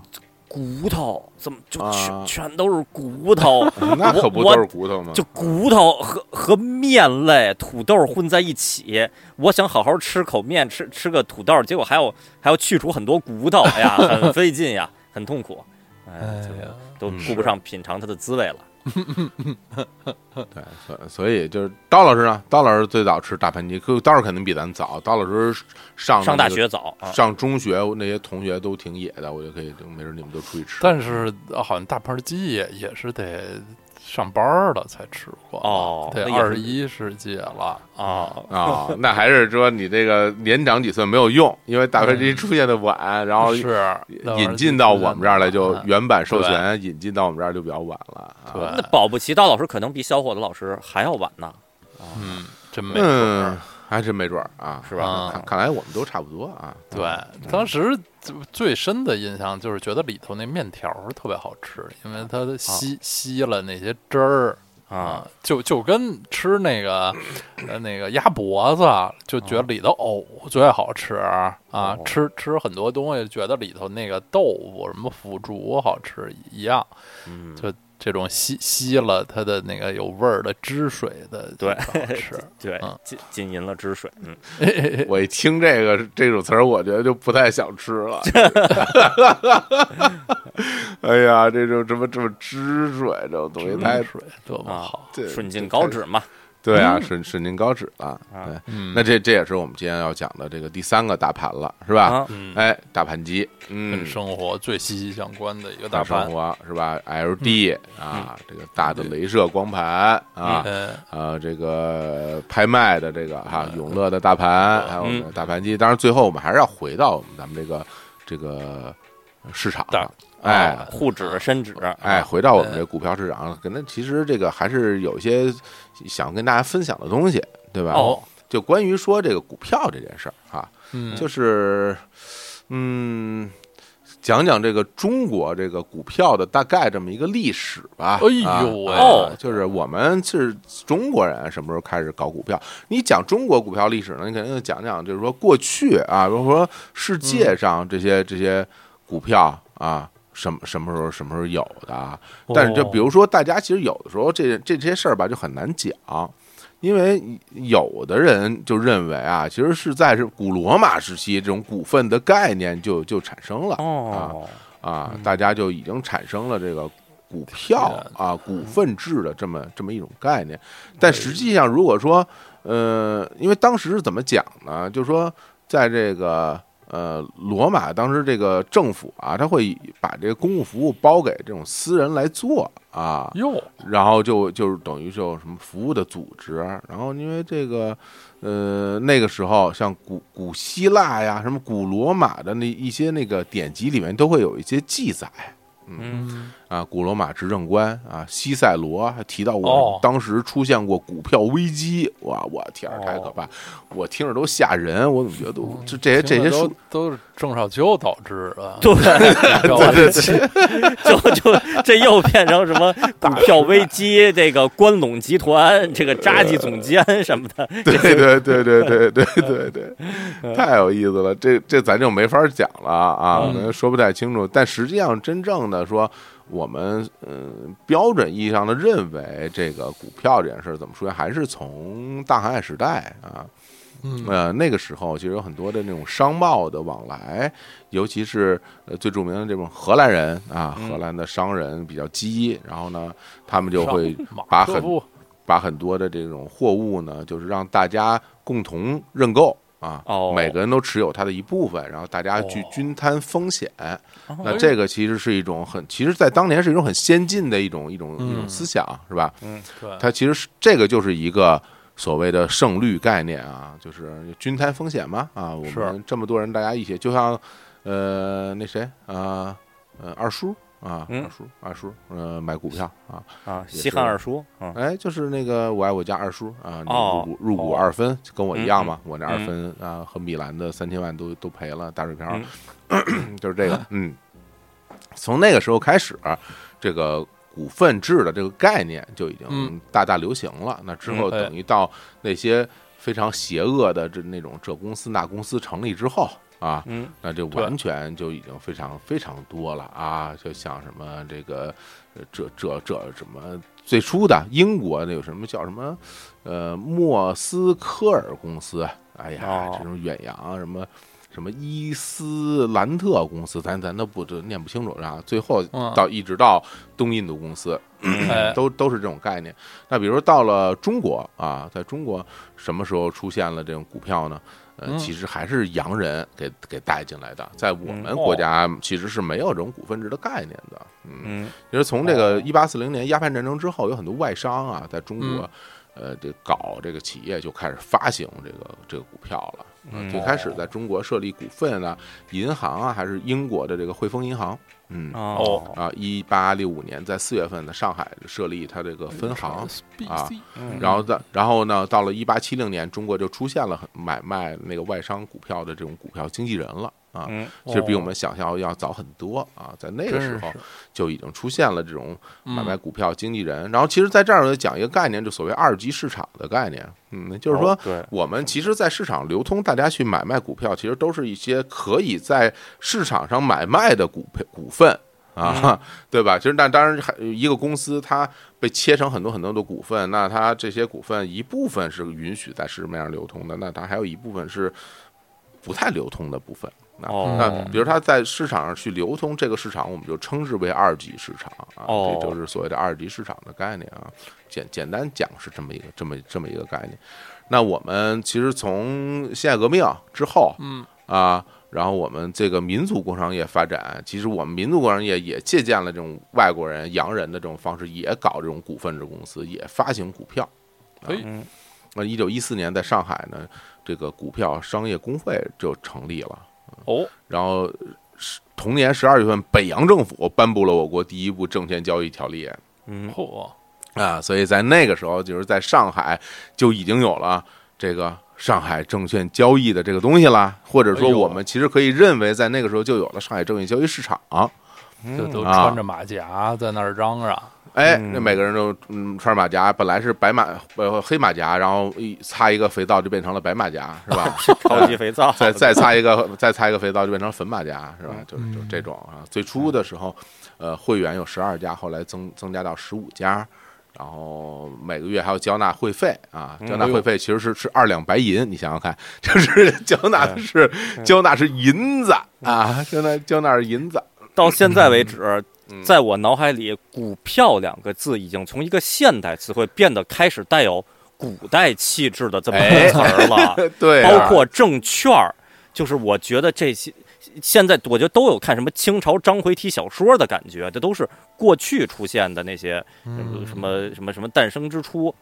S2: 骨头，怎么就全、
S1: 啊，
S2: 全都是骨头
S1: 那可不
S2: 我
S1: 都是骨头吗？
S2: 就骨头和和面类、土豆混在一起。我想好好吃口面，吃吃个土豆，结果还要还要去除很多骨头，哎呀，很费劲呀，很痛苦，哎，这
S3: 哎呀
S2: 个都
S1: 嗯
S2: 顾不上品尝它的滋味了。
S1: 对，所所以就是刀老师呢，刀老师最早吃大盘鸡，可刀老师肯定比咱早。刀老师上的
S2: 上
S1: 那
S2: 大
S1: 个、
S2: 学早啊，
S1: 上中学那些同学都挺野的，我就可以就没准你们都出去吃。
S3: 但是呃好像大盘鸡也也是得上班儿了才吃过
S2: 哦
S3: 得
S2: 那也是
S3: 二十一世纪了，
S2: 啊，
S1: 啊、那还是说你这个年长几岁没有用，因为大盘鸡出现的晚，然后
S3: 嗯是那玩意
S1: 引进到我们这儿来就
S3: 嗯
S1: 原版授权引进到我们这儿就比较晚了。啊、
S3: 对，
S2: 那保不齐刀老师可能比小伙子老师还要晚呢，
S3: 嗯，真没准儿
S1: 嗯，还真没准儿啊，是
S3: 吧
S1: 看看来我们都差不多啊。
S3: 对，当时最最深的印象就是觉得里头那面条儿特别好吃，因为它稀、吸了那些汁儿
S2: 啊，
S3: 就就跟吃那个呃那个鸭脖子，就觉得里头藕最好吃啊，
S1: 哦
S3: 吃吃很多东西觉得里头那个豆腐什么腐竹好吃一样，
S2: 嗯，
S3: 就这种吸吸了它的那个有味儿的汁水的
S2: 对
S3: 好吃。
S2: 对
S3: 嗯，
S2: 浸浸淫了汁水，嗯，
S1: 我一听这个这种词儿，我觉得就不太想吃了。 哎呀，这种什么这么汁水这种东西太
S3: 汁水多么
S2: 啊
S3: 哦好，
S1: 对
S2: 顺进高脂嘛，
S1: 对啊，顺顺进高脂了。
S2: 啊
S1: 对，
S3: 嗯
S1: 那这这也是我们今天要讲的这个第三个大盘了，是吧？
S2: 啊，
S3: 嗯，
S1: 哎，大盘鸡，嗯
S3: 跟，生活最息息相关的一个
S1: 大
S3: 大
S1: 生
S3: 盘，
S1: 活是吧？LD 啊，这个大的镭射光盘啊。
S3: 嗯，
S1: 啊，这个呃拍卖的这个哈，永乐的大盘，还有
S2: 嗯
S1: 这个大盘机。当然，最后我们还是要回到我们咱们这个这个市场
S3: 大
S1: 上，哎
S3: 啊
S2: 沪指、深指，
S1: 哎，回到我们这股票市场上，可能其实这个还是有一些想跟大家分享的东西，对吧？
S3: 哦，
S1: 就关于说这个股票这件事儿哈，
S3: 嗯，
S1: 就是嗯，讲讲这个中国这个股票的大概这么一个历史吧。
S3: 哎呦
S1: 啊
S3: 喂
S1: 啊就是我们是中国人，什么时候开始搞股票？你讲中国股票历史呢，你肯定讲讲，就是说过去啊，比如说世
S3: 嗯
S1: 界上这些、这些股票啊。什么什么时候什么时候有的啊？但是这
S3: 哦
S1: 比如说，大家其实有的时候这这些事儿吧就很难讲，因为有的人就认为啊，其实是在是古罗马时期，这种股份的概念就就产生了
S2: 哦，
S1: 啊，大家就已经产生了这个股票啊股份制的这么这么一种概念。但实际上，如果说呃，因为当时是怎么讲呢？就是说，在这个呃罗马当时这个政府啊，他会把这个公共服务包给这种私人来做啊，
S3: 哟，
S1: 然后就就是等于就有什么服务的组织，然后因为这个，呃，那个时候像古古希腊呀，什么古罗马的那一些那个典籍里面都会有一些记载
S2: 嗯，
S1: 啊，古罗马执政官啊，西塞罗还提到
S3: 哦
S1: 我当时出现过股票危机，哇，我天儿，
S3: 哦
S1: 太可怕，我听着都吓人，我怎么觉得都这这些哎这
S3: 听着
S1: 些
S3: 都
S1: 书，
S3: 都是郑少秋导致的，
S2: 对，
S1: 对 对对。
S2: 就就这又变成什么股票危机，这个关陇集团，这个扎记总监什么的，
S1: 对对对对对对对对，太有意思了，这这咱就没法讲了啊，
S3: 嗯
S1: 啊说不太清楚。但实际上，真正的说，我们嗯标准意义上的认为这个股票这件事儿怎么出现，还是从大航海时代啊，
S3: 嗯
S1: 呃，那个时候其实有很多的那种商贸的往来，尤其是呃最著名的这种荷兰人啊，
S3: 嗯
S1: 荷兰的商人比较激，然后呢，他们就会把
S3: 马
S1: 很
S3: 克布
S1: 把很多的这种货物呢，就是让大家共同认购啊，
S2: 哦
S1: 每个人都持有它的一部分，然后大家去
S3: 哦
S1: 均摊风险。那
S3: 哎
S1: 这个其实是一种很，其实，在当年是一种很先进的一种一种一种
S3: 嗯
S1: 思想，是吧？
S3: 对，
S1: 它其实是这个就是一个所谓的胜率概念啊，就是均摊风险嘛啊，我
S3: 是
S1: 们这么多人大家一起，就像呃那谁啊呃二叔啊
S2: 嗯
S1: 二叔二叔呃买股票啊，
S2: 啊，
S1: 也
S2: 西
S1: 是
S2: 汉二叔，嗯，
S1: 哎，就是那个我爱我家二叔啊，你
S2: 哦
S1: 入股入股
S2: 哦
S1: 二分，跟我一样嘛，我那二
S2: 嗯
S1: 分啊和米兰的三千万都都赔了，打水漂
S2: 嗯，
S1: 就是 这个，嗯，从那个时候开始，啊这个股份制的这个概念就已
S3: 嗯
S1: 经大大流行了。那之后
S3: 嗯哎
S1: 等于到那些非常邪恶的这那种这公司那公司成立之后啊，
S2: 嗯，
S1: 那就
S3: 对
S1: 完全就已经非常非常多了啊！就像什么这个，呃这这这什么最初的英国那有什么叫什么，呃，莫斯科尔公司，哎呀，
S2: 哦
S1: 这种远洋什么。什么伊斯兰特公司，咱咱都不都念不清楚啊。最后
S3: 嗯
S1: 到一直到东印度公司，
S3: 哎
S1: 嗯都都是这种概念。那比如说到了中国啊，在中国什么时候出现了这种股票呢？呃，
S3: 嗯
S1: 其实还是洋人给给带进来的，在我
S2: 嗯
S3: 哦
S1: 们国家其实是没有这种股份制的概念的。嗯，
S2: 嗯，
S1: 其实从这个
S3: 哦
S1: 一八四零年鸦片战争之后，有很多外商啊，在中国
S3: 嗯，
S1: 呃，这搞这个企业就开始发行这个这个股票了。呃
S2: 嗯
S1: 最开
S3: 哦
S1: 始在中国设立股份啊，银行啊，还是英国的这个汇丰银行。嗯，
S2: 哦，
S1: 啊，一八六五年在四月份呢，上海设立它这个分行，啊
S2: 嗯
S1: 然后在然后呢，到了一八七零年，中国就出现了很买卖那个外商股票的这种股票经纪人了啊，
S2: 嗯，
S1: 其实比我们想象要早很多啊，在那个时候
S3: 哦真是
S1: 就已经出现了这种买卖
S3: 嗯
S1: 股票经纪人。然后其实，在这儿呢，讲一个概念，就所谓二级市场的概念，嗯，就是说
S2: 哦对，
S1: 我们其实，在市场流通，大家去买卖股票，其实都是一些可以在市场上买卖的股票股份啊， 对吧？其实，但当然还，一个公司它被切成很多很多的股份，那它这些股份一部分是允许在市面上流通的，那它还有一部分是不太流通的部分。那
S2: 哦
S1: 那比如它在市场上去流通，这个市场我们就称之为二级市场啊，
S2: 哦
S1: 这就是所谓的二级市场的概念啊。简简单讲是这么一个这么这么一个概念。那我们其实从辛亥革命之后，
S3: 嗯
S1: 啊，然后我们这个民族工商业发展，其实我们民族工商业也借鉴了这种外国人、洋人的这种方式，也搞这种股份制公司，也发行股票。
S3: 嘿
S2: 嗯，
S1: 那一九一四年在上海呢，这个股票商业工会就成立了。
S2: 哦，
S1: 然后是同年十二月份，北洋政府颁布了我国第一部证券交易条例
S2: 嗯，
S3: 嚯，
S1: 啊，所以在那个时候，就是在上海就已经有了这个上海证券交易的这个东西啦，或者说
S3: 哎呦
S1: 我们其实可以认为，在那个时候就有了上海证券交易市场。
S3: 这都
S1: 啊
S3: 穿着马甲在那儿嚷嚷，
S1: 哎，
S2: 嗯
S1: 那每个人都嗯穿马甲，本来是白马呃黑马甲，然后一擦一个肥皂就变成了白马甲，是吧？
S2: 超级肥皂，
S1: 再再擦一个，再擦一个肥皂就变成粉马甲是吧？就是就是这种啊。最初的时候，呃，会员有十二家，后来增增加到十五家，然后每个月还要交纳会费啊。交纳会费其实是是二两白银，你想想看， 就是交纳的是交纳是银子啊，交纳交纳是银子。
S2: 到现在为止
S1: 嗯，
S2: 在我脑海里，“股票”两个字已经从一个现代词汇变得开始带有古代气质的这么一
S1: 哎
S2: 个词儿 了，
S1: 对啊，
S2: 包括证券儿，就是我觉得这些。现在我觉得都有看什么清朝章回体小说的感觉，这都是过去出现的那些
S3: 嗯
S2: 什么什么什么诞生之初，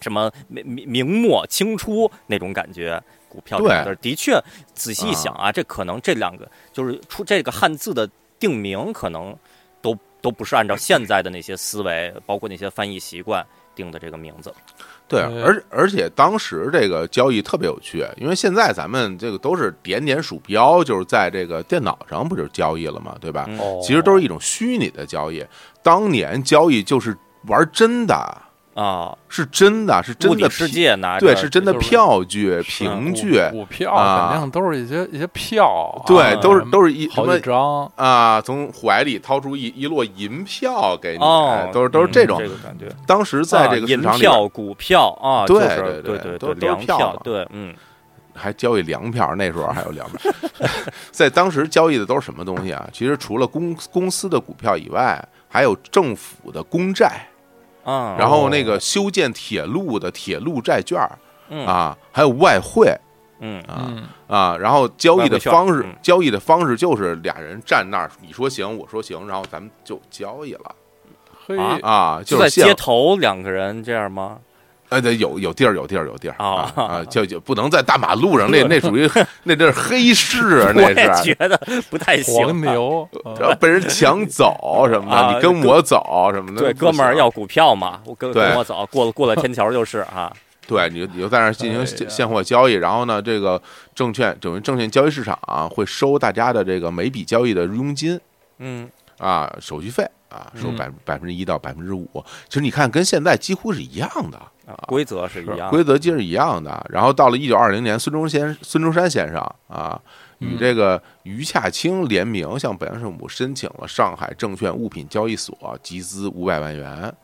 S2: 什么明明明末清初那种感觉。股票这
S1: 对
S2: 两个字儿的确，仔细一想啊，这可能这两个就是出这个汉字的定名，可能都都不是按照现在的那些思维，包括那些翻译习惯定的这个名字。
S1: 对，啊
S3: 呃
S1: 而而且当时这个交易特别有趣，因为现在咱们这个都是点点鼠标，就是在这个电脑上不就是交易了嘛，对吧？
S2: 嗯
S3: 哦，
S1: 啊其实都是一种虚拟的交易。当年交易就是玩真的，
S2: 啊，
S1: 是真的，是真
S2: 物
S1: 的
S2: 理世
S1: 票，
S2: 界啊拿着
S1: 对，是真的
S3: 就是
S1: 票据、
S3: 是
S1: 凭
S3: 股
S1: 据，
S3: 股票
S1: 啊
S3: 肯定都是一些一些票，
S1: 对，
S3: 啊
S1: 都是都是一什
S3: 好
S1: 么
S3: 几张，
S1: 啊，从怀里掏出一一摞银票给你，
S2: 哦
S1: 哎，都是都是这种。
S2: 这个感觉。啊
S1: 当时在这个市
S2: 银
S1: 场里
S2: 票、股票啊，
S1: 对
S2: 就
S1: 对
S2: 是
S1: 对都
S2: 对对，
S1: 都是
S2: 粮
S1: 票嘛
S2: 对，嗯，
S1: 还交易粮票，那时候还有粮票。 在当时交易的都是什么东西啊？其实除了公公司的股票以外，还有政府的公债，
S2: 啊，
S1: 然后那个修建铁路的铁路债券儿
S2: 嗯
S1: 啊，还有外汇
S2: 嗯
S1: 啊
S3: 嗯，
S1: 啊。然后交易的方
S2: 外汇
S1: 式
S2: 券嗯，
S1: 交易的方式就是俩人站那儿，你说行，我说行，然后咱们就交易了
S3: 嘿，
S2: 啊
S1: 啊，
S2: 就
S1: 就
S2: 在
S1: 是现
S2: 街头两个人这样吗？
S1: 呃，对，有有地儿，有地儿，有地儿
S2: 哦
S1: 啊啊，就就不能在大马路 上，那那属于那这是黑市，啊那
S2: 我也
S1: 是
S2: 觉得不太
S3: 黄
S2: 行啊。
S3: 牛，
S1: 然后被人抢走什么的，
S2: 啊
S1: 你跟我走什么的，
S2: 对，
S1: 不行
S2: 哥们儿要股票嘛，我跟
S1: 对
S2: 跟我走，过了过了天桥就是啊，
S1: 对，你就你就在那儿进
S3: 哎
S1: 行
S3: 呀
S1: 现现货交易，然后呢，这个证券等于证券交易市场啊会收大家的这个每笔交易的佣金
S2: 嗯，
S1: 啊，手续费啊，收
S3: 嗯
S1: 百百分之一到百分之五，其实你看跟现在几乎是一样的。
S2: 啊规则是一样的，
S1: 规则其实一样的。然后到了一九二零年，孙中先孙中山先生啊，与
S3: 嗯
S1: 这个余洽清联名向北洋政府申请了上海证券物品交易所集资五百万元。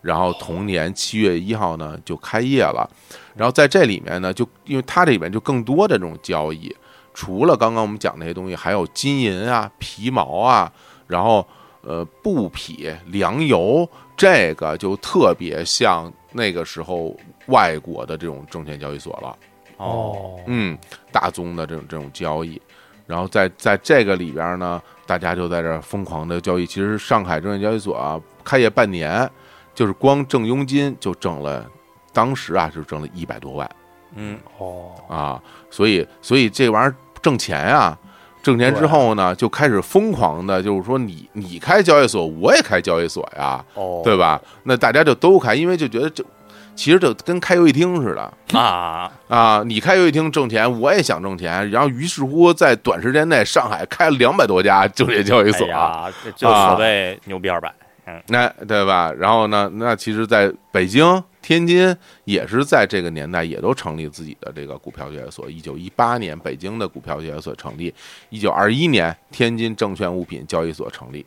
S1: 然后同年七月一号呢就开业了，然后在这里面呢，就因为它这里面就更多的这种交易，除了刚刚我们讲那些东西，还有金银啊、皮毛啊，然后呃布匹、粮油，这个就特别像那个时候外国的这种证券交易所了。
S2: 哦，
S1: 嗯，大宗的这种这种交易，然后在在这个里边呢，大家就在这儿疯狂的交易。其实上海证券交易所啊，开业半年，就是光挣佣金就挣了，当时啊就挣了一百多万
S2: 嗯，
S3: 哦，
S1: 啊，所以所以这玩意儿挣钱啊。挣钱之后呢，就开始疯狂的，就是说你你开交易所，我也开交易所呀，
S2: 哦，
S1: 对吧？那大家就都开，因为就觉得这其实就跟开游戏厅似的
S2: 啊，
S1: 啊！你开游戏厅挣钱，我也想挣钱，然后于是乎在短时间内，上海开了两百多家就业交易
S2: 哎
S1: 所、
S2: 呀，这就
S1: 啊
S2: 所谓牛逼二百，
S1: 那对吧？然后呢，那其实在北京、天津也是在这个年代也都成立自己的这个股票交易所。一九一八年，北京的股票交易所成立；一九二一年，天津证券物品交易所成立。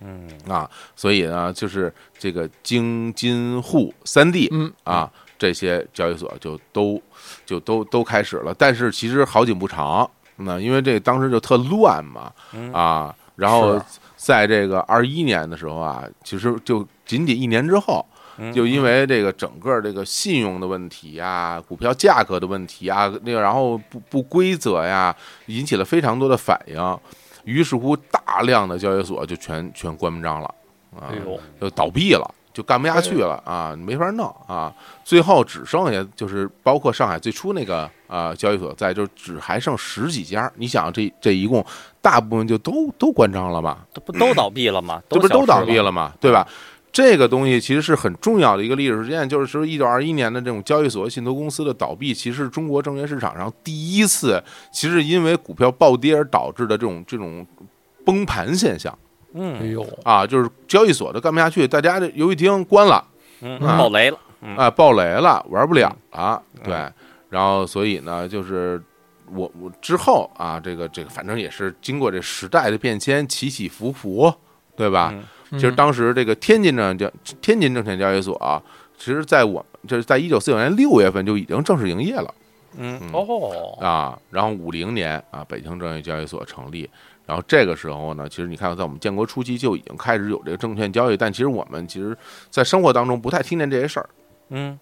S2: 嗯
S1: 啊，所以呢，就是这个京津沪三地，
S3: 嗯
S1: 啊，这些交易所就都就都都开始了。但是其实好景不长，那因为这当时就特乱嘛，啊，然后
S3: 嗯是
S1: 在这个二一年的时候啊，其实就仅仅一年之后。
S3: 嗯
S1: 就因为这个整个这个信用的问题呀，股票价格的问题啊，那个然后不不规则呀，引起了非常多的反应，于是乎大量的交易所就全全关门张了啊
S2: 哎，呦，
S1: 就倒闭了，就干不下去了啊，没法弄啊，最后只剩下就是包括上海最初那个啊、呃交易所在，就只还剩十几家，你想这这一共大部分就都都关张了吧，
S2: 这不都倒闭了吗？
S1: 这不是
S2: 消
S1: 都
S2: 失
S1: 倒闭了吗？对吧？这个东西其实是很重要的一个历史事件，就是说一九二一年的这种交易所、信托公司的倒闭，其实是中国证券市场上第一次，其实因为股票暴跌而导致的这种这种崩盘现象
S3: 哎
S2: 嗯
S3: 呦，
S1: 啊，就是交易所都干不下去，大家这游戏厅关了
S2: 嗯，
S1: 啊
S2: 爆雷了，嗯
S1: 啊，爆雷了，玩不了了，对，然后所以呢，就是我我之后啊，这个这个反正也是经过这时代的变迁，起起伏伏，对吧？
S2: 嗯
S1: 其实当时这个天津证交天津证券交易所啊，其实在我就是在一九四九年六月份就已经正式营业了
S2: 嗯
S3: 哦，
S1: 啊。然后五零年啊，北京证券交易所成立。然后这个时候呢，其实你看，在我们建国初期就已经开始有这个证券交易，但其实我们其实，在生活当中不太听见这些事儿，
S2: 嗯，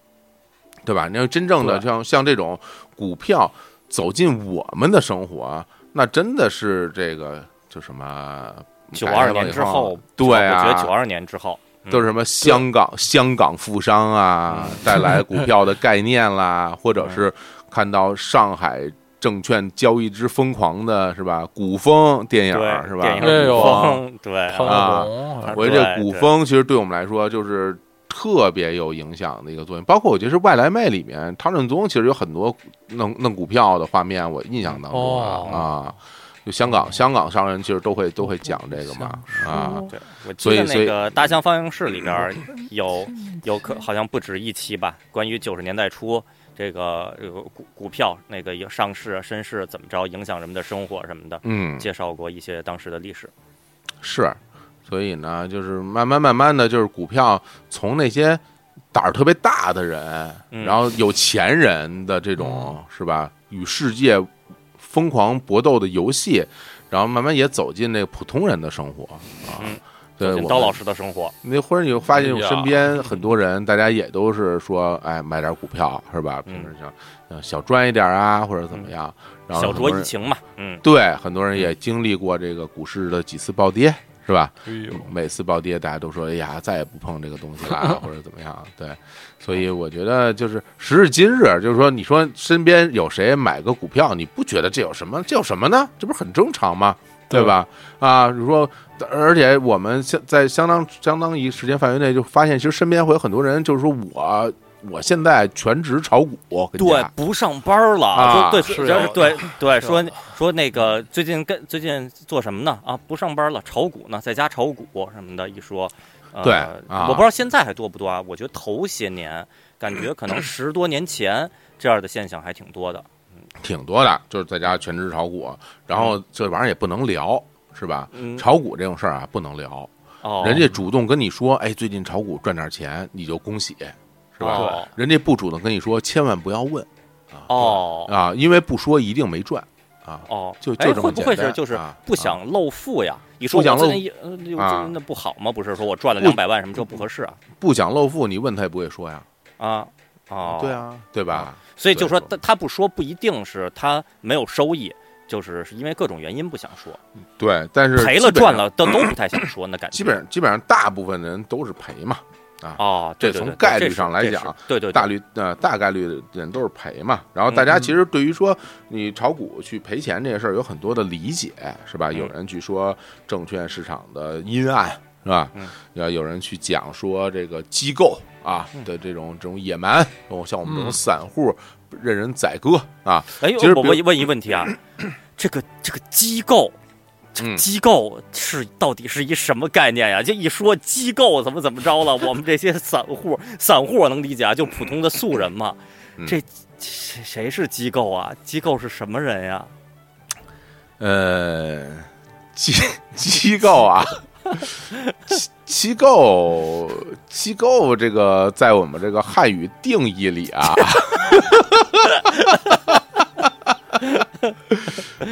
S1: 对吧？那真正的
S3: 对
S1: 像像这种股票走进我们的生活啊，那真的是这个就什么
S2: 九
S1: 哎
S2: 二年之后，
S1: 对啊，
S2: 我觉得九二年之后，
S1: 都是什么香港香港富商啊带来股票的概念啦，或
S2: 嗯
S1: 者是看到上海证券交易之疯狂的是吧？古风电影儿
S2: 对，
S1: 是吧？
S2: 电影
S3: 哎呦
S2: 古风，对啊，
S3: 喷
S1: 啊
S3: 了红啊
S1: 我觉得这古风其实对我们来说就是特别有影响的一个作用，包括我觉得是《外来妹》里面汤振宗其实有很多弄弄股票的画面，我印象当中啊、
S3: 哦
S1: 啊，就香港香港商人其实都会都会讲这个嘛啊，
S2: 对，我
S1: 所
S2: 记
S1: 以
S2: 得
S1: 所
S2: 那
S1: 以
S2: 个《大象放映室》里边儿有有可好像不止一期吧，关于九十年代初这个这个股股票那个有上市、身世怎么着影响人们的生活什么的，
S1: 嗯，
S2: 介绍过一些当时的历史。
S1: 是，所以呢，就是慢慢慢慢的就是股票从那些胆儿特别大的人，
S2: 嗯
S1: 然后有钱人的这种、是吧，与世界疯狂搏斗的游戏，然后慢慢也走进那个普通人的生活啊。
S2: 嗯
S1: 对，
S2: 就
S1: 我
S2: 刀老
S1: 们
S2: 师的生活，
S1: 那忽然你就发现，
S3: 哎呀
S1: 身边很多人，大家也都是说，哎，买点股票是吧？
S2: 嗯
S1: 平时想呃小赚一点啊，或者怎么样。然后
S2: 小
S1: 很多
S2: 酌怡
S1: 人
S2: 情嘛，嗯，
S1: 对，很多人也经历过这个股市的几次暴跌，是吧？
S3: 哎呦，
S1: 每次暴跌，大家都说：“哎呀，再也不碰这个东西了，啊或者怎么样？”对，所以我觉得就是时至今日，就是说，你说身边有谁买个股票，你不觉得这有什么？这有什么呢？这不是很正常吗？对吧？啊，你说，而且我们相在相当相当一时间范围内，就发现其实身边会有很多人，就是说我我现在全职炒股，跟
S2: 对
S1: 家，
S2: 不上班了，
S1: 啊
S2: 对，
S3: 是
S2: 主
S3: 有
S2: 要是
S3: 的
S2: 对对，说
S3: 有的
S2: 说那个最近跟最近做什么呢？啊，不上班了，炒股呢，在家炒股什么的，一说，呃、
S1: 对啊
S2: 我不知道现在还多不多啊？我觉得头些年感觉可能十多年前这样的现象还挺多的，
S1: 挺多的，就是在家全职炒股，然后这玩意儿也不能聊，是吧？
S2: 嗯，
S1: 炒股这种事儿啊，不能聊。
S2: 哦，
S1: 人家主动跟你说，哎，最近炒股赚点钱，你就恭喜，是吧？
S2: 哦
S1: 人家不主动跟你说，千万不要问
S2: 哦
S1: 啊，因为不说一定没赚啊。
S2: 哦，
S1: 就就
S2: 哎，
S1: 这么
S2: 会不会
S1: 简单
S2: 是就是
S1: 啊
S2: 不想露富呀？一说
S1: 不想
S2: 我最
S1: 露
S2: 近一呃我
S1: 啊
S2: 最近那不好吗？不是说我赚了
S1: 不
S2: 两百万什么这不合适啊？
S1: 不想露富，你问他也不会说呀。
S2: 啊哦，
S1: 对啊，对吧？
S2: 所以就说
S1: 对啊
S2: 他他不说不一定是他没有收益，就是是因为各种原因不想说，
S1: 对，但是
S2: 赔
S1: 基本
S2: 了
S1: 上
S2: 赚，了都都不太想说那感觉。
S1: 基本上基本上大部分人都是赔嘛，
S2: 哦，对
S1: 这
S2: 对
S1: 从
S2: 对
S1: 概
S2: 这
S1: 率
S2: 是
S1: 上来
S2: 这是
S1: 讲
S2: 对对对
S1: 大率呃大概率的人都是赔嘛。然后大
S2: 嗯
S1: 家
S3: 嗯
S1: 其实对于说你炒股去赔钱这个事儿有很多的理解，是吧？有
S2: 嗯
S1: 人去说证券市场的阴暗，是吧呃
S2: 嗯？
S1: 要有人去讲说这个机构啊啊的这种这种野蛮，哦像我们这
S2: 嗯
S1: 种散户任人宰割啊，
S2: 哎，
S1: 其实
S2: 我
S1: 比如
S2: 问问一问题啊，这个这个机构，这
S1: 嗯
S2: 个机构是到底是一什么概念呀？就一说机构怎么怎么着 了，我们这些散户，散户我能理解啊，就普通的素人嘛
S1: 嗯。
S2: 这谁谁是机构啊？机构是什么人呀？
S1: 呃，机机构啊， 机机构机构这个在我们这个汉语定义里啊，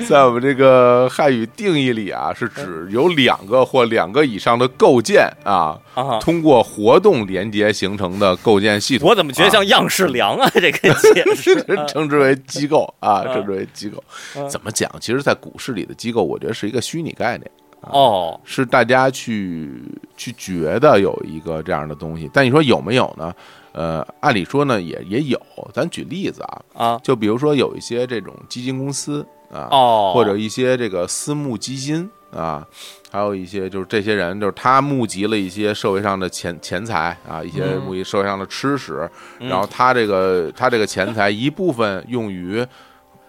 S1: 在我们这个汉语定义里啊，是指有两个或两个以上的构建啊，
S2: 啊，
S1: 通过活动连接形成的构建系 统。
S2: 我怎么觉得像样式梁 啊？这个解释
S1: 称之为机构啊，
S2: 啊
S1: 称之为机构
S2: 啊。
S1: 怎么讲？其实，在股市里的机构，我觉得是一个虚拟概念，
S2: 哦，
S1: 是大家去去觉得有一个这样的东西。但你说有没有呢？呃，按理说呢，也也有。咱举例子啊，
S2: 啊
S1: 就比如说有一些这种基金公司啊，
S2: 哦，
S1: 或者一些这个私募基金啊，还有一些就是这些人，就是他募集了一些社会上的钱钱财啊，一些
S3: 嗯
S1: 募集社会上的吃食，
S2: 嗯
S1: 然后他这个他这个钱财一部分用于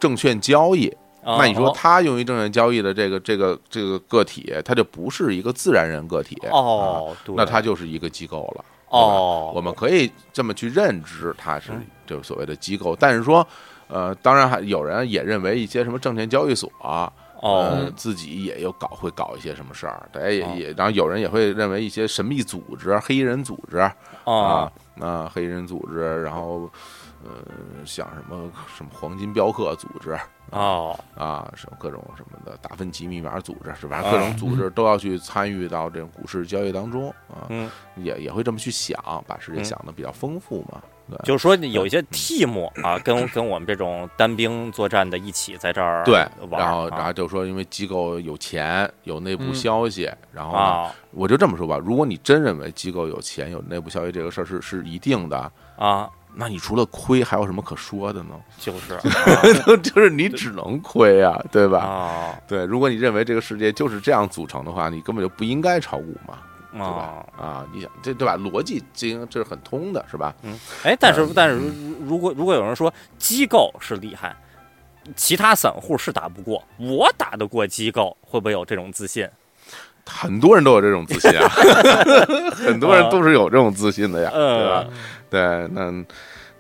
S1: 证券交易，
S2: 哦
S1: 那你说
S2: 哦
S1: 他用于证券交易的这个这个这个个体，他就不是一个自然人个体啊
S2: 哦，对
S1: 那他就是一个机构了。
S2: 哦，
S1: 我们可以这么去认知它
S2: 嗯
S1: 是就是所谓的机构，但是说，呃，当然还有人也认为一些什么证券交易所、
S2: 哦
S1: 呃，自己也有搞会搞一些什么事儿，大家也
S2: 哦
S1: 也，然后有人也会认为一些神秘组织、黑衣人组织啊
S2: 哦，
S1: 啊，黑衣人组织，然后呃，像什么什么黄金镖客组织
S2: 哦
S1: 啊，什么各种什么的达芬奇密码组织，是吧？
S2: 啊
S1: 各种组织都要去参与到这种股市交易当中啊，
S2: 嗯，
S1: 也也会这么去想，把世界
S2: 嗯
S1: 想的比较丰富嘛，对。
S2: 就是说有一些
S1: 嗯
S2: team 啊，跟跟我们这种单兵作战的一起在这儿
S1: 对，
S2: 玩儿
S1: 然后然后
S2: 啊
S1: 就说，因为机构有钱，有内部
S3: 嗯
S1: 消息，然后呢
S2: 啊
S1: 我就这么说吧，如果你真认为机构有钱、有内部消息这个事儿是是一定的，
S2: 啊，
S1: 那你除了亏还有什么可说的 呢？
S2: 就是
S1: 就是你只能亏啊，对
S2: 啊
S1: 吧？
S2: 啊
S1: 对，如果你认为这个世界就是这样组成的话，你根本就不应该炒股嘛，对吧
S2: 啊！，
S1: 啊，你想这对吧？逻辑这这是很通的，是吧？
S2: 哎，但
S1: 呃
S2: 是但是如如果如果有人说机构是厉害，其他散户是打不过，我打得过机构，会不会有这种自信？
S1: 很多人都有这种自信 啊， 很多人都是有这种自信的呀，对吧？
S2: 嗯
S1: 对，那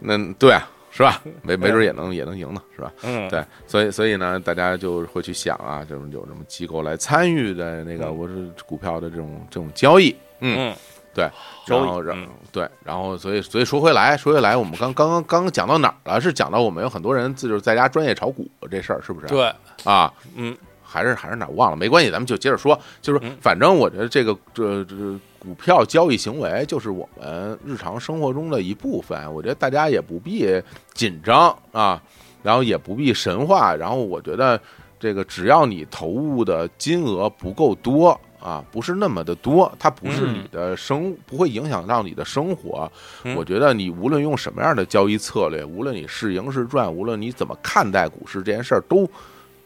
S1: 那对啊，是吧？没没准也能也能赢呢，是吧？
S2: 嗯，
S1: 对，所以所以呢，大家就会去想啊，这种有什么机构来参与的那个，
S2: 嗯
S1: 我是股票的这种这种交易，嗯，
S2: 嗯
S1: 对，
S2: 交易
S1: 然后然
S2: 嗯
S1: 对，然后所以所以说回来说回来，我们刚刚刚刚讲到哪儿了？是讲到我们有很多人自就是在家专业炒股这事儿，是不是？
S3: 对，
S1: 啊，
S2: 嗯，
S1: 还是还是哪儿忘了，没关系，咱们就接着说，就是
S2: 嗯
S1: 反正我觉得这个这这股票交易行为就是我们日常生活中的一部分，我觉得大家也不必紧张啊，然后也不必神话，然后我觉得这个只要你投入的金额不够多。啊，不是那么的多，它不是你的生，不会影响到你的生活。
S2: 嗯
S1: 我觉得你无论用什么样的交易策略，无论你是赢是赚，无论你怎么看待股市这件事儿，都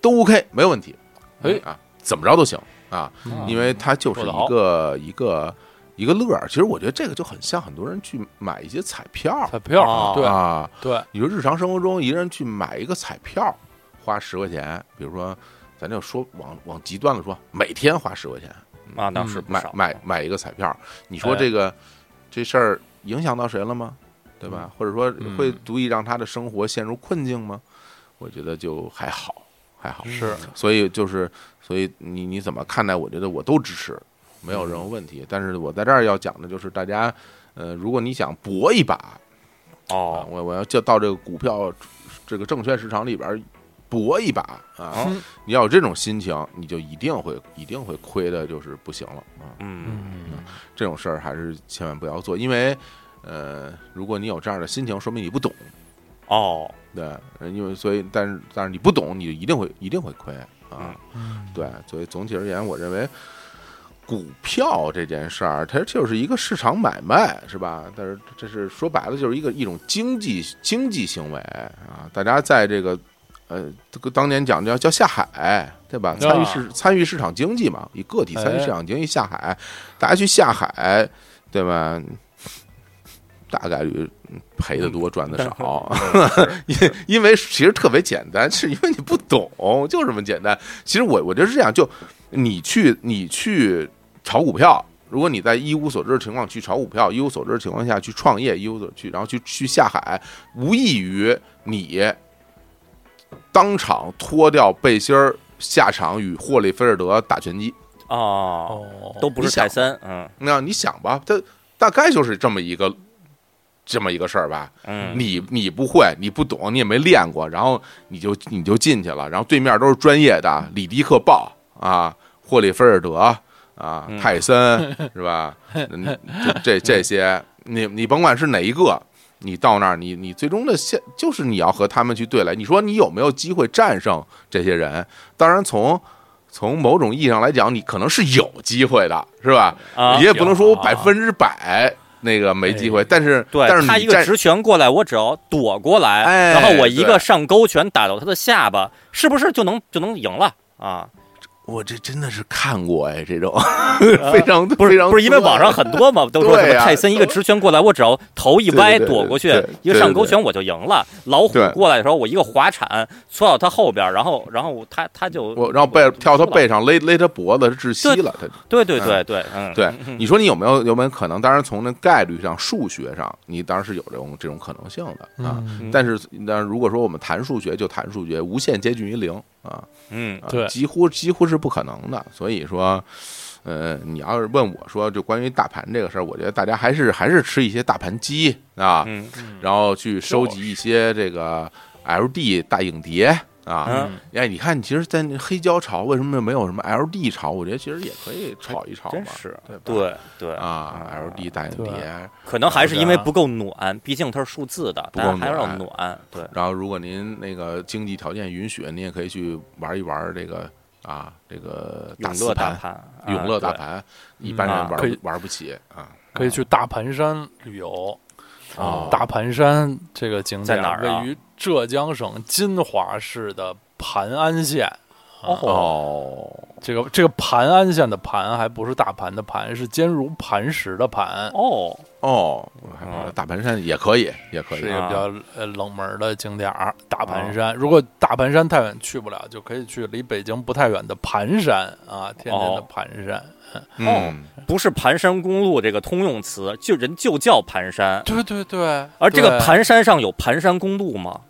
S1: 都 OK，没问题。
S3: 哎
S1: 啊，怎么着都行啊，
S3: 嗯
S1: 因为它就是
S3: 做得
S1: 一
S3: 好
S1: 个一个一个乐儿。其实我觉得这个就很像很多人去买一些彩票，
S3: 彩票，
S2: 哦
S3: 对
S1: 啊，
S3: 对，
S1: 你说日常生活中一个人去买一个彩票，花十块钱，比如说咱就说往往极端了说，每天花十块钱
S2: 啊，那是不
S1: 买
S2: 少
S1: 买买一个彩票，你说
S2: 哎
S1: 这个这事儿影响到谁了吗？对吧？或者说
S3: 嗯
S1: 会足以让他的生活陷入困境吗？我觉得就还好，还好。
S3: 是
S1: 所以就是，所以你你怎么看待？我觉得我都支持，没有任
S3: 嗯
S1: 何问题。但是我在这儿要讲的就是，大家，呃，如果你想搏一把，啊
S2: 哦，
S1: 我我要就到这个股票这个证券市场里边儿搏一把啊，
S3: 嗯
S1: 你要有这种心情，你就一定会一定会亏的，就是不行了啊。
S2: 嗯
S3: 嗯，
S1: 这种事儿还是千万不要做，因为，呃，如果你有这样的心情，说明你不懂。
S2: 哦，
S1: 对，呃因为所以，但是但是你不懂，你就一定会一定会亏啊。对，所以总体而言，我认为股票这件事儿，它就是一个市场买卖，是吧？但是这是说白了，就是一个一种经济经济行为啊。大家在这个呃，这个当年讲叫叫下海，对吧？参与市参与市场经济嘛，以个体参与市场经济下海，大家去下海，对吧？大概率嗯赔的多，赚的
S2: 但
S1: 少。
S3: 是是
S1: 因因为其实特别简单，是因为你不懂，就这么简单。其实我我觉得是这样，就你去你去炒股票，如果你在一无所知的情况去炒股票，一无所知的情况下去创业，一无所去，然后去去下海，无异于你当场脱掉背心儿下场与霍利菲尔德打拳击。
S2: 哦，
S3: 哦，
S2: 都不
S1: 你
S2: 是
S1: 想
S2: 泰森，嗯
S1: 那你想吧，这大概就是这么一个这么一个事儿吧。
S2: 嗯，
S1: 你你不会，你不懂，你也没练过，然后你就你就进去了，然后对面都是专业的，
S2: 嗯
S1: 里迪克鲍啊，霍利菲尔德啊，
S2: 嗯
S1: 泰 森是吧？嗯就这这些，你你甭管是哪一个，你到那儿，你你最终的现就是你要和他们去对垒。你说你有没有机会战胜这些人？当然从。从某种意义上来讲，你可能是有机会的，是吧？
S2: 啊
S1: 你也不能说我百
S3: 有啊
S1: 分之百那个没机会，
S3: 哎
S1: 但是
S2: 对
S1: 但是
S2: 他
S1: 你
S2: 一个
S1: 战
S2: 直拳过来，我只要躲过来，
S1: 哎
S2: 然后我一
S1: 对
S2: 个上勾拳打到他的下巴，是不是就能就能赢了啊？
S1: 我这真的是看过哎，这种 呃非常
S2: 不
S1: 非
S2: 是
S1: 常
S2: 不是因为网上
S1: 多
S2: 很 多嘛，都说什
S1: 对
S2: 么
S1: 呀
S2: 泰森一个直拳过来，我只要头一
S1: 对
S2: 歪
S1: 对对
S2: 躲过去
S1: 对对，
S2: 一个上勾拳我就赢了。老虎
S1: 对
S2: 过来的时候，我一个滑铲戳到他后边，然后然后他他就
S1: 我然后背跳他
S2: 输了
S1: 背上勒勒他脖子窒息了，他
S2: 对对对对，嗯，
S1: 对，你说你有没有有没有可能？当然从那概率上、数学上，你当然是有这种这种可能性的啊。
S3: 嗯
S1: 但是但是如果说我们谈数学，就谈数学，无限接近于零啊，
S2: 嗯
S1: 啊
S3: 对
S1: 几乎几乎是不可能的。所以说。呃，你要是问我说，就关于大盘这个事儿，我觉得大家还是还是吃一些大盘鸡啊，
S2: 嗯
S1: 然后去收集一些这个 LD 大影碟啊。
S2: 嗯，
S1: 哎，你看，其实，在那黑胶潮为什么没有什么 LD 潮？我觉得其实也可以炒一炒
S2: 真
S1: 嘛，
S2: 是
S1: 对吧？
S2: 对对，
S1: 啊，LD 大影
S3: 对
S1: 碟。
S2: 可能还是因为
S3: 是啊
S2: 不够暖，毕竟它是数字的，
S1: 不够
S2: 但还是要
S1: 暖
S2: 暖。对，
S1: 然后，如果您那个经济条件允许，您也可以去玩一玩这个啊，这个大
S2: 永
S1: 四
S2: 乐大
S1: 盘、
S2: 盘，
S1: 永乐大
S2: 啊
S1: 盘，
S3: 对
S1: 一般
S2: 嗯啊
S1: 人玩
S3: 可
S1: 不
S3: 以
S1: 玩不起啊。
S3: 可以去大盘山旅游。
S1: 哦
S3: 大盘山这个景点
S2: 在哪儿啊
S3: 位于浙江省金华市的盘安县。啊
S2: 哦
S1: 哦，
S3: 这个这个盘安县的盘还不是大盘的盘，是坚如磐石的盘
S2: 对，哦，
S1: 哦，我还玩了大盘山也可以，也可
S3: 是
S1: 以
S3: 一
S2: 啊
S3: 个比较呃冷门的景点儿。大
S1: 啊
S3: 盘山，如果大盘山太远去不了，就可以去离北京不太远的盘山啊，天津的
S2: 哦
S3: 盘山。
S1: 嗯，
S2: 不是盘山公路这个通用词，就人就叫盘山。
S3: 对对对，
S2: 而这个
S3: 对
S2: 盘山上有盘山公路吗？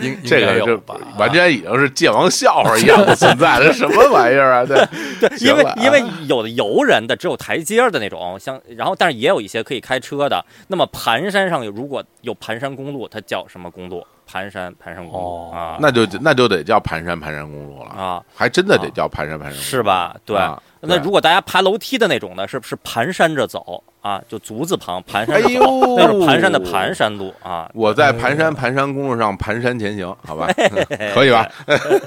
S3: 应
S1: 这
S3: 应该
S1: 个
S3: 有
S1: 就
S3: 吧？啊
S1: 完全已经是界王笑话一样的存在 了，什么玩意儿啊？对，
S2: 对，因为
S1: 行了啊
S2: 因为有的游人的只有台阶儿的那种，像然后但是也有一些可以开车的。那么盘山上有如果有盘山公路，它叫什么公路？盘山盘山公路、
S3: 哦
S2: 啊，
S1: 那就那就得叫盘山盘山公路了，
S2: 啊
S1: 还真的得叫盘山盘山公路，
S2: 是吧？对。
S1: 啊
S2: 那如果大家爬楼梯的那种呢，是不是蹒跚着走啊？就足字旁蹒跚
S1: 哎
S2: 着走，
S1: 呦，
S2: 那是盘山的盘。山路啊。
S1: 我在盘山盘山公路上盘山前行，好吧，可以吧？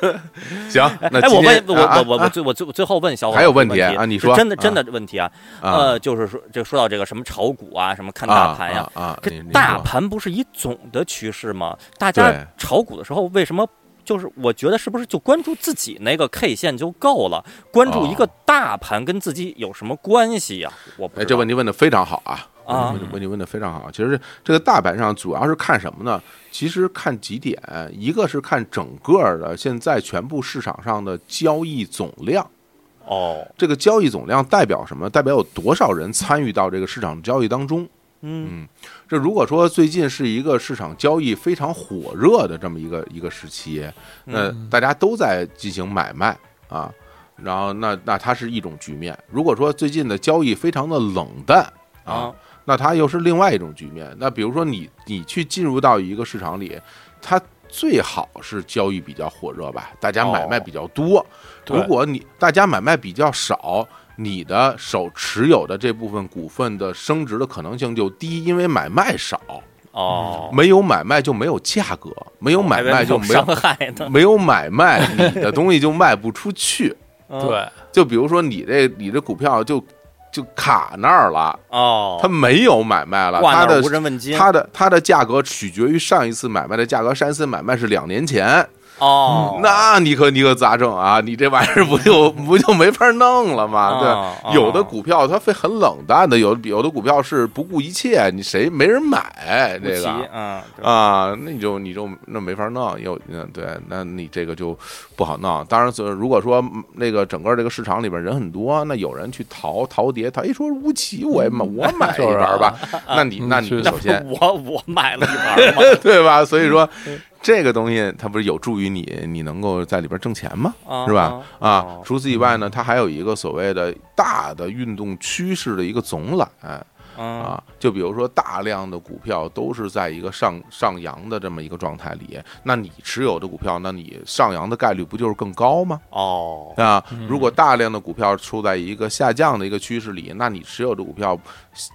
S1: 行，那
S2: 哎 哎，我
S1: 今
S2: 问
S1: 天
S2: 我
S1: 啊
S2: 我我
S1: 啊
S2: 我最我最我最后问小伙
S1: 还有问
S2: 问
S1: 题啊你
S2: 是
S1: 说
S2: 真的
S1: 啊
S2: 真的问题啊？
S1: 啊
S2: 呃，就是说这说到这个什么炒股啊，什么看
S1: 啊
S2: 大盘呀，
S1: 啊，啊
S2: 这
S1: 你你
S2: 大
S1: 说
S2: 盘不是以总的趋势吗？大家
S1: 对
S2: 炒股的时候为什么？就是我觉得是不是就关注自己那个 K 线就够了？关注一个
S1: 哦
S2: 大盘跟自己有什么关系呀、我不
S1: 哎，这问
S2: 题
S1: 题问的非常好啊！
S2: 啊
S1: 问题问题问的非常好。其实这个大盘上主要是看什么呢？其实看几点，一个是看整个的现在全部市场上的交易总量，
S2: 哦，
S1: 这个交易总量代表什么？代表有多少人参与到这个市场交易当中？
S2: 嗯
S1: 这如果说最近是一个市场交易非常火热的这么一个一个时期，那大家都在进行买卖啊，然后那那它是一种局面。如果说最近的交易非常的冷淡啊，
S2: 啊
S1: 那它又是另外一种局面。那比如说你你去进入到一个市场里，它最好是交易比较火热吧，大家买卖比较多。
S2: 哦
S3: 对
S1: 如果你大家买卖比较少，你的手持有的这部分股份的升值的可能性就低，因为买卖少，
S2: 哦，
S1: 没有买卖就没有价格，没有嗯买
S2: 还以为
S1: 卖就没
S2: 伤
S1: 有
S2: 害 呢。
S1: 没有买卖，你的东西就卖不出去。
S2: 嗯
S3: 对
S1: 就比如说你这你这股票就就卡那儿了，
S2: 哦，
S1: 它没有买卖了，
S2: 挂
S1: 它
S2: 那儿
S1: 的
S2: 无人问津。
S1: 它的它的价格取决于上一次买卖的价格，上一次买卖是两年前，
S2: 哦，
S1: 嗯那你可你可咋整啊？你这玩意儿不就 不就没法弄了吗？对吧，
S2: 哦
S1: 有的
S2: 哦
S1: 股票它会很冷淡的，有有的股票是不顾一切，你谁没人买
S2: 无
S1: 这
S2: 奇
S1: 个
S2: 嗯，对
S1: 啊，那你就你就那没法弄，有嗯对，那你这个就不好弄。当然，如果说嗯那个整个这个市场里边人很多，那有人去淘淘碟，他一说乌奇，我也买，
S2: 嗯
S1: 我买一
S3: 就是
S1: 盘
S3: 啊
S1: 吧。那你那你
S3: 嗯是
S1: 首先
S2: 我我买了一盘 嘛，
S1: 嗯对吧？所以说这个东西它不是有助于你你能够在里边挣钱吗？
S2: 啊
S1: 是吧？啊
S2: 啊哦，
S1: 除此以外呢，它还有一个所谓的大的运动趋势的一个总览。
S2: 嗯
S1: 啊，就比如说大量的股票都是在一个上上扬的这么一个状态里，那你持有的股票，那你上扬的概率不就是更高吗？
S2: 哦，
S1: 啊，如果大量的股票处在一个下降的一个趋势里，那你持有的股票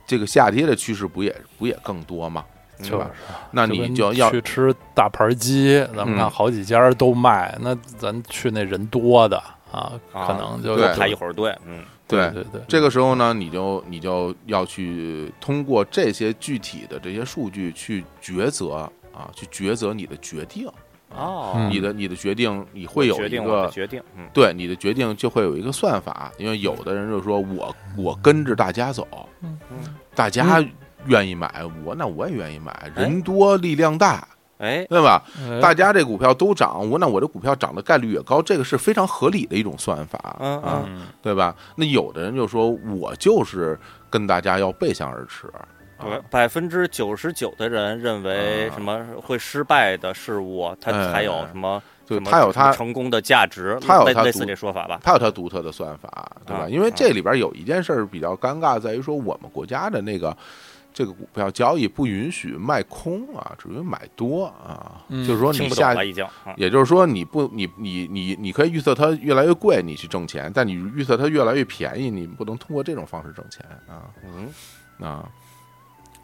S1: 这个下跌的趋势不也不也更多吗？
S2: 嗯
S1: 是
S3: 就
S1: 吧
S3: 是？
S1: 那
S3: 跟
S1: 你就要
S3: 去吃大盘鸡，咱们
S1: 嗯
S3: 看好几家都卖，那咱去那人多的啊，
S2: 啊
S3: 可能就
S1: 对
S2: 排一会儿队，嗯，
S1: 对
S3: 对对，
S1: 这个时候呢，你就你就要去通过这些具体的这些数据去抉择啊，去抉择你的决定，
S2: 哦，
S3: 嗯
S1: 你的你的决定你会有
S2: 决
S1: 一
S2: 定我
S1: 个
S2: 的决定，嗯，
S1: 对你的决定就会有一个算法，因为有的人就说我我跟着大家走，
S3: 嗯
S2: 嗯
S1: 大家愿意买，我那我也愿意买，人多力量大，
S2: 哎，
S1: 对吧？
S3: 哎
S1: 大家这股票都涨，我那我这股票涨的概率也高，这个是非常合理的一种算法
S2: 嗯
S1: 啊，
S3: 嗯
S1: 对吧？那有的人就说我就是跟大家要背向而驰，
S2: 对，百分之九十九的人认为
S1: 啊
S2: 什么会失败的事物，它
S1: 哎
S2: 还有什么？
S1: 就
S2: 什么
S1: 他有
S2: 什么
S1: 他
S2: 成功的价值，
S1: 他有
S2: 类
S1: 他
S2: 类似
S1: 独
S2: 这说法吧？
S1: 它有它独特的算法，对吧？
S2: 啊
S1: 因为这里边有一件事儿比较尴尬，在于说我们国家的那个这个股票交易不允许卖空啊，只允许买多啊，
S3: 嗯
S1: 就是说
S2: 听
S1: 你
S2: 不懂
S1: 下。
S2: 了已经。嗯
S1: 也就是说，你不，你你你你可以预测它越来越贵，你去挣钱；但你预测它越来越便宜，你不能通过这种方式挣钱啊
S2: 嗯，
S1: 啊，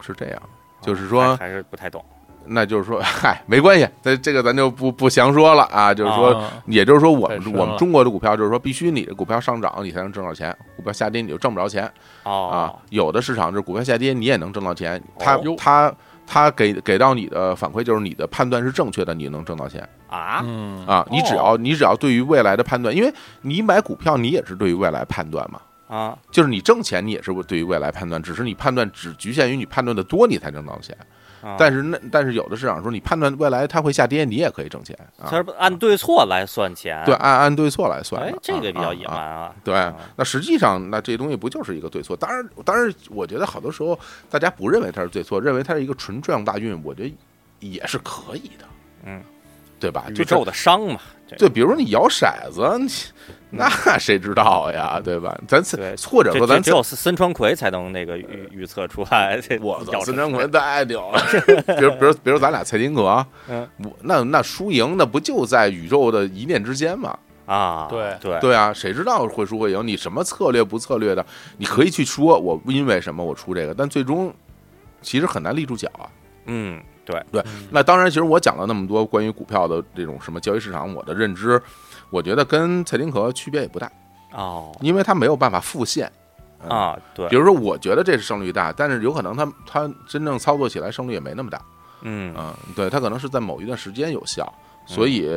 S1: 是这样。就是
S2: 还
S1: 说，
S2: 还是不太懂。
S1: 那就是说，嗨，没关系，那这个咱就不不详说了啊。就是说，
S3: 啊
S1: 也就是说，我
S3: 太
S1: 们
S3: 深
S1: 我们
S3: 了
S1: 中国的股票就是说，必须你的股票上涨，你才能挣到钱；股票下跌你就挣不着钱啊
S2: 哦，。
S1: 有的市场就是股票下跌你也能挣到钱，它
S3: 哦
S1: 它它给给到你的反馈就是你的判断是正确的，你能挣到钱
S2: 啊，
S3: 嗯
S1: 啊。你只
S2: 哦
S1: 要你只要对于未来的判断，因为你买股票你也是对于未来判断嘛，
S2: 啊，
S1: 就是你挣钱你也是对于未来判断，只是你判断只局限于你判断的多你才挣到钱，
S2: 啊
S1: 但是那但是有的市场说你判断未来它会下跌你也可以挣钱啊
S2: 它。是按对错来算钱。
S1: 对，，按按对错来算的
S2: 哎
S1: 啊，，
S2: 这个比较
S1: 啊
S2: 野
S1: 啊
S2: 蛮啊。
S1: 对
S2: 啊，
S1: 那实际上，那这东西不就是一个对错？当然，当然，我觉得好多时候大家不认为它是对错，认为它是一个纯撞大运，我觉得也是可以的，
S2: 嗯，
S1: 对吧？就
S2: 宇宙
S1: 的
S2: 的伤嘛，这
S1: 对，比如你摇骰子，你那谁知道呀，对吧？咱
S2: 嗯对
S1: 或者
S2: 这
S1: 说
S2: 这
S1: 咱
S2: 只有森森川葵才能那个预预测出来。这
S1: 我操，
S2: 咬
S1: 孙
S2: 成
S1: 张奎太牛了！啊比如，比如，比如咱俩蔡金格，啊
S2: 嗯，
S1: 我那那输赢那不就在宇宙的一念之间吗？
S2: 啊，
S3: 对
S2: 对
S1: 对啊，谁知道会输会赢？你什么策略不策略的，你可以去说我因为什么我出这个，但最终其实很难立住脚啊。
S2: 嗯，对，
S1: 那当然，其实我讲了那么多关于股票的这种什么交易市场，我的认知，我觉得跟蔡丁壳区别也不大，
S2: 哦
S1: 因为它没有办法复现。
S2: 啊，对
S1: 嗯比，如说，我觉得这是胜率大，但是有可能它它真正操作起来胜率也没那么大。
S2: 嗯
S1: 嗯，对，它可能是在某一段时间有效。所以，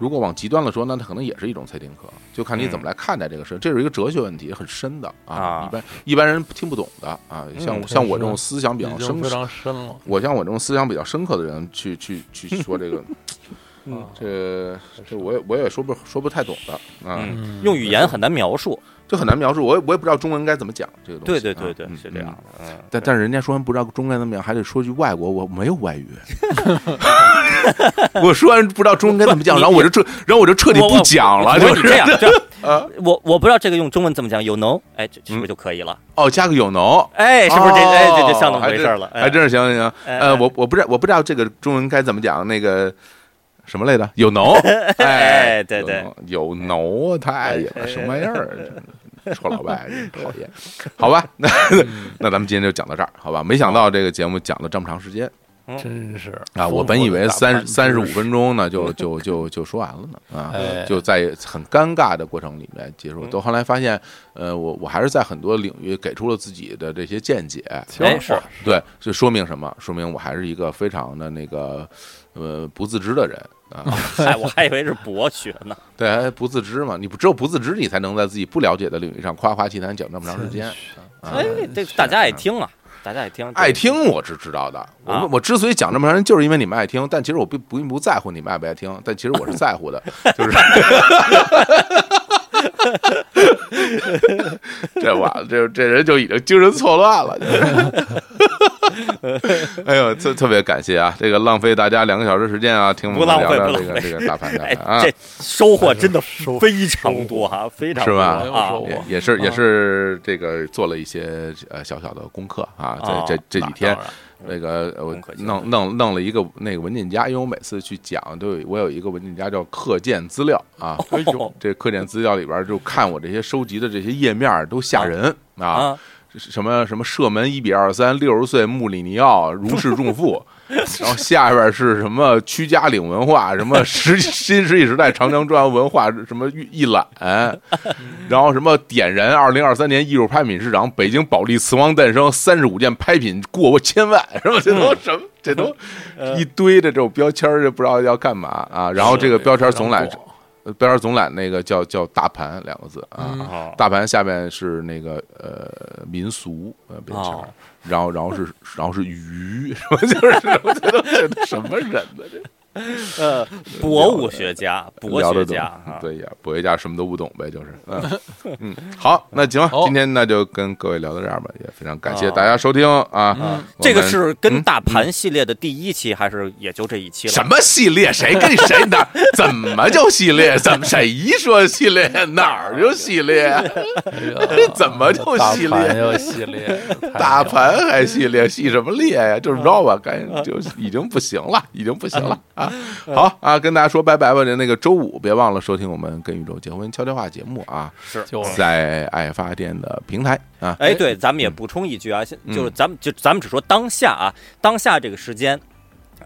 S1: 如果往极端了说，那它可能也是一种猜丁壳，就看你怎么来看待这个事。这是一个哲学问题，很深的
S2: 嗯啊
S1: 啊，一般一般人听不懂的啊。像
S2: 嗯
S1: 像我
S3: 是
S1: 这种思想比较
S3: 已经
S1: 深
S3: 非，常深了，
S1: 我像我这种思想比较深刻的人，去去去说这 个，
S2: 嗯
S3: 啊
S1: 这这我也我也说不说不太懂的啊，
S2: 嗯，用语言很难描述。
S1: 就很难描述。我也我也不知道中文该怎么讲这个东
S2: 对
S1: 西。
S2: 对
S1: 啊
S2: 对对，
S1: 嗯
S2: 是这样
S1: 嗯
S2: 的。嗯，
S1: 但但是人家说完不知道中文该怎么样，还得说句外国，我没有 外语。我说完不知道中文该怎么讲，
S2: 不
S1: 然后我就彻，然后我就彻底
S2: 我
S1: 不讲了，
S2: 我
S1: 就
S2: 你这
S1: 是
S2: 样，这 样
S1: 啊
S2: 我我不知道这个用中文怎么讲，有能，哎，这是不是就可以了？
S1: 哦，加个有能，
S2: 哎，是不是这
S1: 哦
S2: 哎这就像那么回事儿了？
S1: 还真是行行行。
S2: 哎
S1: 呃，
S2: 哎
S1: 我我不知道我不知道这个中文该怎么讲，那个什么来着？有 能，
S2: 哎对
S1: 有
S2: 对哎
S1: 能有能，太有什么玩意儿？啊真是臭老外，真讨 厌。好吧，那那咱们今天就讲到这儿，好吧？没想到这个节目讲了这么长时间。
S3: 真是
S1: 啊，我本以为三十三十五
S3: 钟。
S1: 分钟呢，就就就就说完了呢啊
S3: 哎，
S1: 就在很尴尬的过程里面结束。
S2: 嗯
S1: 都后来发现，呃，我我还是在很多领域给出了自己的这些见解，
S3: 挺
S2: 哎
S3: 好
S2: 是
S1: 对，这说明什么？说明我还是一个非常的那个呃不自知的人啊。
S2: 嗨，哎我还以为是博学 呢。
S1: 对，哎不自知嘛，你不只有不自知，你才能在自己不了解的领域上夸夸其谈讲那么长时间。啊
S2: 哎，这大家爱听啊，大家爱听，
S1: 爱听我是知道的，我
S2: 啊
S1: 们我之所以讲这么长时间，就是因为你们爱听，但其实我并不并不在乎你们爱不爱听，但其实我是在乎 的，就是。 这完了，这这人就已经精神错乱了。就是、 哎呦，特特别感谢啊！这个浪费大家两个小时时间啊，听我
S2: 不
S1: 们
S2: 浪
S1: 聊
S2: 费
S1: 聊
S2: 不
S1: 这
S2: 浪
S1: 个这个大盘大
S2: 哎
S1: 盘啊，，
S2: 这收获真的
S3: 哎收哎
S2: 非常多哈，非常
S1: 是
S2: 多
S1: 吧
S2: 啊
S3: 没有收。获
S1: 也也是也是这个做了一些呃小小的功课啊，
S2: 哦
S1: 在这这几天
S3: 那当然
S1: 那个呃我
S2: 功课性
S1: 弄弄弄了一个那个文件夹，因为我每次去讲都有我有一个文件夹叫课件资料啊，
S3: 哎呦，
S1: 这课件资料里边儿就看我这些收集的这些页面儿都吓人啊，
S2: 啊，
S1: 什么什么射门一比二三，六十岁穆里尼奥如释重 负。然后下边是什么屈家岭文化，什么十 新石器时代长江中央文化什么一 览，然后什么点燃二零二三年艺术拍品市场，北京保利瓷王诞生，三十五件拍品过千万，什么这
S3: 嗯
S1: 都什么这都
S3: 呃
S1: 一堆的这种标签儿，这不知道要干嘛啊。然后这个标签儿总览
S3: 非常广
S1: 呃标签儿总览那个叫叫大盘两个字啊，
S3: 嗯
S2: 哦
S1: 大盘下面是那个呃民俗呃标签儿
S2: 哦。
S1: 然后，然后是，然后是鱼， 什么就是什么这都这都什么人呢？这
S2: 呃，博物学家，博
S1: 聊
S2: 学
S1: 得
S2: 家
S1: 懂
S2: 啊，，
S1: 对呀，博学家什么都不懂呗，就是， 嗯嗯，好，那行吧，
S3: 好
S1: 今天那就跟各位聊到这儿吧，也非常感谢
S2: 啊
S1: 大家收听啊，
S3: 嗯
S1: 我
S2: 这个
S1: 们
S2: 是跟
S1: 嗯
S2: 大盘系列的第一期，还是也就这一期了？
S1: 什么系列？谁跟谁哪？ 怎么就系列？怎么谁一说系列哪儿就系列？啊
S3: 这
S1: 怎么就系列
S3: 又系列，
S1: 大
S3: 太牛了
S1: 盘
S2: 啊
S1: 还系列，系什么列呀？就是 Rob 赶紧就已经不行了，已经不行了啊！好啊，跟大家说拜拜吧。那个周五别忘了收听我们《跟宇宙结婚悄悄话》节目啊，
S2: 是
S3: 就是
S1: 在爱发电的平台啊。
S2: 哦哎，对，咱们也补充一句啊，现就是咱们就咱们只说当下啊，当下这个时间，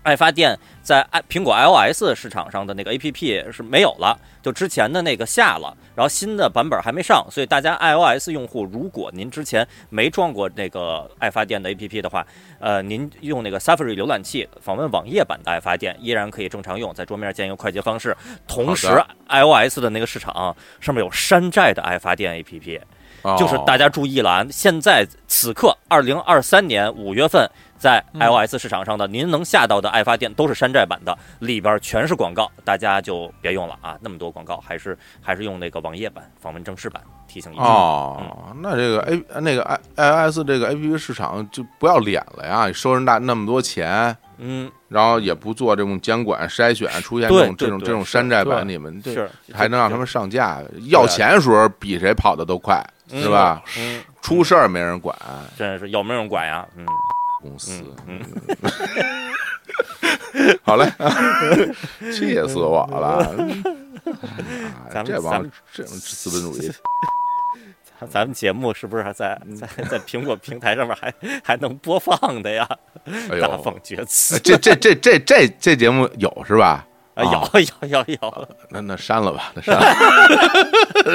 S2: 爱发电在爱苹果 iOS 市场上的那个 APP 是没有了，就之前的那个下了，然后新的版本还没上，所以大家 iOS 用户，如果您之前没装过那个爱发电的 APP 的话，呃，您用那个 Safari 浏览器访问网页版的爱发电，依然可以正常用，在桌面见一个快捷方式。同时
S1: 好
S2: ，iOS 的那个市场上面有山寨的爱发电 APP。
S1: 哦
S2: 就是大家注意了啊！现在此刻，二零二三年五月份，在 iOS 市场上的您能下到的爱发电都是山寨版的，里边全是广告，大家就别用了啊！那么多广告，还是还是用那个网页版访问正式版。提醒一下，
S1: 哦，那这个 A 那个 I I S 这个 A P P 市场就不要脸了呀！收人大那么多钱，
S2: 嗯，
S1: 然后也不做这种监管筛选，出现
S2: 对
S1: 这种这
S2: 对
S1: 种
S2: 对
S1: 这种山寨版，
S3: 对
S1: 你们这
S2: 是
S1: 还能让他们上架？要钱的时候比谁跑的都快，
S2: 嗯
S1: 是吧？
S2: 嗯，
S1: 出事儿没人管，
S2: 真是有没有人管呀？嗯，
S1: 公司。
S2: 嗯
S1: 好嘞， 气死我了！哎呀
S2: 咱们
S1: 这
S2: 咱
S1: 帮
S2: 们
S1: 这种资本主义，
S2: 咱们节目是不是还在在在苹果平台上面还还能播放的呀？
S1: 哎
S2: 大
S1: 呦
S2: 放，厥词
S1: 这这这这这这节目有是吧？
S2: 啊！有有有有，
S1: 那那删了吧，那删了，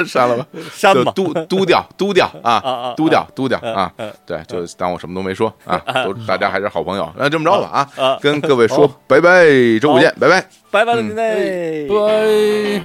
S1: 删了吧，
S2: 删
S1: 就
S2: 吧。
S1: 嘟嘟掉，嘟掉啊
S2: 啊，嗯
S1: 嘟掉，嘟掉啊，对，就当我什么都没说啊，都大家还是好朋友，那这么着吧啊
S2: 啊，
S1: 跟各位说拜拜，周五见，拜拜。
S2: 拜拜了，您嘞。
S3: 拜。